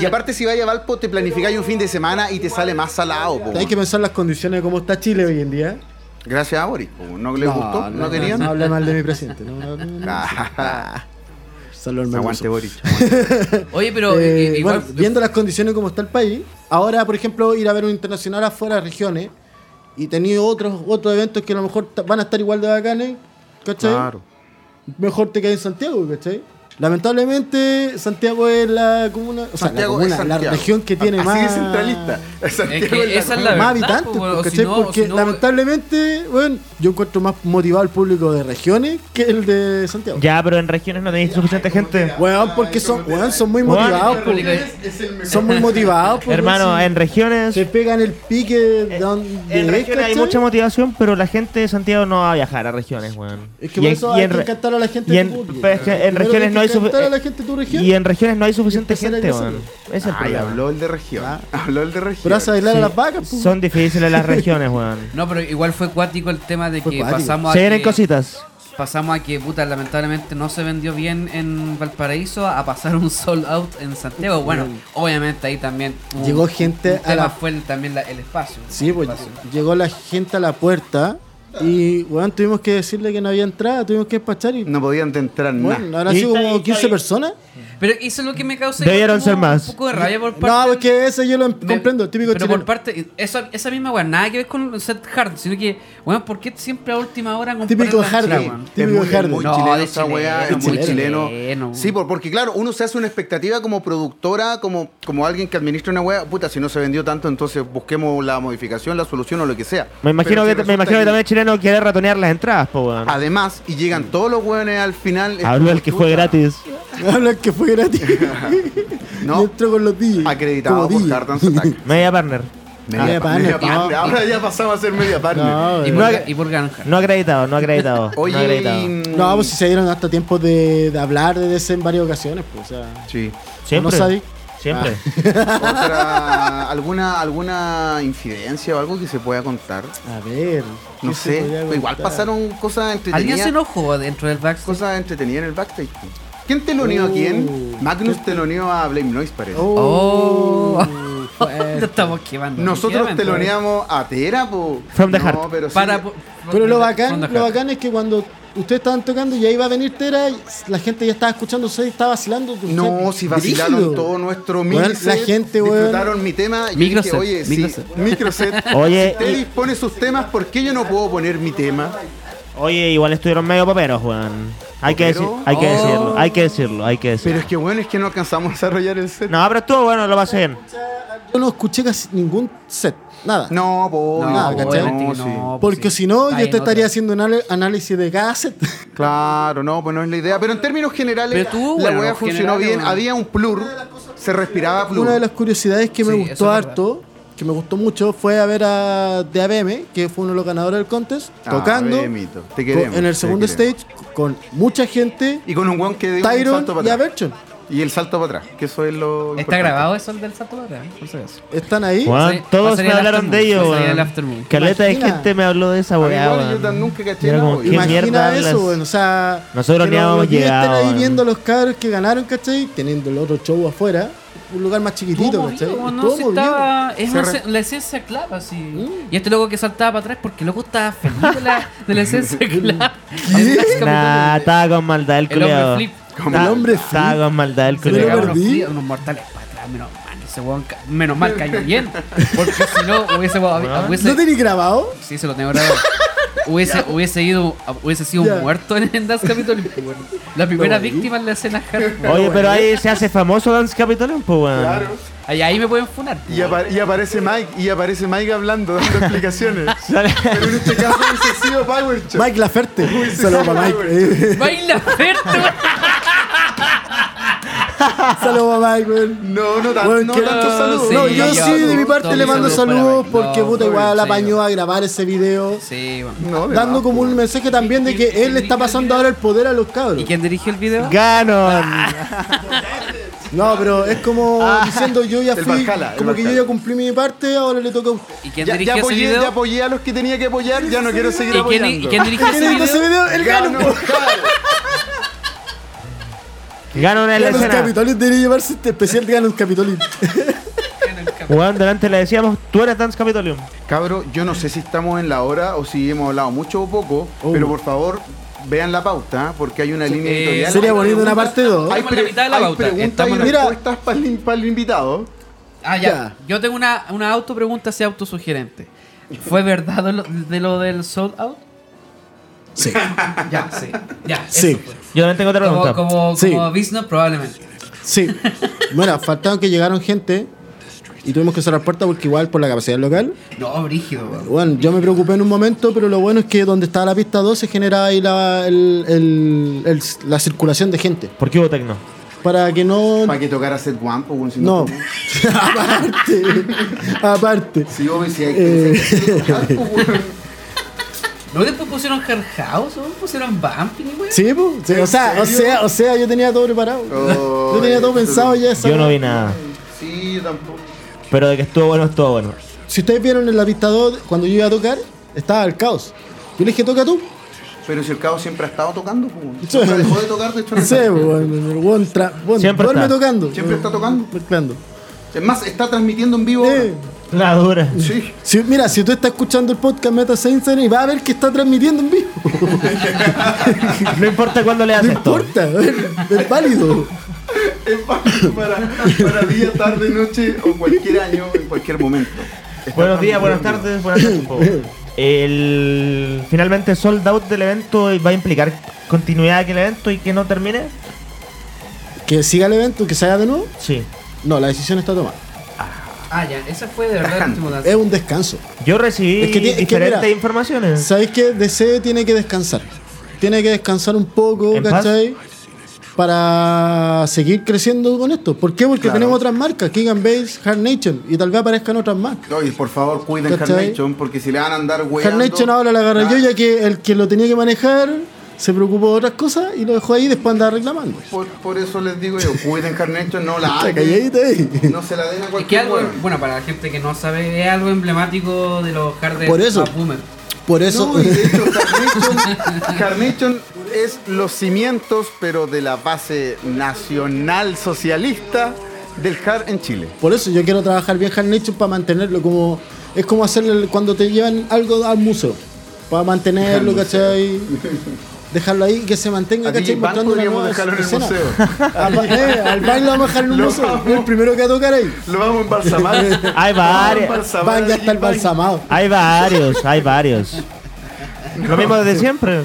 Speaker 5: Y aparte, si vaya a Valpo, te planificáis un fin de semana y te sale más salado. po.
Speaker 1: Hay que pensar las condiciones de cómo está Chile hoy en día.
Speaker 5: Gracias a Boris. po. No le
Speaker 1: No,
Speaker 5: gustó, no,
Speaker 1: no,
Speaker 5: querían. Ah,
Speaker 1: no hable mal de mi presidente. No, no, no, no. Solo el
Speaker 5: Aguante Boris.
Speaker 4: Oye, pero
Speaker 1: Eh,
Speaker 4: eh, igual.
Speaker 1: bueno, viendo las condiciones como está el país, ahora, por ejemplo, ir a ver un internacional afuera de regiones y tenido otros otros eventos que a lo mejor ta- van a estar igual de bacanes, ¿cachai?
Speaker 5: Claro.
Speaker 1: Mejor te quedas en Santiago, ¿cachai? Lamentablemente, Santiago es la comuna, o sea,
Speaker 5: Santiago
Speaker 1: la,
Speaker 5: es
Speaker 1: comuna, la
Speaker 5: Santiago.
Speaker 1: región que tiene
Speaker 5: Así
Speaker 1: más.
Speaker 5: de centralista. Santiago
Speaker 4: que
Speaker 5: es la
Speaker 4: esa es
Speaker 5: comuna.
Speaker 4: la
Speaker 1: más
Speaker 4: verdad,
Speaker 1: habitantes,
Speaker 4: po, bueno, o
Speaker 1: ¿cachai?
Speaker 4: si no- o
Speaker 1: Porque
Speaker 4: si no-
Speaker 1: lamentablemente, bueno, yo encuentro más motivado al público de regiones que el de Santiago.
Speaker 6: Ya, pero en regiones no tenéis suficiente gente.
Speaker 1: Weón, porque son, weón, son muy
Speaker 6: Weón,
Speaker 1: motivados. po. Son muy motivados. po,
Speaker 6: Hermano,
Speaker 1: weón, sí.
Speaker 6: en regiones.
Speaker 1: Se pegan el pique de donde
Speaker 6: En
Speaker 1: es,
Speaker 6: regiones hay
Speaker 1: ¿cachai?
Speaker 6: mucha motivación, pero la gente de Santiago no va a viajar a regiones, weón.
Speaker 1: Es que por eso hay que encantar a la gente
Speaker 6: y
Speaker 1: de
Speaker 6: en-
Speaker 1: tu público.
Speaker 6: pero es que en
Speaker 1: Primero
Speaker 6: regiones no hay
Speaker 1: que encantar
Speaker 6: sufi-
Speaker 1: a la gente de tu región.
Speaker 6: Y en regiones no hay suficiente
Speaker 1: empezar a
Speaker 6: gente,
Speaker 1: crecer.
Speaker 6: weón. Ese es el
Speaker 5: Ay,
Speaker 6: problema.
Speaker 5: habló el de región. Habló el de región.
Speaker 1: Ah. Pero vas a bailar a
Speaker 6: Sí.
Speaker 1: las vacas, po.
Speaker 6: Son difíciles las regiones, weón.
Speaker 4: No, pero igual fue cuático el tema de que
Speaker 6: cuático.
Speaker 4: pasamos a.
Speaker 6: Se vienen
Speaker 4: que-
Speaker 6: cositas.
Speaker 4: Pasamos a que, puta, lamentablemente no se vendió bien en Valparaíso a pasar un sold out en Santiago. Bueno,
Speaker 1: Mm.
Speaker 4: obviamente ahí también. hubo
Speaker 1: Llegó
Speaker 4: un-
Speaker 1: gente
Speaker 4: un
Speaker 1: a
Speaker 4: tema
Speaker 1: la-
Speaker 4: fue el- también la- el espacio.
Speaker 1: Sí, pues
Speaker 4: Espacio.
Speaker 1: llegó la gente a la puerta y weón, tuvimos que decirle que no había entrada, tuvimos que despachar y
Speaker 5: No podían entrar
Speaker 1: bueno,
Speaker 5: nada.
Speaker 1: habrá
Speaker 5: Y-
Speaker 1: sido como 15 personas.
Speaker 4: Pero eso es lo que me causa.
Speaker 5: Debieron
Speaker 4: como
Speaker 5: ser más.
Speaker 4: Un poco de rabia por parte.
Speaker 1: No, porque eso yo lo comprendo, típico
Speaker 4: Pero por
Speaker 1: chileno.
Speaker 4: parte, esa, esa misma weá, nada que ver con set hard, sino que, weón, ¿por qué siempre a última hora comparan
Speaker 1: Típico
Speaker 4: la
Speaker 1: hard,
Speaker 4: chela,
Speaker 1: sí.
Speaker 4: weón?
Speaker 5: Es muy, es
Speaker 1: Harden.
Speaker 5: muy
Speaker 1: No,
Speaker 5: chileno
Speaker 1: de
Speaker 5: esa weá,
Speaker 1: chileno,
Speaker 5: es muy
Speaker 1: de
Speaker 5: chileno.
Speaker 1: chileno.
Speaker 5: Sí, por- porque claro, uno se hace una expectativa como productora, como, como alguien que administra una weá. Puta, si no se vendió tanto, entonces busquemos la modificación, la solución o lo que sea.
Speaker 6: Me
Speaker 5: Pero
Speaker 6: imagino,
Speaker 5: si
Speaker 6: que, me
Speaker 5: resulta
Speaker 6: imagino que también el chileno quiere ratonear las entradas, po, weón.
Speaker 5: Además, y llegan todos los weones al final. es
Speaker 6: Habló
Speaker 5: como,
Speaker 6: el que fue
Speaker 5: "Chuta".
Speaker 6: gratis.
Speaker 1: Hablan que fue gratis.
Speaker 5: No.
Speaker 1: con los DJs.
Speaker 5: Acreditado
Speaker 1: como
Speaker 5: por
Speaker 1: DJ.
Speaker 5: Cardan's Attack.
Speaker 6: Media partner.
Speaker 5: Media
Speaker 1: partner,
Speaker 5: partner,
Speaker 1: no.
Speaker 5: partner. Ahora ya pasamos a ser media partner.
Speaker 1: No,
Speaker 6: Y
Speaker 1: eh.
Speaker 6: por- No,
Speaker 4: y por granja.
Speaker 6: No acreditado, no acreditado.
Speaker 5: Oye, mm,
Speaker 6: no acreditado.
Speaker 1: No, pues si se dieron hasta tiempo de, de hablar de eso en varias ocasiones, pues, o sea.
Speaker 5: Sí.
Speaker 1: ¿No sabí? Ah.
Speaker 6: Siempre.
Speaker 5: Otra- ¿alguna, ¿Alguna infidencia o algo que se pueda contar?
Speaker 1: A ver.
Speaker 5: No
Speaker 1: ¿qué se
Speaker 5: sé. Pues
Speaker 1: podría contar?
Speaker 5: Igual pasaron cosas entretenidas.
Speaker 4: ¿Alguien se enojó dentro del backstage?
Speaker 5: Cosas entretenidas en el backstage. ¿Quién te lo unió a
Speaker 1: Oh.
Speaker 5: quién? Magnus te lo unió a Blame Noise, parece.
Speaker 4: Oh. Nos estamos quemando.
Speaker 5: Nosotros
Speaker 4: efectivamente.
Speaker 5: teloneamos a Tera, po.
Speaker 6: From the
Speaker 5: no,
Speaker 6: heart.
Speaker 5: pero sí.
Speaker 4: Para-
Speaker 1: Pero lo
Speaker 4: From
Speaker 1: bacán,
Speaker 4: the
Speaker 1: lo
Speaker 4: heart.
Speaker 1: bacán es que cuando ustedes estaban tocando y ahí iba a venir Tera, y la gente ya estaba escuchando y estaba vacilando.
Speaker 5: No, si vacilaron todo nuestro mini
Speaker 1: Weón, la gente, weón.
Speaker 5: Disfrutaron mi tema. y
Speaker 1: Micro
Speaker 5: dije,
Speaker 1: set,
Speaker 5: oye,
Speaker 1: micro
Speaker 5: sí,
Speaker 1: set. eh.
Speaker 5: micro set.
Speaker 6: Oye,
Speaker 5: si usted
Speaker 6: y-
Speaker 5: dispone sus temas, ¿por qué yo no puedo poner mi tema?
Speaker 6: Oye, igual estuvieron medio paperos, weón. Hay que, decir,
Speaker 5: ¿Popero?
Speaker 6: hay que
Speaker 5: Oh.
Speaker 6: decirlo, hay que decirlo, hay que decirlo.
Speaker 5: Pero es que bueno, es que no alcanzamos a desarrollar el set.
Speaker 6: No, pero estuvo bueno, lo pasé bien.
Speaker 1: Yo no escuché casi ningún set, nada.
Speaker 5: No, po,
Speaker 1: Nada,
Speaker 5: no,
Speaker 1: ¿cachai?
Speaker 5: obviamente que no,
Speaker 1: Porque si no, yo
Speaker 5: Ahí
Speaker 1: te
Speaker 5: en
Speaker 1: estaría haciendo un anal- análisis de cada set.
Speaker 5: Claro, no, pues no es la idea. Pero en términos generales,
Speaker 1: Pero tú,
Speaker 5: la
Speaker 1: bueno,
Speaker 5: weá
Speaker 1: los
Speaker 5: funcionó
Speaker 1: generales,
Speaker 5: bien.
Speaker 1: bueno.
Speaker 5: Había un plur, se respiraba plur.
Speaker 1: Una de las curiosidades que me
Speaker 5: Sí, eso
Speaker 1: gustó
Speaker 5: es verdad.
Speaker 1: harto, que me gustó mucho, fue a ver a DABM, que fue uno de los ganadores del contest,
Speaker 5: Ah,
Speaker 1: tocando
Speaker 5: Bemito, te queremos,
Speaker 1: con- en el
Speaker 5: te
Speaker 1: segundo
Speaker 5: queremos.
Speaker 1: stage con mucha gente
Speaker 5: Y con un weón que dio un
Speaker 1: Tyron
Speaker 5: salto para
Speaker 1: y
Speaker 5: atrás.
Speaker 1: Aversion.
Speaker 5: Y el salto para atrás, que eso es lo.
Speaker 4: ¿Está
Speaker 5: importante.
Speaker 4: grabado eso el del salto para atrás? Por si acaso.
Speaker 1: ¿Están ahí?
Speaker 6: Weón,
Speaker 4: Sí, va a
Speaker 6: todos
Speaker 4: salir
Speaker 6: me
Speaker 4: el
Speaker 6: hablaron
Speaker 4: Aftermoon,
Speaker 6: de ello,
Speaker 4: va a salir el
Speaker 6: weón.
Speaker 4: Aftermoon.
Speaker 6: Caleta de
Speaker 1: Imagina.
Speaker 6: gente me habló de esa
Speaker 1: Al
Speaker 6: weá,
Speaker 1: igual,
Speaker 6: weón.
Speaker 1: yo tan- nunca caché
Speaker 6: Era
Speaker 1: nada,
Speaker 6: como,
Speaker 1: weón.
Speaker 6: ¿qué
Speaker 1: Imagina
Speaker 6: mierda
Speaker 1: eso,
Speaker 6: hablas?
Speaker 1: weón, o sea,
Speaker 6: Nosotros
Speaker 1: que
Speaker 6: ni
Speaker 1: los-
Speaker 6: habíamos
Speaker 1: los niños
Speaker 6: llegado,
Speaker 1: Están ahí
Speaker 6: weón.
Speaker 1: viendo los cabros que ganaron, ¿cachai? Teniendo el otro show afuera, un lugar más chiquitito,
Speaker 4: Estuvo
Speaker 1: ¿cachai?
Speaker 4: movido, weón, no,
Speaker 1: Estuvo
Speaker 4: si
Speaker 1: movido.
Speaker 4: estaba- es
Speaker 1: Se
Speaker 4: una
Speaker 1: re-
Speaker 4: se- la esencia clava, así. Y este loco que saltaba para atrás porque el loco estaba feliz de la, de la esencia clava.
Speaker 6: Nah, estaba con maldad el
Speaker 4: El hombre
Speaker 6: culiao.
Speaker 4: flip.
Speaker 6: Como el hombre Estaba con maldad el
Speaker 4: Se le pegaban
Speaker 6: culiao.
Speaker 4: unos, fríos, unos mortales para atrás, menos mal, ese weón ca- menos mal cayó bien. Porque si no, hubiese, hubiese-
Speaker 1: ¿No tenéis grabado?
Speaker 4: Sí, se lo tengo grabado. Hubiese, hubiese, ido, hubiese sido
Speaker 1: Ya.
Speaker 4: un muerto en, en Dance Capitol. La primera
Speaker 1: No,
Speaker 4: víctima en la escena hard.
Speaker 6: Oye, pero ahí se hace famoso Dance Capitolian, pues, weón.
Speaker 4: Ahí, ahí me pueden funar.
Speaker 5: Y, apa- y aparece Mike, y aparece Mike hablando, dando explicaciones. Pero en este caso hubiese sido Power Chop.
Speaker 1: Mike Laferte. Saludos para Mike. Eh,
Speaker 4: Baila
Speaker 1: Saludos para Mike, weón.
Speaker 5: No, no tanto.
Speaker 1: Weón,
Speaker 5: no
Speaker 1: que-
Speaker 5: tanto saludos.
Speaker 1: No, yo
Speaker 4: Sí,
Speaker 1: sí, de mi
Speaker 4: saludos,
Speaker 1: parte le
Speaker 4: todos
Speaker 1: mando
Speaker 4: mis saludos para
Speaker 1: saludos
Speaker 4: Mike.
Speaker 1: porque
Speaker 4: No,
Speaker 1: puta igual
Speaker 4: sí,
Speaker 1: apañó a grabar ese video.
Speaker 4: Sí, weón.
Speaker 1: dando como un mensaje también de que él le está pasando ahora el poder a los cabros. ¿Y
Speaker 4: quién dirige el video?
Speaker 6: Ganon.
Speaker 1: No, pero es como diciendo yo ya
Speaker 5: Ah, el
Speaker 1: fui,
Speaker 5: Valhalla, el
Speaker 1: como que yo
Speaker 5: Valhalla.
Speaker 1: ya cumplí mi parte, ahora le toca a usted.
Speaker 4: ¿Y quién
Speaker 5: Ya,
Speaker 4: dirige
Speaker 5: ya
Speaker 4: ese
Speaker 5: apoyé,
Speaker 4: video?
Speaker 5: ya apoyé a los que tenía que apoyar, ya no quiero seguir
Speaker 4: ¿Y quién-
Speaker 5: apoyando.
Speaker 4: y quién dirige ese Eh,
Speaker 1: editó ese video? El Gano.
Speaker 5: Gano,
Speaker 6: Ganon en la
Speaker 1: Ganos
Speaker 6: escena.
Speaker 1: Capitolín debería llevarse este especial de Ganos Capitolín.
Speaker 6: Weón, delante le decíamos, tú eres Dance Capitolium.
Speaker 5: Cabro, yo no sé si estamos en la hora o si hemos hablado mucho o poco, pero por favor vean la pauta, ¿ah? porque hay una línea
Speaker 1: eh,
Speaker 5: editorial.
Speaker 1: sería
Speaker 5: Hay
Speaker 1: bonito una
Speaker 5: preguntas-
Speaker 1: parte dos.
Speaker 5: Hay,
Speaker 1: Estamos en
Speaker 5: pre-
Speaker 1: la mitad de la
Speaker 5: hay
Speaker 1: pauta,
Speaker 5: preguntas
Speaker 1: estamos
Speaker 5: y
Speaker 1: en la-
Speaker 5: respuestas para el, para el invitado.
Speaker 4: Ah, ya. Yo tengo una, una autopregunta así autosugerente. ¿Fue verdad lo- de lo del sold out?
Speaker 1: Sí.
Speaker 4: ya, sí. Ya,
Speaker 1: Sí.
Speaker 4: eso fue.
Speaker 6: Yo también tengo otra
Speaker 4: Como-
Speaker 6: pregunta.
Speaker 4: Como,
Speaker 1: Sí.
Speaker 4: como Vizno, probablemente.
Speaker 1: Sí. Bueno, faltaron que llegaron gente y tuvimos que cerrar puertas porque igual por la capacidad local.
Speaker 4: No, brígido, weón.
Speaker 1: Bueno, yo me preocupé en un momento, pero lo bueno es que donde estaba la pista 2 se generaba ahí la, el- el- el- la circulación de gente.
Speaker 6: ¿Por qué hubo tecno?
Speaker 1: Para que no...
Speaker 5: Para que tocara Set One, pues, bueno, si
Speaker 1: No.
Speaker 5: no.
Speaker 1: aparte. aparte.
Speaker 5: Si yo me decía, hay
Speaker 1: Eh,
Speaker 5: que hacer-
Speaker 4: ¿No después pusieron Hard House? ¿No pusieron Bumpy, güey?
Speaker 1: sí, po. Sí, o, sea, o,
Speaker 4: serio?
Speaker 1: sea, o sea, yo tenía todo preparado. yo tenía todo pensado ya. esa
Speaker 6: Yo no
Speaker 1: weá.
Speaker 6: vi nada.
Speaker 5: Sí, yo tampoco.
Speaker 6: Pero de que estuvo bueno, estuvo bueno.
Speaker 1: Si ustedes vieron en la pista 2, cuando yo iba a tocar, estaba el caos. Yo le dije, toca tú.
Speaker 5: Pero si el cabo siempre ha estado tocando, pues, bueno.
Speaker 1: Sí.
Speaker 5: Nunca dejó de tocar, de hecho.
Speaker 1: Sí, pues, bueno, el buen tra- buen-
Speaker 6: Siempre
Speaker 1: duerme
Speaker 6: está.
Speaker 1: tocando.
Speaker 5: Siempre está tocando.
Speaker 1: Mezclando.
Speaker 5: Es más, está transmitiendo en vivo. ahora.
Speaker 6: La dura.
Speaker 5: Sí.
Speaker 1: Si- mira, si tú estás escuchando el podcast Meta Sensor y vas a ver que está transmitiendo en vivo.
Speaker 6: No importa cuándo le haces
Speaker 1: No
Speaker 6: esto.
Speaker 1: importa, es, es válido.
Speaker 5: Es para, para, para día, tarde, noche o cualquier año, en cualquier momento. Está
Speaker 6: Buenos días, buenas
Speaker 5: transmitiendo.
Speaker 6: tardes, buenas noches. po. El finalmente sold out del evento va a implicar continuidad de aquel evento y que no termine.
Speaker 1: Que siga el evento, que se haga de nuevo.
Speaker 6: Sí.
Speaker 1: No, la decisión está tomada.
Speaker 4: Ah, ya. Esa fue de verdad el último dance.
Speaker 1: Es un descanso.
Speaker 6: Yo recibí
Speaker 1: Es que ti- es que
Speaker 6: diferentes
Speaker 1: mira,
Speaker 6: informaciones.
Speaker 1: ¿Sabéis que DC tiene que descansar? Tiene que descansar un poco,
Speaker 6: ¿En paz?
Speaker 1: ¿cachai? Para seguir creciendo con esto. ¿Por qué? Porque
Speaker 5: Claro.
Speaker 1: tenemos otras marcas, King and Base, Hard Nation, y tal vez aparezcan otras más.
Speaker 5: Oye, por favor, cuiden
Speaker 1: ¿Cachai?
Speaker 5: Carnation porque si le van a andar
Speaker 1: Hard
Speaker 5: hueando...
Speaker 1: Nation ahora la agarré yo, ya que el que lo tenía que manejar se preocupó de otras cosas y lo dejó ahí y después andaba reclamando.
Speaker 5: Por, por eso les digo yo, cuiden Carnation, no la
Speaker 1: Está
Speaker 5: hagan.
Speaker 1: calladita ahí.
Speaker 5: No se la den a
Speaker 4: Es que
Speaker 5: cualquier
Speaker 4: algo,
Speaker 5: hueón.
Speaker 4: bueno, para la gente que no sabe, es algo emblemático de los Hard
Speaker 1: Por eso.
Speaker 4: Club Boomer.
Speaker 1: Por eso.
Speaker 5: No, y de hecho, Carnation, Carnation es los cimientos, pero de la base nacional socialista del hard en Chile.
Speaker 1: Por eso yo quiero trabajar bien Hard Nation para mantenerlo como. Es como hacerle cuando te llevan algo al museo. Para mantenerlo,
Speaker 5: Al museo.
Speaker 1: ¿cachai? Dejarlo ahí y que se mantenga,
Speaker 5: A DJ
Speaker 1: ¿cachai?
Speaker 5: Pan
Speaker 1: Mostrando una
Speaker 5: podríamos
Speaker 1: nueva
Speaker 5: dejarlo en el
Speaker 1: escena.
Speaker 5: museo.
Speaker 1: A ba- eh, al baile vamos a dejarlo en el
Speaker 5: Lo
Speaker 1: museo.
Speaker 5: vamos.
Speaker 1: El primero que va a tocar ahí.
Speaker 5: Lo vamos a embalsamar.
Speaker 6: Hay varios.
Speaker 1: Van ya está el balsamado.
Speaker 6: Hay varios, hay varios. Lo mismo de siempre.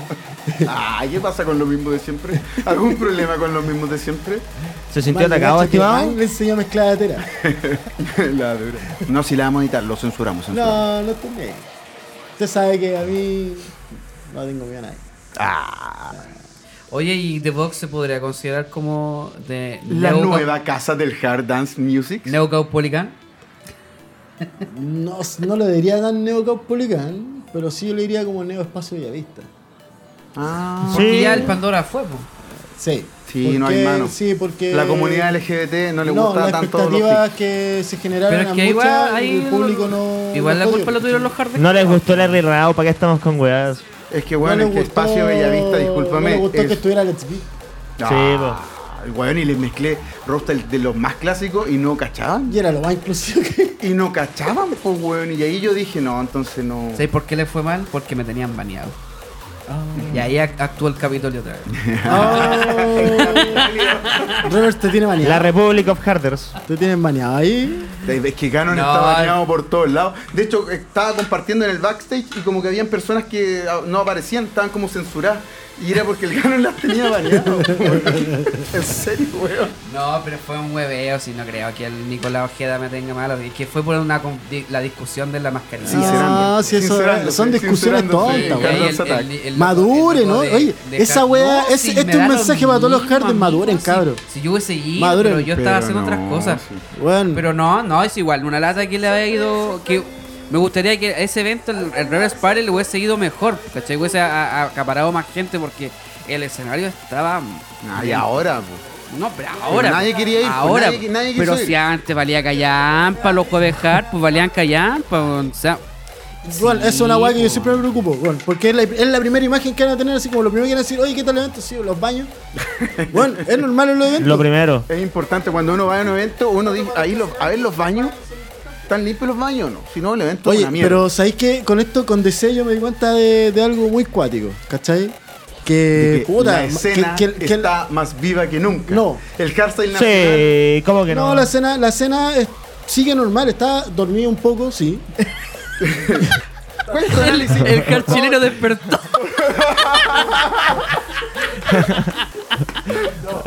Speaker 5: Ah, ¿qué pasa con lo mismo de siempre? ¿Algún problema con lo mismo de siempre?
Speaker 6: ¿Se sintió atacado, este estimado?
Speaker 1: Le enseñó a mezclar de tela.
Speaker 5: La dura. No, si la vamos a editar, lo censuramos. censuramos.
Speaker 1: No, no tenés. Usted sabe que a mí no tengo miedo a nadie.
Speaker 4: Oye, ¿y The Box se podría considerar como de
Speaker 5: La
Speaker 4: neo-
Speaker 5: nueva casa del hard dance music.
Speaker 4: neocaupolicán?
Speaker 1: No, no le diría tan neocaupolicán, pero sí yo le diría como neo espacio Villavista.
Speaker 5: Ah,
Speaker 4: Porque
Speaker 6: Sí.
Speaker 4: ya el Pandora fue, po.
Speaker 1: Sí.
Speaker 5: Sí, no
Speaker 1: Porque-
Speaker 5: hay mano.
Speaker 1: Sí, porque.
Speaker 5: La comunidad LGBT no le
Speaker 1: No,
Speaker 5: gusta
Speaker 1: las
Speaker 5: tanto los
Speaker 1: expectativas que se generaron
Speaker 4: Pero es que
Speaker 1: a
Speaker 4: ahí
Speaker 1: muchas
Speaker 4: va-
Speaker 1: y
Speaker 4: ahí
Speaker 1: el público no.
Speaker 4: Igual
Speaker 1: no
Speaker 4: la
Speaker 1: jodió.
Speaker 4: culpa la tuvieron los jardines.
Speaker 6: No les gustó el Larry Rao, ¿para qué estamos con weas?
Speaker 5: Es que weón,
Speaker 1: No
Speaker 5: es
Speaker 1: le
Speaker 5: que
Speaker 1: gustó-
Speaker 5: espacio Bellavista, discúlpame.
Speaker 1: No le gustó
Speaker 5: es-
Speaker 1: que estuviera Let's Be.
Speaker 6: pues.
Speaker 5: Ah, el weón, y les mezclé roster de los más clásicos y no cachaban.
Speaker 1: Y era lo más inclusivo
Speaker 5: Y no cachaban, pues weón. Y ahí yo dije, no, entonces no.
Speaker 4: ¿Sabes por qué le fue mal? Porque me tenían baneado. Y ahí ac- actuó el Capitolio otra vez.
Speaker 1: Rivers Ah. te tiene baneado.
Speaker 6: La Republic of Harders.
Speaker 1: Te tienen baneado ahí.
Speaker 5: Es que Canon
Speaker 1: No,
Speaker 5: estaba
Speaker 1: el-
Speaker 5: bañado por todos lados. De hecho, estaba compartiendo en el backstage y como que habían personas que ah, no aparecían, estaban como censuradas. Y era porque el Canon las tenía bañado. en serio, weón.
Speaker 4: No, pero fue un hueveo, si no creo que el Nicolás Ojeda me tenga malo. Es que fue por una con- di- la discusión de la mascarilla.
Speaker 1: Ah, sí, eso, son discusiones tontas,
Speaker 4: Sí,
Speaker 1: weón.
Speaker 4: el- el- el- el-
Speaker 1: Madure,
Speaker 4: el-
Speaker 1: ¿no?
Speaker 4: el-
Speaker 1: Oye,
Speaker 4: de-
Speaker 1: esa weá,
Speaker 4: No,
Speaker 1: es-
Speaker 4: sí,
Speaker 1: este
Speaker 4: me
Speaker 1: es un
Speaker 4: da lo
Speaker 1: mensaje para todos los
Speaker 4: mismo,
Speaker 1: carden. Maduren, cabrón.
Speaker 4: Si yo hubiese ido,
Speaker 1: Madure.
Speaker 4: pero yo estaba
Speaker 1: Pero
Speaker 4: haciendo otras
Speaker 1: no,
Speaker 4: cosas.
Speaker 1: Bueno.
Speaker 4: Pero no, no, es igual. Una lata que le haya ido. Que me gustaría que a ese evento, el, el Reverse Party, le hubiese ido mejor. ¿Cachai? Hubiese a- a- acaparado más gente porque el escenario estaba.
Speaker 5: Ah, y ahora,
Speaker 4: No, pero ahora.
Speaker 5: nadie
Speaker 4: po.
Speaker 5: quería ir, po,
Speaker 4: Ahora.
Speaker 5: nadie-
Speaker 4: po.
Speaker 5: nadie quiso
Speaker 4: pero
Speaker 5: ir.
Speaker 4: si antes valía callampa, los jueves hard, pues valían callampa. O sea,
Speaker 1: Igual, eso es una weá que yo
Speaker 4: po.
Speaker 1: siempre me preocupo, weón, porque es la, es la primera imagen que van a tener, así como lo primero que van a decir, oye, ¿qué tal el evento? Sí, los baños. Bueno, es normal en los eventos.
Speaker 6: Lo primero.
Speaker 5: Es importante cuando uno va a un evento, uno dice, ahí los, a ver los baños. ¿Están limpios los baños o no? Si no, el evento es
Speaker 1: Oye,
Speaker 5: una mierda.
Speaker 1: pero ¿sabéis que con esto, con DC, yo me di cuenta de, de algo muy cuático, ¿cachai? Que,
Speaker 5: De que
Speaker 1: eh, puta,
Speaker 5: la
Speaker 1: ma-
Speaker 5: escena
Speaker 1: que- que- que-
Speaker 5: está más viva que nunca.
Speaker 1: No.
Speaker 5: El hardstyle nacional.
Speaker 6: Sí, ¿cómo que no?
Speaker 1: no, la escena, la escena es- sigue normal, está dormida un poco, sí.
Speaker 4: El, el hard chileno despertó.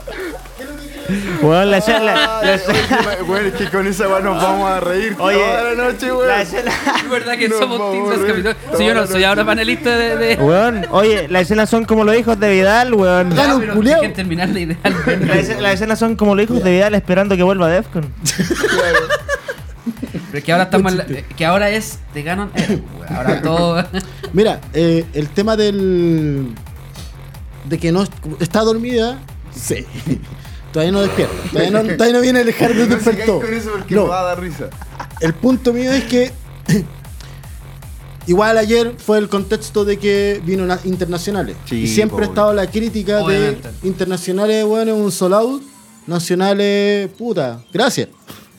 Speaker 6: Weón, la escena- la- la
Speaker 5: Ay,
Speaker 6: escena-
Speaker 5: oye, Bueno, es que con esa weá nos vamos a reír
Speaker 6: Oye,
Speaker 5: toda la noche, weón.
Speaker 6: la escena-
Speaker 4: Es verdad que
Speaker 5: No,
Speaker 4: somos
Speaker 5: por
Speaker 4: Team
Speaker 5: favor,
Speaker 4: Capitolio. Si yo no soy ahora panelista de. de...
Speaker 6: Weón, oye, las escenas son como los hijos de Vidal, weón.
Speaker 4: Ya, pero dejen terminar la idea.
Speaker 6: Las escenas- las escenas son como los hijos de Vidal esperando que vuelva Defcon.
Speaker 4: Pero que ahora estamos en la- eh, que ahora es te ganan eh, ahora todo
Speaker 1: Mira, eh, el tema del. de que no está dormida, sí. Todavía no despierta. Todavía no, todavía no viene el dejar de
Speaker 5: No sigáis
Speaker 1: despertó.
Speaker 5: con eso porque
Speaker 1: No.
Speaker 5: me va a dar risa.
Speaker 1: El punto mío es que. Igual ayer fue el contexto de que vino na- internacionales.
Speaker 5: Sí,
Speaker 1: y siempre
Speaker 5: po,
Speaker 1: ha estado la crítica
Speaker 4: Obviamente.
Speaker 1: de internacionales, bueno, un sold out, nacionales, puta, gracias.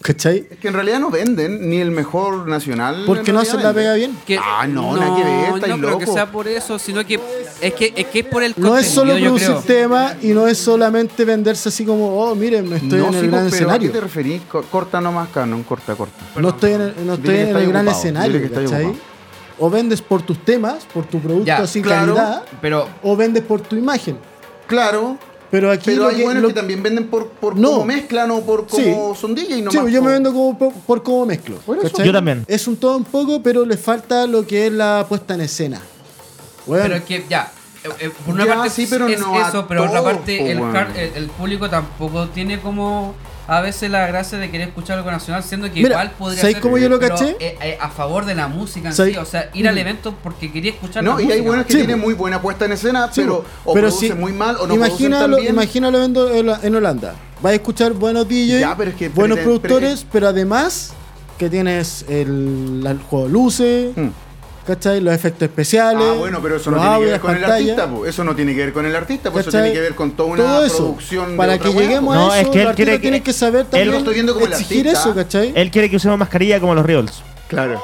Speaker 1: ¿Cachai?
Speaker 5: Es que en realidad no venden ni el mejor nacional.
Speaker 1: ¿Por qué
Speaker 5: en realidad
Speaker 1: no hacen la
Speaker 5: vende.
Speaker 1: pega bien?
Speaker 4: Que-
Speaker 5: Ah, no, nada que ver, estáis
Speaker 4: no creo que
Speaker 5: locos.
Speaker 4: sea por eso sino que es que es que es por el
Speaker 1: No es solo
Speaker 4: contenido,
Speaker 1: producir
Speaker 4: yo creo.
Speaker 1: tema y no es solamente venderse así como, oh, miren, me estoy
Speaker 5: no,
Speaker 1: en
Speaker 5: sí,
Speaker 1: el
Speaker 5: pues,
Speaker 1: gran
Speaker 5: pero ¿A
Speaker 1: escenario.
Speaker 5: qué te referís? Co- Corta nomás, Canon, corta, corta.
Speaker 1: No estoy en el, no
Speaker 5: Dile que
Speaker 1: estoy en
Speaker 5: estáis
Speaker 1: el
Speaker 5: ocupado,
Speaker 1: gran
Speaker 5: dile que
Speaker 1: escenario,
Speaker 5: estáis
Speaker 1: ¿cachai?
Speaker 5: ocupado.
Speaker 1: O vendes por tus temas, por tu producto
Speaker 4: Ya,
Speaker 1: sin
Speaker 5: claro,
Speaker 1: calidad,
Speaker 4: pero
Speaker 1: o vendes por tu imagen.
Speaker 5: Claro,
Speaker 1: Pero aquí
Speaker 5: pero
Speaker 1: lo
Speaker 5: hay
Speaker 1: que,
Speaker 5: buenos
Speaker 1: lo-
Speaker 5: que también venden por, por
Speaker 1: No.
Speaker 5: cómo mezclan o por
Speaker 1: Sí.
Speaker 5: cómo son DJ nomás.
Speaker 1: Sí, yo
Speaker 5: po.
Speaker 1: me vendo como por, por cómo mezclo.
Speaker 5: eso.
Speaker 1: ¿cachai?
Speaker 6: Yo también.
Speaker 1: Es un todo un poco, pero le falta lo que es la puesta en escena. Bueno,
Speaker 4: pero es que ya eh, eh, por una
Speaker 5: Ya,
Speaker 4: parte
Speaker 5: sí,
Speaker 4: es-
Speaker 5: pero
Speaker 4: es
Speaker 5: no a
Speaker 4: eso pero por otra
Speaker 5: todos, po,
Speaker 4: parte el,
Speaker 5: weón.
Speaker 4: hard- el- el público tampoco tiene como a veces la gracia de querer escuchar algo nacional siendo que
Speaker 1: Mira,
Speaker 4: igual podría
Speaker 1: ¿sabes
Speaker 4: ser
Speaker 1: cómo yo lo
Speaker 4: pero,
Speaker 1: caché?
Speaker 4: eh, eh, a favor de la música en
Speaker 1: ¿Sabes?
Speaker 4: sí o sea ir al
Speaker 1: Mm.
Speaker 4: evento porque quería escuchar
Speaker 5: No, y
Speaker 4: la
Speaker 5: hay
Speaker 4: música.
Speaker 5: buenos que
Speaker 1: Sí,
Speaker 5: tienen
Speaker 1: po.
Speaker 5: muy buena puesta en escena,
Speaker 1: Sí,
Speaker 5: pero o
Speaker 1: pero
Speaker 5: producen
Speaker 1: si-
Speaker 5: muy mal o no
Speaker 1: imagínalo,
Speaker 5: producen tan bien.
Speaker 1: imagínalo vendo en, la- en Holanda. Vas a escuchar buenos DJs,
Speaker 5: Ya, pero es que-
Speaker 1: buenos
Speaker 5: pero-
Speaker 1: productores, pero, además que tienes el, la- el juego de luces, ¿cachai? Los efectos especiales.
Speaker 5: Mm. Ah, bueno, pero eso no
Speaker 1: los
Speaker 5: tiene que
Speaker 1: audios,
Speaker 5: ver con
Speaker 1: pantallas.
Speaker 5: el artista, po. eso no tiene que ver con el artista, pues eso
Speaker 1: ¿Cachai?
Speaker 5: tiene que ver con toda una
Speaker 1: Todo eso.
Speaker 5: producción
Speaker 1: Para
Speaker 5: de otra
Speaker 1: que
Speaker 5: weá,
Speaker 1: lleguemos
Speaker 5: po.
Speaker 1: a
Speaker 6: No,
Speaker 1: eso,
Speaker 6: es que él
Speaker 1: los artistas
Speaker 6: quiere que-
Speaker 1: tienen que saber
Speaker 5: Él
Speaker 1: también
Speaker 5: lo estoy viendo como el
Speaker 1: exigir
Speaker 5: artista.
Speaker 1: eso, ¿cachai?
Speaker 6: Él quiere que usemos mascarilla como los Reels.
Speaker 5: Claro.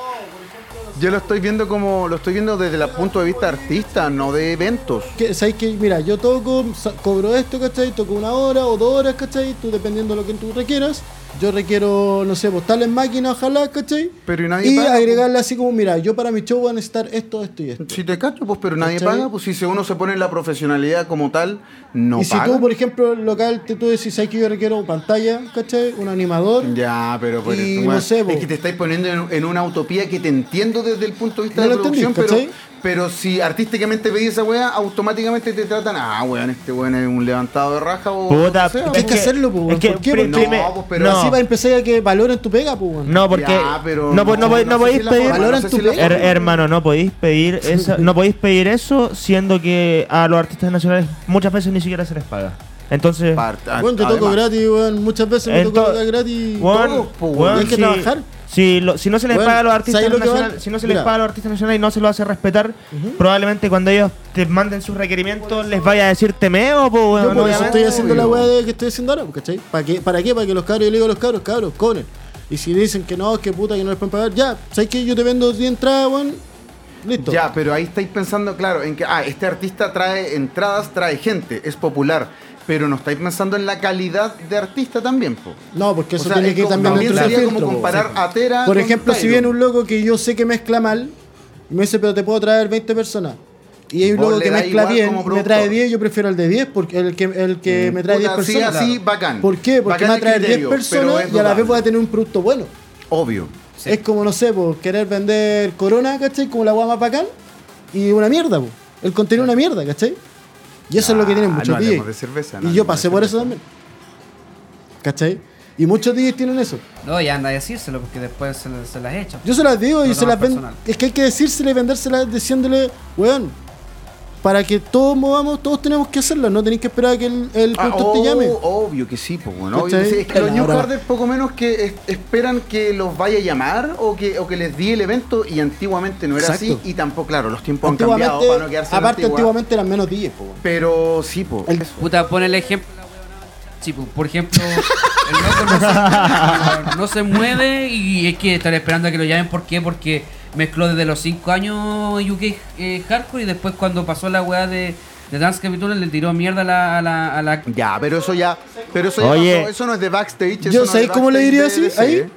Speaker 5: Yo lo estoy viendo como lo estoy viendo desde el punto de vista artista, no de eventos.
Speaker 1: que, ¿sabes qué? Mira, yo toco, sa- cobro esto, ¿cachai? Toco una hora o dos horas, ¿cachai? Tú dependiendo de lo que tú requieras. Yo requiero, no sé, postarle en máquina, ojalá, ¿cachai?
Speaker 5: Pero y nadie
Speaker 1: Y
Speaker 5: paga, pues?
Speaker 1: agregarle así como, mira, yo para mi show voy a necesitar esto, esto y esto.
Speaker 5: Si te cacho, pues, pero nadie
Speaker 1: ¿Cachai?
Speaker 5: paga, pues si se- uno se pone en la profesionalidad como tal, no
Speaker 1: y si
Speaker 5: paga.
Speaker 1: tú, por ejemplo, el local, te, tú decís, ¿sabes que yo requiero pantalla, ¿cachai? Un animador.
Speaker 5: Ya, pero pues,
Speaker 1: Y
Speaker 5: bueno,
Speaker 1: no sé, po.
Speaker 5: es que te estáis poniendo en, en una utopía que te entiendo desde el punto de vista
Speaker 1: No
Speaker 5: de
Speaker 1: lo
Speaker 5: producción,
Speaker 1: entendí,
Speaker 5: pero, pero si artísticamente pedís esa weá, automáticamente te tratan, ah, weón, este weón es un levantado de raja o...
Speaker 6: Puta,
Speaker 5: o sea,
Speaker 1: Hay
Speaker 6: es
Speaker 5: po.
Speaker 1: que
Speaker 6: que-
Speaker 1: hacerlo, po,
Speaker 6: es que
Speaker 1: ¿por qué?
Speaker 6: prim-
Speaker 1: Porque
Speaker 6: primer-
Speaker 5: pues,
Speaker 6: pero-
Speaker 1: así va a empezar a que valoren tu pega, pues,
Speaker 6: No, porque
Speaker 5: Ya, pero
Speaker 6: no, po-
Speaker 5: no, no
Speaker 6: no, po- no
Speaker 5: sé si
Speaker 6: podéis
Speaker 5: la
Speaker 6: pedir
Speaker 5: palabra,
Speaker 1: Valoran
Speaker 5: no sé
Speaker 1: tu
Speaker 5: si la-
Speaker 1: pega.
Speaker 6: Her- hermano, no podéis pedir eso, no podéis pedir eso siendo que a los artistas nacionales muchas veces ni siquiera se les paga. Entonces,
Speaker 1: Bueno, yo toco gratis, weón. Muchas veces me
Speaker 6: Ento-
Speaker 1: toco tocar gratis.
Speaker 6: Weón,
Speaker 1: todo, po, weón.
Speaker 6: weón,
Speaker 1: Hay que
Speaker 6: si-
Speaker 1: trabajar.
Speaker 6: Si, lo- si no se les
Speaker 1: Weón,
Speaker 6: paga a los artistas
Speaker 1: ¿sabes lo que
Speaker 6: nacionales,
Speaker 1: vale?
Speaker 6: si no se les
Speaker 1: Mira.
Speaker 6: paga a los artistas nacionales y no se lo hace respetar, probablemente cuando ellos te manden sus requerimientos les vaya a decir temeo, po,
Speaker 1: Yo
Speaker 6: weón,
Speaker 1: por eso
Speaker 6: obviamente.
Speaker 1: estoy haciendo la weá de- que estoy haciendo ahora, ¿cachai? ¿Para qué? ¿Para qué? Para que los cabros, yo le digo a los cabros, cabros, cobren. Y si dicen que no, que puta, que no les pueden pagar, ya, ¿sabes qué? Yo te vendo 10 entradas, weón. Listo.
Speaker 5: Ya, pero ahí estáis pensando, claro, en que, ah, este artista trae entradas, trae gente, es popular. Pero no estáis pensando en la calidad de artista también, po.
Speaker 1: No, porque eso
Speaker 5: O sea,
Speaker 1: tiene
Speaker 5: es
Speaker 1: que
Speaker 5: como-
Speaker 1: también
Speaker 5: también
Speaker 1: entrar
Speaker 5: sería
Speaker 1: filtro,
Speaker 5: como
Speaker 1: po.
Speaker 5: comparar a Tera
Speaker 1: Por
Speaker 5: con
Speaker 1: ejemplo, si
Speaker 5: Tyro.
Speaker 1: viene un loco que yo sé que mezcla mal, y me dice, pero te puedo traer 20 personas. Y hay un
Speaker 5: Vos
Speaker 1: loco
Speaker 5: le
Speaker 1: que
Speaker 5: da
Speaker 1: mezcla
Speaker 5: igual
Speaker 1: bien,
Speaker 5: como
Speaker 1: me
Speaker 5: productor.
Speaker 1: trae 10, yo prefiero el de 10, porque el que, el que me trae
Speaker 5: Puta,
Speaker 1: 10
Speaker 5: sí,
Speaker 1: personas.
Speaker 5: así, bacán.
Speaker 1: ¿Por qué? Porque
Speaker 5: Bacán
Speaker 1: me va a
Speaker 5: el
Speaker 1: traer 10
Speaker 5: criterio, pero
Speaker 1: personas
Speaker 5: es
Speaker 1: y a la
Speaker 5: notable.
Speaker 1: vez voy a tener un producto bueno.
Speaker 5: Obvio.
Speaker 1: Es como, no sé, po, querer vender Corona, ¿cachai? Como la guama más bacán. Y una mierda, po. El contenido es una mierda, ¿cachai? Y eso es lo que tienen
Speaker 5: Ah,
Speaker 1: muchos
Speaker 5: no hablemos
Speaker 1: DJs.
Speaker 5: de cerveza, no
Speaker 1: y
Speaker 5: hablemos
Speaker 1: yo
Speaker 5: de
Speaker 1: pasé por eso también. ¿Cachai? Y muchos DJs tienen eso.
Speaker 4: No, ya anda a decírselo porque después se, le- se las echan.
Speaker 1: Yo se las digo y
Speaker 4: Lo
Speaker 1: se
Speaker 4: tomas
Speaker 1: las vendo.
Speaker 4: personal.
Speaker 1: Es que hay que decírsela y vendérselas diciéndole, weón, para que todos movamos, todos tenemos que hacerlo. No tenéis que esperar a que el, el
Speaker 5: Ah,
Speaker 1: productor
Speaker 5: oh,
Speaker 1: te llame.
Speaker 5: Obvio que sí, po, bueno, obvio que
Speaker 1: ¿Cachai?
Speaker 5: sí. Es que los
Speaker 1: Claro,
Speaker 5: New
Speaker 1: ahora-
Speaker 5: Harders poco menos que es- esperan que los vaya a llamar o que, o que les di el evento y antiguamente no era
Speaker 1: Exacto.
Speaker 5: así y tampoco, claro, los tiempos oh, han cambiado
Speaker 1: Antiguamente,
Speaker 5: para no quedarse en
Speaker 1: aparte,
Speaker 5: antigua.
Speaker 1: antiguamente eran menos 10, po.
Speaker 5: Pero sí, po. eso.
Speaker 4: Puta, pon el ejemplo. Sí, pues, por ejemplo, el loco no se, no se mueve y hay que estar esperando a que lo llamen. ¿Por qué? Porque mezcló desde los 5 años UK eh, Hardcore y después cuando pasó la weá de, de Dance Capitol le tiró mierda a la... A la, a la...
Speaker 5: Ya, pero eso ya... Pero eso, ya
Speaker 4: Oye.
Speaker 5: pasó, eso no es de backstage. eso
Speaker 1: Yo,
Speaker 5: no es de
Speaker 1: ¿sabéis cómo le
Speaker 5: backstage
Speaker 1: diría
Speaker 5: de-
Speaker 1: así?
Speaker 5: de serie.
Speaker 1: Ahí.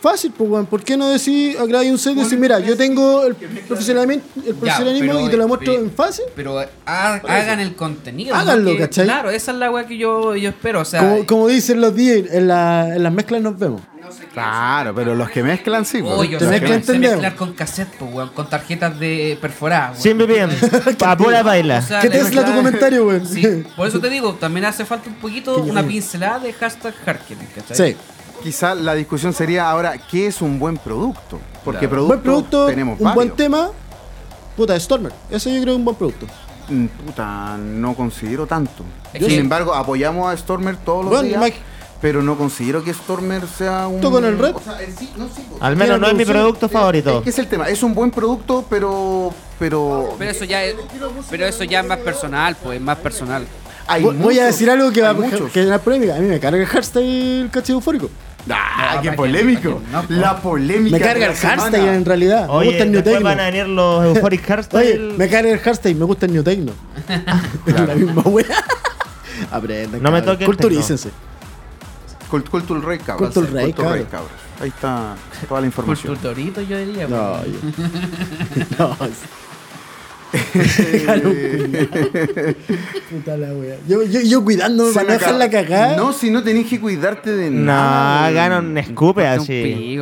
Speaker 1: Fácil, pues, weón. ¿Por qué no decir, grabáis un set y decir, mira, yo tengo el profesionalismo, el profesionalismo
Speaker 4: pero,
Speaker 1: y te lo
Speaker 4: eh,
Speaker 1: muestro
Speaker 4: eh,
Speaker 1: en fácil?
Speaker 4: Pero eh, ha-
Speaker 1: Por eso.
Speaker 4: hagan el contenido.
Speaker 1: Háganlo,
Speaker 4: Que-
Speaker 1: ¿cachai?
Speaker 4: Claro, esa es la weá que yo, yo espero. O sea,
Speaker 1: Como, como dicen los DJs, en, la- en las mezclas nos vemos.
Speaker 5: Claro, pero los que mezclan sí, po.
Speaker 4: oh, yo
Speaker 5: Los
Speaker 4: sé
Speaker 5: que
Speaker 4: mezclar- sé
Speaker 5: mezclan-
Speaker 4: mezclar con cassette, pues, weón, con tarjetas de perforadas.
Speaker 6: Sin VPN, a pura baila.
Speaker 1: ¿Qué te la tu comentario, weón?
Speaker 4: Por eso te digo, también hace falta un poquito una pincelada de hashtag Harkinen, ¿cachai?
Speaker 5: Quizá la discusión sería ahora, ¿qué es un buen producto? Porque producto,
Speaker 1: Claro. buen producto,
Speaker 5: tenemos
Speaker 1: un
Speaker 5: varios.
Speaker 1: buen tema. Puta, Stormer. Eso yo creo que es un buen producto.
Speaker 5: Mm, Puta, no considero tanto.
Speaker 1: Es
Speaker 5: Sin
Speaker 1: que-
Speaker 5: embargo, apoyamos a Stormer todos los
Speaker 1: Bueno,
Speaker 5: días,
Speaker 1: imag-
Speaker 5: pero no considero que Stormer sea un...
Speaker 1: Tú con el red.
Speaker 5: O sea, en sí, no, sí, po.
Speaker 6: Al menos no es mi producto favorito.
Speaker 5: Es que es el tema, es un buen producto, pero... pero...
Speaker 4: Pero eso ya es, pero eso ya es más personal, pues, es más personal.
Speaker 5: Hay
Speaker 1: Voy voy a
Speaker 5: muchos,
Speaker 1: decir algo que va
Speaker 5: hay muchos.
Speaker 1: a generar polémica. A mí me carga el hashtag caché eufórico.
Speaker 5: ¡Ah, qué polémico! La polémica
Speaker 1: Me carga
Speaker 5: de la
Speaker 1: el hashtag
Speaker 5: semana.
Speaker 1: en realidad. me gusta el New Techno.
Speaker 6: venir los Euphoric
Speaker 1: Oye, me carga el hashtag me gusta el New Techno. La misma wea. Aprendan.
Speaker 5: No me
Speaker 1: cabrón.
Speaker 5: toquen techno.
Speaker 1: Culturícense.
Speaker 5: Cult- Cultul Rey Cabras. eh,
Speaker 1: Cultul Rey,
Speaker 5: Cultul Rey
Speaker 1: cabros.
Speaker 5: Cabras. Ahí está toda la información.
Speaker 4: Culturito, yo diría.
Speaker 1: No,
Speaker 4: pues.
Speaker 1: yo- no.
Speaker 5: Eh,
Speaker 1: Puta la wea. Yo, yo, yo cuidándome
Speaker 5: Se
Speaker 1: para no
Speaker 5: me
Speaker 1: dejar
Speaker 5: acaba-
Speaker 1: la cagada.
Speaker 5: No, si no tenés que cuidarte de
Speaker 6: No,
Speaker 5: nada. weón.
Speaker 6: gana Ah, un escupe así.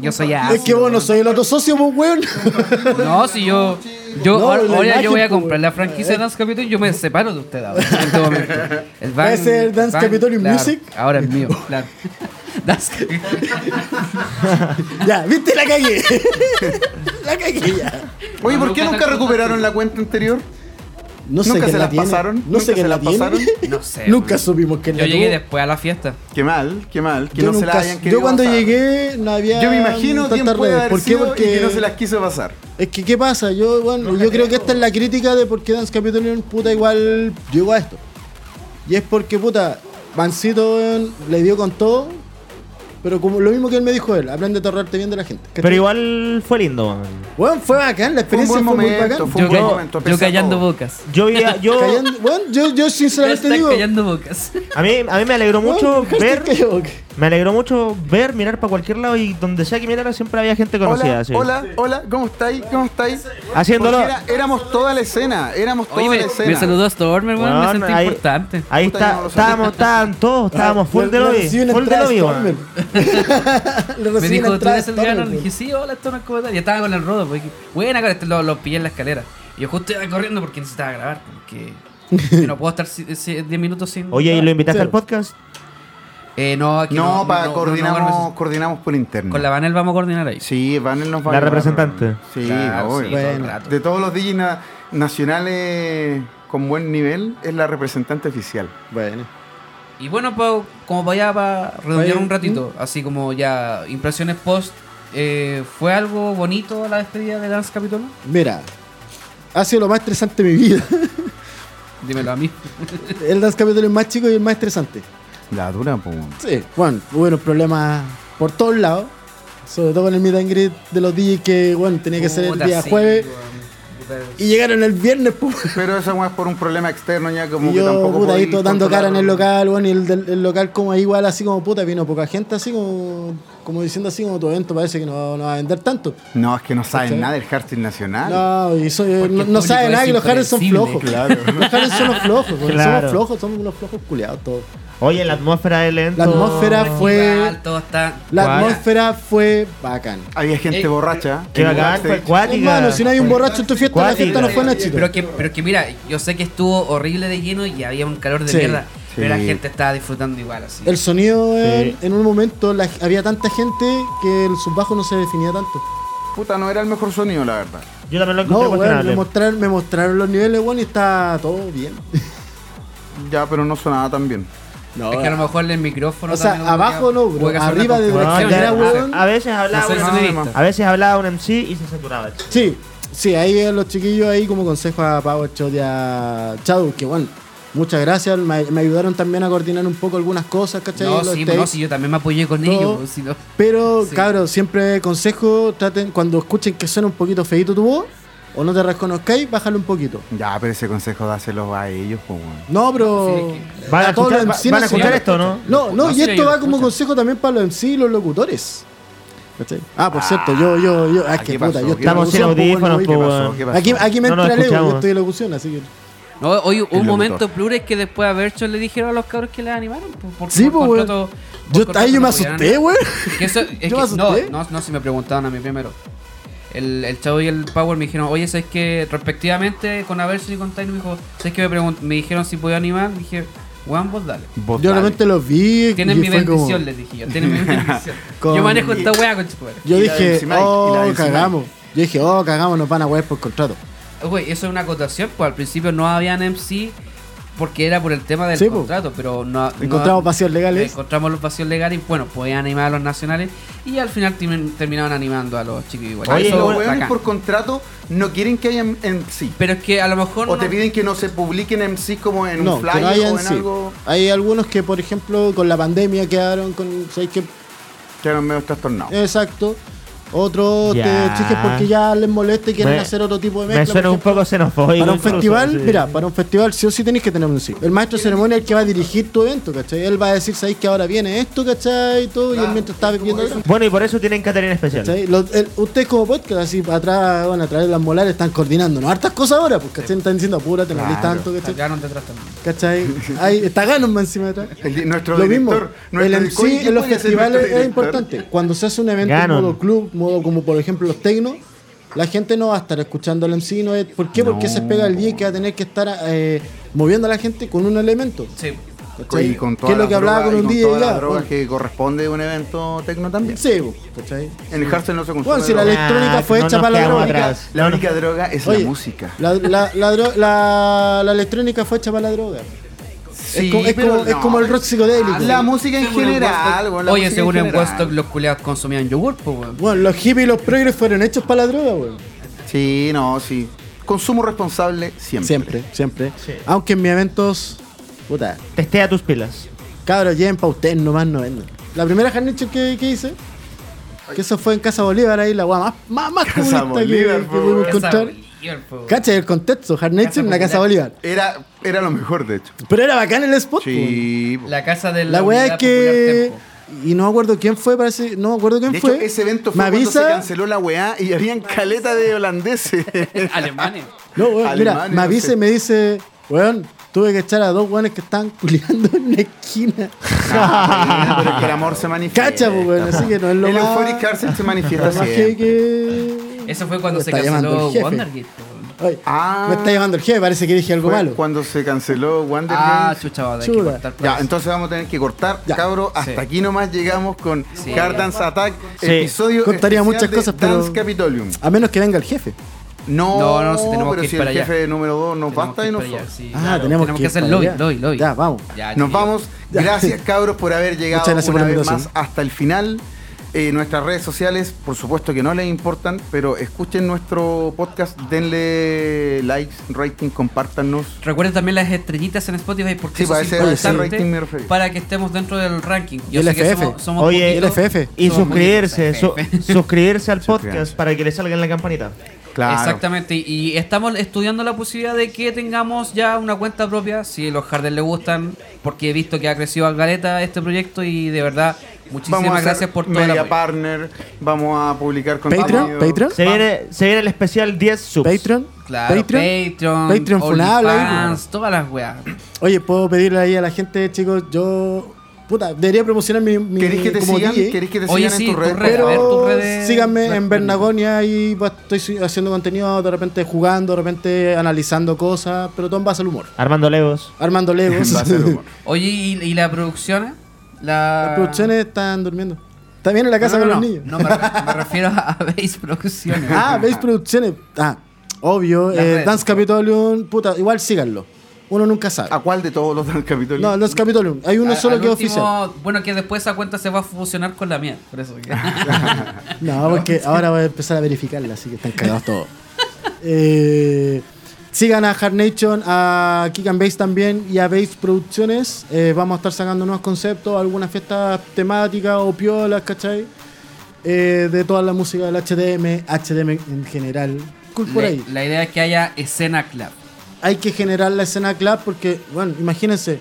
Speaker 4: Yo soy
Speaker 1: Ah, Es que vos no soy el otro socio, vos weón.
Speaker 4: No, si yo. Yo,
Speaker 1: No,
Speaker 4: ahora
Speaker 1: la
Speaker 4: ahora
Speaker 1: imagen,
Speaker 4: yo voy a
Speaker 1: pues,
Speaker 4: comprar la franquicia de Dance Capitol y yo me separo de usted ahora. En este momento. El
Speaker 1: Va a ser Dance Capitolium
Speaker 4: claro,
Speaker 1: Music.
Speaker 4: Ahora es mío, claro. Dance Capitol.
Speaker 1: ya, viste, la cagué. la cagué ya.
Speaker 5: Oye, ¿por qué nunca recuperaron la cuenta anterior?
Speaker 1: No sé
Speaker 5: ¿Nunca
Speaker 1: quién
Speaker 5: se
Speaker 1: la
Speaker 5: la
Speaker 1: tiene.
Speaker 5: pasaron?
Speaker 1: No sé
Speaker 5: ¿Nunca
Speaker 1: quién
Speaker 5: se
Speaker 1: la
Speaker 5: la pasaron?
Speaker 1: tiene.
Speaker 4: No sé.
Speaker 1: Nunca supimos quién
Speaker 4: Yo
Speaker 1: la
Speaker 4: llegué
Speaker 1: tuvo.
Speaker 4: después a la fiesta.
Speaker 5: Qué mal, qué mal. Que
Speaker 1: Yo
Speaker 5: no se la
Speaker 1: nunca-
Speaker 5: hayan querido
Speaker 1: Yo cuando
Speaker 5: pasar.
Speaker 1: llegué no había.
Speaker 5: Yo me imagino quién
Speaker 1: tantas
Speaker 5: puede
Speaker 1: redes.
Speaker 5: haber
Speaker 1: ¿Por qué?
Speaker 5: sido
Speaker 1: Porque
Speaker 5: y que no se las quiso pasar.
Speaker 1: Es que, ¿qué pasa? Yo, bueno, yo creo que esta es la crítica de por qué Dance Capitolium puta igual llegó a esto. Y es porque, puta, Mancito weón, le dio con todo. Pero como lo mismo que él me dijo él, aprende a torrarte bien de la gente. ¿cachai?
Speaker 6: Pero igual fue lindo. man.
Speaker 1: Bueno, fue bacán, la experiencia fue,
Speaker 5: buen
Speaker 1: muy
Speaker 5: momento,
Speaker 1: bacán.
Speaker 5: fue un Yo buen ca- momento,
Speaker 4: Yo callando bocas.
Speaker 6: Yo, ya- yo
Speaker 1: Callando- bueno, yo, yo sinceramente
Speaker 4: Hashtag
Speaker 1: digo.
Speaker 4: callando bocas.
Speaker 6: a, mí, a mí me alegró mucho
Speaker 1: Bueno,
Speaker 6: ver.
Speaker 1: hashtag callando-
Speaker 6: Me alegró mucho ver, mirar para cualquier lado y donde sea que mirara siempre había gente conocida.
Speaker 5: Hola,
Speaker 6: sí.
Speaker 5: hola, hola, ¿cómo estáis? ¿Cómo estáis?
Speaker 6: Haciéndolo.
Speaker 5: Porque era- éramos toda la escena, éramos toda
Speaker 4: Oye,
Speaker 5: la
Speaker 4: me,
Speaker 5: escena.
Speaker 4: me saludó a Stormer, weón. Me
Speaker 6: Weón,
Speaker 4: sentí
Speaker 6: ahí-
Speaker 4: importante.
Speaker 6: Ahí
Speaker 5: Puta, yo no
Speaker 6: está,
Speaker 5: lo sabía.
Speaker 6: estábamos, estaban todos, estábamos full de
Speaker 4: le- le
Speaker 6: lobby.
Speaker 4: recibí una
Speaker 6: Full de
Speaker 4: entrada
Speaker 6: lobby, weón.
Speaker 1: Le
Speaker 4: Me
Speaker 1: recibí una
Speaker 4: dijo, ¿tú
Speaker 1: entrada
Speaker 4: eres
Speaker 1: Stormer,
Speaker 4: el
Speaker 1: pues.
Speaker 4: Gano? Le
Speaker 1: weón.
Speaker 4: dije, sí, hola, esto no es como tal. Y estaba con el rodo, porque, bueno, acá lo, lo pillé en la escalera. Y yo justo iba corriendo porque necesitaba grabar, porque yo no puedo estar si- si- 10 minutos sin.
Speaker 6: Oye, ¿y lo invitaste al podcast?
Speaker 4: Eh, no, aquí
Speaker 5: No,
Speaker 4: no,
Speaker 5: pa,
Speaker 4: no,
Speaker 5: coordinamos,
Speaker 4: no, no, no.
Speaker 5: coordinamos por interno.
Speaker 4: Con la Vanel vamos a coordinar ahí.
Speaker 5: Sí, Vanel nos va
Speaker 6: La
Speaker 5: a llevar.
Speaker 6: representante.
Speaker 5: Sí,
Speaker 4: Claro,
Speaker 5: obvio.
Speaker 4: sí, todo el Bueno. rato.
Speaker 5: De todos los DJs na- nacionales con buen nivel, es la representante oficial.
Speaker 1: Bueno.
Speaker 4: Y bueno, pa- como para allá, para redondear
Speaker 1: Oye,
Speaker 4: un ratito, así como ya impresiones post, eh, ¿fue algo bonito la despedida de Dance Capitol?
Speaker 1: Mira, ha sido lo más estresante de mi vida.
Speaker 4: Dímelo a mí.
Speaker 1: el Dance Capitol es más chico y el más estresante.
Speaker 5: La dura, po.
Speaker 1: Sí, bueno, hubieron problemas por todos lados. Sobre todo con el meet and greet de los DJs que, bueno, tenía que ser el
Speaker 5: Puta,
Speaker 1: día
Speaker 5: sí,
Speaker 1: jueves. Y llegaron el viernes,
Speaker 5: Pero esa weá es por un problema externo ya, como
Speaker 1: Y
Speaker 5: que
Speaker 1: yo,
Speaker 5: tampoco.
Speaker 1: puta, ahí
Speaker 5: podéis
Speaker 1: todo dando cara en el
Speaker 5: controlarlo.
Speaker 1: local, bueno, y el, del- el local como ahí igual, así como puta, vino poca gente, así como, como diciendo así como tu evento parece que no, no va a vender tanto.
Speaker 5: No, es que no saben
Speaker 1: ¿Cachai?
Speaker 5: nada del hardstyle nacional.
Speaker 1: No, y soy- eh, no, no
Speaker 5: Ah, el
Speaker 1: sabe
Speaker 5: público
Speaker 1: nada
Speaker 5: es
Speaker 1: que los Harris son
Speaker 5: impredecible,
Speaker 1: flojos.
Speaker 5: claro.
Speaker 1: Los Harris son los flojos, porque
Speaker 6: Claro.
Speaker 1: somos flojos, somos unos flojos culiados todos.
Speaker 6: Oye, la atmósfera del evento.
Speaker 1: La atmósfera fue.
Speaker 4: Igual, todo está.
Speaker 1: La
Speaker 6: Guau.
Speaker 1: atmósfera fue bacán.
Speaker 5: Había gente
Speaker 4: Eh,
Speaker 5: borracha.
Speaker 6: qué
Speaker 5: en el
Speaker 6: bacán,
Speaker 5: backstage.
Speaker 6: fue cuática.
Speaker 1: Hermano, si no hay un borracho en tu fiesta, la fiesta no fue Nachito.
Speaker 4: Pero que, pero que mira, yo sé que estuvo horrible de lleno y había un calor de
Speaker 1: Sí.
Speaker 4: mierda, pero la
Speaker 1: Sí.
Speaker 4: gente estaba disfrutando igual así.
Speaker 1: El sonido,
Speaker 4: Sí.
Speaker 1: en, en un momento, la- había tanta gente que el subbajo no se definía tanto.
Speaker 5: Puta, no era el mejor sonido, la verdad.
Speaker 6: Yo también lo
Speaker 1: No, weón, me mostraron, me mostraron los niveles, weón, y está todo bien.
Speaker 5: Ya, pero no sonaba tan bien.
Speaker 4: es que a lo mejor el micrófono.
Speaker 1: O sea,
Speaker 4: también
Speaker 1: abajo no, bro,
Speaker 4: puede causar una
Speaker 1: arriba de
Speaker 4: confusión.
Speaker 1: la escalera,
Speaker 4: No sé.
Speaker 1: weón.
Speaker 6: A veces hablaba,
Speaker 4: No soy
Speaker 6: un,
Speaker 4: sonidista.
Speaker 6: a veces hablaba un MC y se saturaba.
Speaker 1: Sí, sí, ahí eh, los chiquillos ahí como consejo a Power Shot y a Chadu, que bueno, muchas gracias, me, me ayudaron también a coordinar un poco algunas cosas, ¿cachai?
Speaker 4: No,
Speaker 1: Los
Speaker 4: sí,
Speaker 1: tapes.
Speaker 4: no, sí, yo también me apoyé con
Speaker 1: Todo.
Speaker 4: ellos. pues, si no-
Speaker 1: Pero,
Speaker 4: Sí.
Speaker 1: cabros, siempre consejo, traten, cuando escuchen que suena un poquito feito tu voz, o no te reconozcáis, bájalo un poquito.
Speaker 5: Ya, pero ese consejo dáselo a ellos, po. weón.
Speaker 1: No, pero...
Speaker 5: Van a
Speaker 1: todos
Speaker 5: escuchar- va-
Speaker 1: los MC
Speaker 5: van a escuchar
Speaker 1: nacionales-
Speaker 5: esto, ¿no?
Speaker 1: No, no, y
Speaker 5: Sí,
Speaker 1: esto
Speaker 5: ellos
Speaker 1: va
Speaker 5: lo
Speaker 1: como consejo también para los MC y los locutores. ¿Cachai? Ah, por cierto, yo, yo, yo, ah, es que
Speaker 4: ¿qué pasó?
Speaker 1: puta, yo estoy
Speaker 4: ¿Qué pasó?
Speaker 1: en locución,
Speaker 4: Estamos sin
Speaker 1: pues, bueno,
Speaker 4: audífonos,
Speaker 1: voy-
Speaker 4: pues, bueno. ¿Qué pasó?
Speaker 1: Aquí, aquí me
Speaker 4: No nos
Speaker 1: entra Leo, yo
Speaker 4: escuchamos.
Speaker 1: estoy en locución, así que...
Speaker 4: No, hoy hubo un
Speaker 1: locutor.
Speaker 4: momento plures que después de haber hecho le dijeron a los cabros que les animaron. Por, por-
Speaker 1: Sí,
Speaker 4: por
Speaker 1: pues, weón.
Speaker 4: contrato-
Speaker 1: Yo-
Speaker 4: por
Speaker 1: ahí yo
Speaker 4: contrato
Speaker 1: me
Speaker 4: no podían
Speaker 1: asusté,
Speaker 4: animar.
Speaker 1: weón.
Speaker 4: Que eso- es
Speaker 1: Yo
Speaker 4: que-
Speaker 1: me asusté.
Speaker 4: No, no, no, si me preguntaban a mí primero. El, el chavo y el Power me dijeron, oye, ¿sabes que respectivamente con Aversion y con Tiny me dijo, ¿sabes que me, pregun- me dijeron si podía animar? Dije, weón, vos dale.
Speaker 1: Yo realmente los vi.
Speaker 4: Tienen
Speaker 1: y
Speaker 4: mi
Speaker 1: fue como-
Speaker 4: bendición, les dije yo. Tienen mi bendición.
Speaker 1: Con-
Speaker 4: Yo manejo esta weá con chupadre.
Speaker 1: Yo dije, oh, cagamos. Yo dije, oh, cagamos, nos van a wear por contrato.
Speaker 4: Güey, eso es una acotación, pues al principio no habían MC porque era por el tema del
Speaker 1: Sí, po.
Speaker 4: contrato, pero no,
Speaker 1: Encontramos
Speaker 4: no-
Speaker 1: vacíos legales.
Speaker 4: Encontramos los vacíos legales y bueno, podían animar a los nacionales y al final timen- terminaron animando a los chicos igual.
Speaker 5: Oye,
Speaker 4: Eso,
Speaker 5: los hueones
Speaker 4: bacán.
Speaker 5: por contrato no quieren que haya MC.
Speaker 4: Pero es que a lo mejor.
Speaker 5: O te piden que no se publiquen MC como en
Speaker 1: No,
Speaker 5: un
Speaker 1: que no hay
Speaker 5: flyer o
Speaker 1: en
Speaker 5: en
Speaker 1: sí.
Speaker 5: algo.
Speaker 1: Hay algunos que, por ejemplo, con la pandemia quedaron con. ¿sabes qué?
Speaker 5: Quedaron medio trastornados.
Speaker 1: Eh, Exacto. Otros
Speaker 6: Ya.
Speaker 1: te exigen porque ya les molesta y quieren
Speaker 6: Me-
Speaker 1: hacer otro tipo de mezcla.
Speaker 6: Me suena
Speaker 1: por
Speaker 6: un poco xenofóbico.
Speaker 1: Para un
Speaker 6: incluso,
Speaker 1: festival,
Speaker 6: sí.
Speaker 1: mira, para un festival sí o sí tenés que tener un sí. El maestro de ceremonia es el que va a dirigir tu evento, ¿cachai? Él va a decir, ¿sabéis que ahora viene esto, ¿cachai? Y todo, y él mientras está viendo
Speaker 6: Bueno, y por eso tienen Caterina especial.
Speaker 1: ¿Cachai? Los- el- ustedes como podcast, así para atrás, bueno, a través de las molares están coordinando, ¿no? Hartas cosas ahora, pues, ¿cachai? Están diciendo, apúrate, no hables tanto, ¿cachai?
Speaker 4: Sacaron detrás también.
Speaker 1: ¿Cachai? Ahí está Ganon más encima de atrás.
Speaker 5: nuestro
Speaker 1: Lo
Speaker 5: director,
Speaker 1: mismo,
Speaker 5: nuestro
Speaker 1: el
Speaker 5: director,
Speaker 1: MC
Speaker 5: ¿quién
Speaker 1: en los
Speaker 5: podría ser
Speaker 1: festivales
Speaker 5: nuestro
Speaker 1: es
Speaker 5: director?
Speaker 1: importante. Cuando se hace un evento
Speaker 5: Ganon.
Speaker 1: en modo club, modo como por ejemplo los tecnos, la gente no va a estar escuchando al MC. No es, ¿Por qué? Porque
Speaker 5: No.
Speaker 1: se pega el día que va a tener que estar eh, moviendo a la gente con un elemento.
Speaker 4: Sí.
Speaker 1: ¿Cachai?
Speaker 5: Y con
Speaker 1: ¿Qué
Speaker 5: todas
Speaker 1: es lo
Speaker 5: las
Speaker 1: que hablaba
Speaker 5: drogas-
Speaker 1: con
Speaker 5: y
Speaker 1: un DJ
Speaker 5: todas las
Speaker 1: ya?
Speaker 5: drogas
Speaker 1: Bueno.
Speaker 5: que corresponde a un evento tecno también.
Speaker 1: Sí, ¿cachai?
Speaker 5: En el hardstyle no se consume
Speaker 1: Bueno, si la
Speaker 5: droga.
Speaker 1: electrónica Ah, fue no hecha nos para la quedamos droga. atrás.
Speaker 5: La única droga es
Speaker 1: Oye,
Speaker 5: la música.
Speaker 1: La, la- la dro- la- la electrónica fue hecha para la droga.
Speaker 5: Sí,
Speaker 1: es, co- es
Speaker 5: pero
Speaker 1: como, es
Speaker 5: no.
Speaker 1: como el rock psicodélico.
Speaker 5: La música en
Speaker 4: Según el
Speaker 5: general,
Speaker 4: Woodstock-
Speaker 5: weón, la
Speaker 4: Oye,
Speaker 5: música
Speaker 4: según
Speaker 5: en
Speaker 4: en
Speaker 5: general.
Speaker 4: Woodstock los culiados consumían yogur, pues weón.
Speaker 1: Bueno, los hippies y los progres fueron hechos para la droga, weón.
Speaker 5: Sí, no, sí. Consumo responsable siempre.
Speaker 1: Siempre, siempre. Aunque en mis eventos. Puta.
Speaker 6: Testea tus pilas.
Speaker 1: Cabros, lleven pa' ustedes nomás no venden. La primera Jarnicho que, que hice, que eso fue en Casa Bolívar, ahí la guay más, más, más
Speaker 5: Casa
Speaker 1: comunista que-
Speaker 5: Bolívar,
Speaker 1: que,
Speaker 5: po,
Speaker 1: pudimos
Speaker 5: weón.
Speaker 1: encontrar. Cacha, el contexto, Jarnicho en la Casa Bolívar.
Speaker 5: Era, era lo mejor, de hecho.
Speaker 1: Pero era bacán el spot.
Speaker 5: Sí.
Speaker 4: La casa de
Speaker 1: La weá es que. Y no me acuerdo quién fue, parece. No me acuerdo quién
Speaker 5: De hecho,
Speaker 1: fue.
Speaker 5: ese evento fue
Speaker 1: Me
Speaker 5: cuando se
Speaker 1: avisa.
Speaker 5: canceló la weá y habían caleta de holandeses.
Speaker 4: Alemanes.
Speaker 1: No, weón, mira,
Speaker 5: Alemanes,
Speaker 1: me
Speaker 5: no
Speaker 1: avisa
Speaker 5: sé.
Speaker 1: y me dice, weón, tuve que echar a dos weones que estaban culiando en una esquina.
Speaker 5: Ah, pero que el amor se manifiesta.
Speaker 1: Cacha, pues, weón, así que no es lo
Speaker 5: El
Speaker 1: más-
Speaker 5: Euphoric Carcel se manifiesta
Speaker 1: lo más que-
Speaker 5: siempre.
Speaker 1: que-
Speaker 4: Eso fue cuando
Speaker 1: Me
Speaker 4: se
Speaker 1: está llamando
Speaker 4: canceló
Speaker 1: el jefe.
Speaker 4: Wondergate.
Speaker 1: Ay,
Speaker 5: Ah.
Speaker 1: Me está llamando el jefe, parece que dije algo
Speaker 5: Fue
Speaker 1: malo.
Speaker 5: Cuando se canceló Wander
Speaker 4: Ah,
Speaker 5: Games.
Speaker 4: chucha, va, hay que
Speaker 5: Chula.
Speaker 4: cortar por
Speaker 5: Ya,
Speaker 4: eso.
Speaker 5: entonces vamos a tener que cortar, cabro. Hasta
Speaker 4: Sí.
Speaker 5: aquí nomás llegamos con
Speaker 4: Sí.
Speaker 5: Hard Dance Attack,
Speaker 1: Sí.
Speaker 5: episodio
Speaker 1: Contaría
Speaker 5: especial
Speaker 1: muchas
Speaker 5: de
Speaker 1: cosas, pero-
Speaker 5: Dance Capitolium.
Speaker 1: A menos que venga el jefe.
Speaker 5: No,
Speaker 4: No, no, si tenemos
Speaker 5: pero
Speaker 4: que ir
Speaker 5: si
Speaker 4: para
Speaker 5: el
Speaker 4: allá.
Speaker 5: jefe no me lo do- nos basta y nos
Speaker 4: allá,
Speaker 5: va.
Speaker 4: sí, Ah, claro. tenemos Tenemos que que ir hacer para lobby, allá. lobby, lobby.
Speaker 5: Ya, vamos.
Speaker 4: Ya,
Speaker 5: nos
Speaker 4: chiquillos.
Speaker 5: vamos.
Speaker 4: Ya.
Speaker 5: Gracias, cabros, por haber llegado
Speaker 1: Muchas gracias
Speaker 5: una
Speaker 1: por la
Speaker 5: vez más
Speaker 1: invitación.
Speaker 5: hasta el final. Eh, nuestras redes sociales, por supuesto que no les importan, pero escuchen nuestro podcast, denle likes, rating, compártanos.
Speaker 4: Recuerden también las estrellitas en Spotify porque
Speaker 5: Sí,
Speaker 4: eso es
Speaker 5: para ese- ese
Speaker 4: importante
Speaker 5: rating me referí.
Speaker 4: para que estemos dentro del ranking. Yo
Speaker 5: El
Speaker 4: sé que
Speaker 5: FF.
Speaker 4: somos, somos
Speaker 6: Oye,
Speaker 4: poquitos,
Speaker 6: y
Speaker 4: somos
Speaker 6: suscribirse,
Speaker 4: poquitos.
Speaker 6: su- suscribirse al podcast para que le salga en la campanita.
Speaker 4: Exactamente, y y estamos estudiando la posibilidad de que tengamos ya una cuenta propia, si los jardines le gustan, porque he visto que ha crecido al galeta este proyecto y de verdad, muchísimas
Speaker 5: Vamos a hacer
Speaker 4: gracias por todo el
Speaker 5: media
Speaker 4: apoyo.
Speaker 5: partner, vamos a publicar con
Speaker 6: Se viene, se viene el especial 10 subs.
Speaker 1: Patreon.
Speaker 4: Claro, Patreon, Patreon,
Speaker 1: Patreon funable ahí.
Speaker 4: OnlyFans, todas las weas.
Speaker 1: Oye, puedo pedirle ahí a la gente, chicos, yo. Puta, debería promocionar mi. mi
Speaker 5: ¿Querés que te
Speaker 1: como
Speaker 5: sigan?
Speaker 1: DJ.
Speaker 5: ¿Querés que te Oye, sigan en sí, tus tus redes? redes,
Speaker 1: Pero
Speaker 5: a ver, tus redes.
Speaker 1: Síganme
Speaker 5: Las-
Speaker 1: en Bernagonia y va- estoy si- haciendo contenido, de repente jugando, de repente analizando cosas, pero todo en base al humor.
Speaker 6: Armando Legos.
Speaker 1: Armando Legos.
Speaker 4: Oye, ¿y, y la producción? La...
Speaker 1: Las producciones están durmiendo. También en la casa
Speaker 4: No, no,
Speaker 1: con
Speaker 4: no,
Speaker 1: los niños.
Speaker 4: no, me, re- me refiero a Base Producciones.
Speaker 1: Ah, veis producciones. Ah, obvio.
Speaker 4: Las
Speaker 1: eh,
Speaker 4: redes.
Speaker 1: Dance Capitolium, puta, igual síganlo. Uno nunca sabe. ¿A
Speaker 5: cuál de todos los Dance Capitolium?
Speaker 1: No, Dance Capitolium. Hay uno
Speaker 4: Ah, Al-
Speaker 1: solo
Speaker 4: Ah, al
Speaker 1: que es
Speaker 4: último-
Speaker 1: oficial.
Speaker 4: Bueno, que después esa cuenta se va a fusionar con la mía, por eso. que-
Speaker 1: No, porque ahora voy a empezar a verificarla, así que están cagados todos. Eh, sigan a Hard Nation, a Kick and Base también y a Base Producciones. Eh, vamos a estar sacando nuevos conceptos, algunas fiestas temáticas o piolas, ¿cachai? Eh, de toda la música del HDM, HDM en general. Cool por
Speaker 4: la,
Speaker 1: ahí.
Speaker 4: la idea es que haya escena club.
Speaker 1: Hay que generar la escena club porque, bueno, imagínense,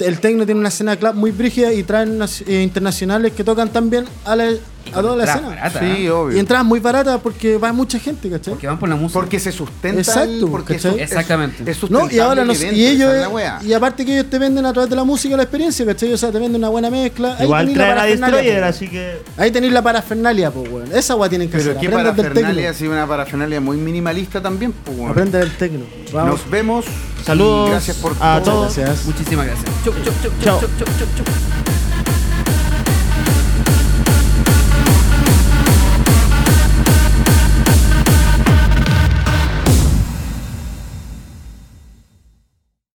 Speaker 1: el Tecno tiene una escena club muy brígida y traen unas, eh, internacionales que tocan también a, la, a toda la
Speaker 4: entradas
Speaker 1: escena.
Speaker 4: baratas, Sí, ¿eh? obvio.
Speaker 1: Y entradas muy baratas porque va mucha gente, ¿cachai?
Speaker 4: Porque van por la música.
Speaker 5: Porque se sustenta.
Speaker 1: Exacto,
Speaker 5: porque
Speaker 1: ¿cachai?
Speaker 4: Exactamente.
Speaker 1: No, y ahora nos, y ellos
Speaker 5: esa es la wea.
Speaker 1: y aparte que ellos te venden a través de la música la experiencia, ¿cachai? O sea, te venden una buena mezcla. Ahí
Speaker 6: Igual
Speaker 1: tenés la
Speaker 6: traen a
Speaker 1: parafernalia,
Speaker 6: Destroyer,
Speaker 1: po,
Speaker 6: así que.
Speaker 1: weón. Ahí tenéis la parafernalia, pues, weón. Esa weá tienen que
Speaker 5: Pero
Speaker 1: hacer.
Speaker 5: qué
Speaker 1: Aprendan del
Speaker 5: parafernalia,
Speaker 1: tecno.
Speaker 5: sí, una parafernalia muy minimalista también. pues, bueno.
Speaker 1: Aprendan del tecno. Vamos. Ah,
Speaker 5: Nos vemos.
Speaker 6: Saludos
Speaker 5: Gracias por
Speaker 6: a
Speaker 5: todo.
Speaker 6: todos.
Speaker 4: Muchísimas gracias. Chau, chau, chau,
Speaker 6: Chau.
Speaker 4: chau, chau, chau, chau.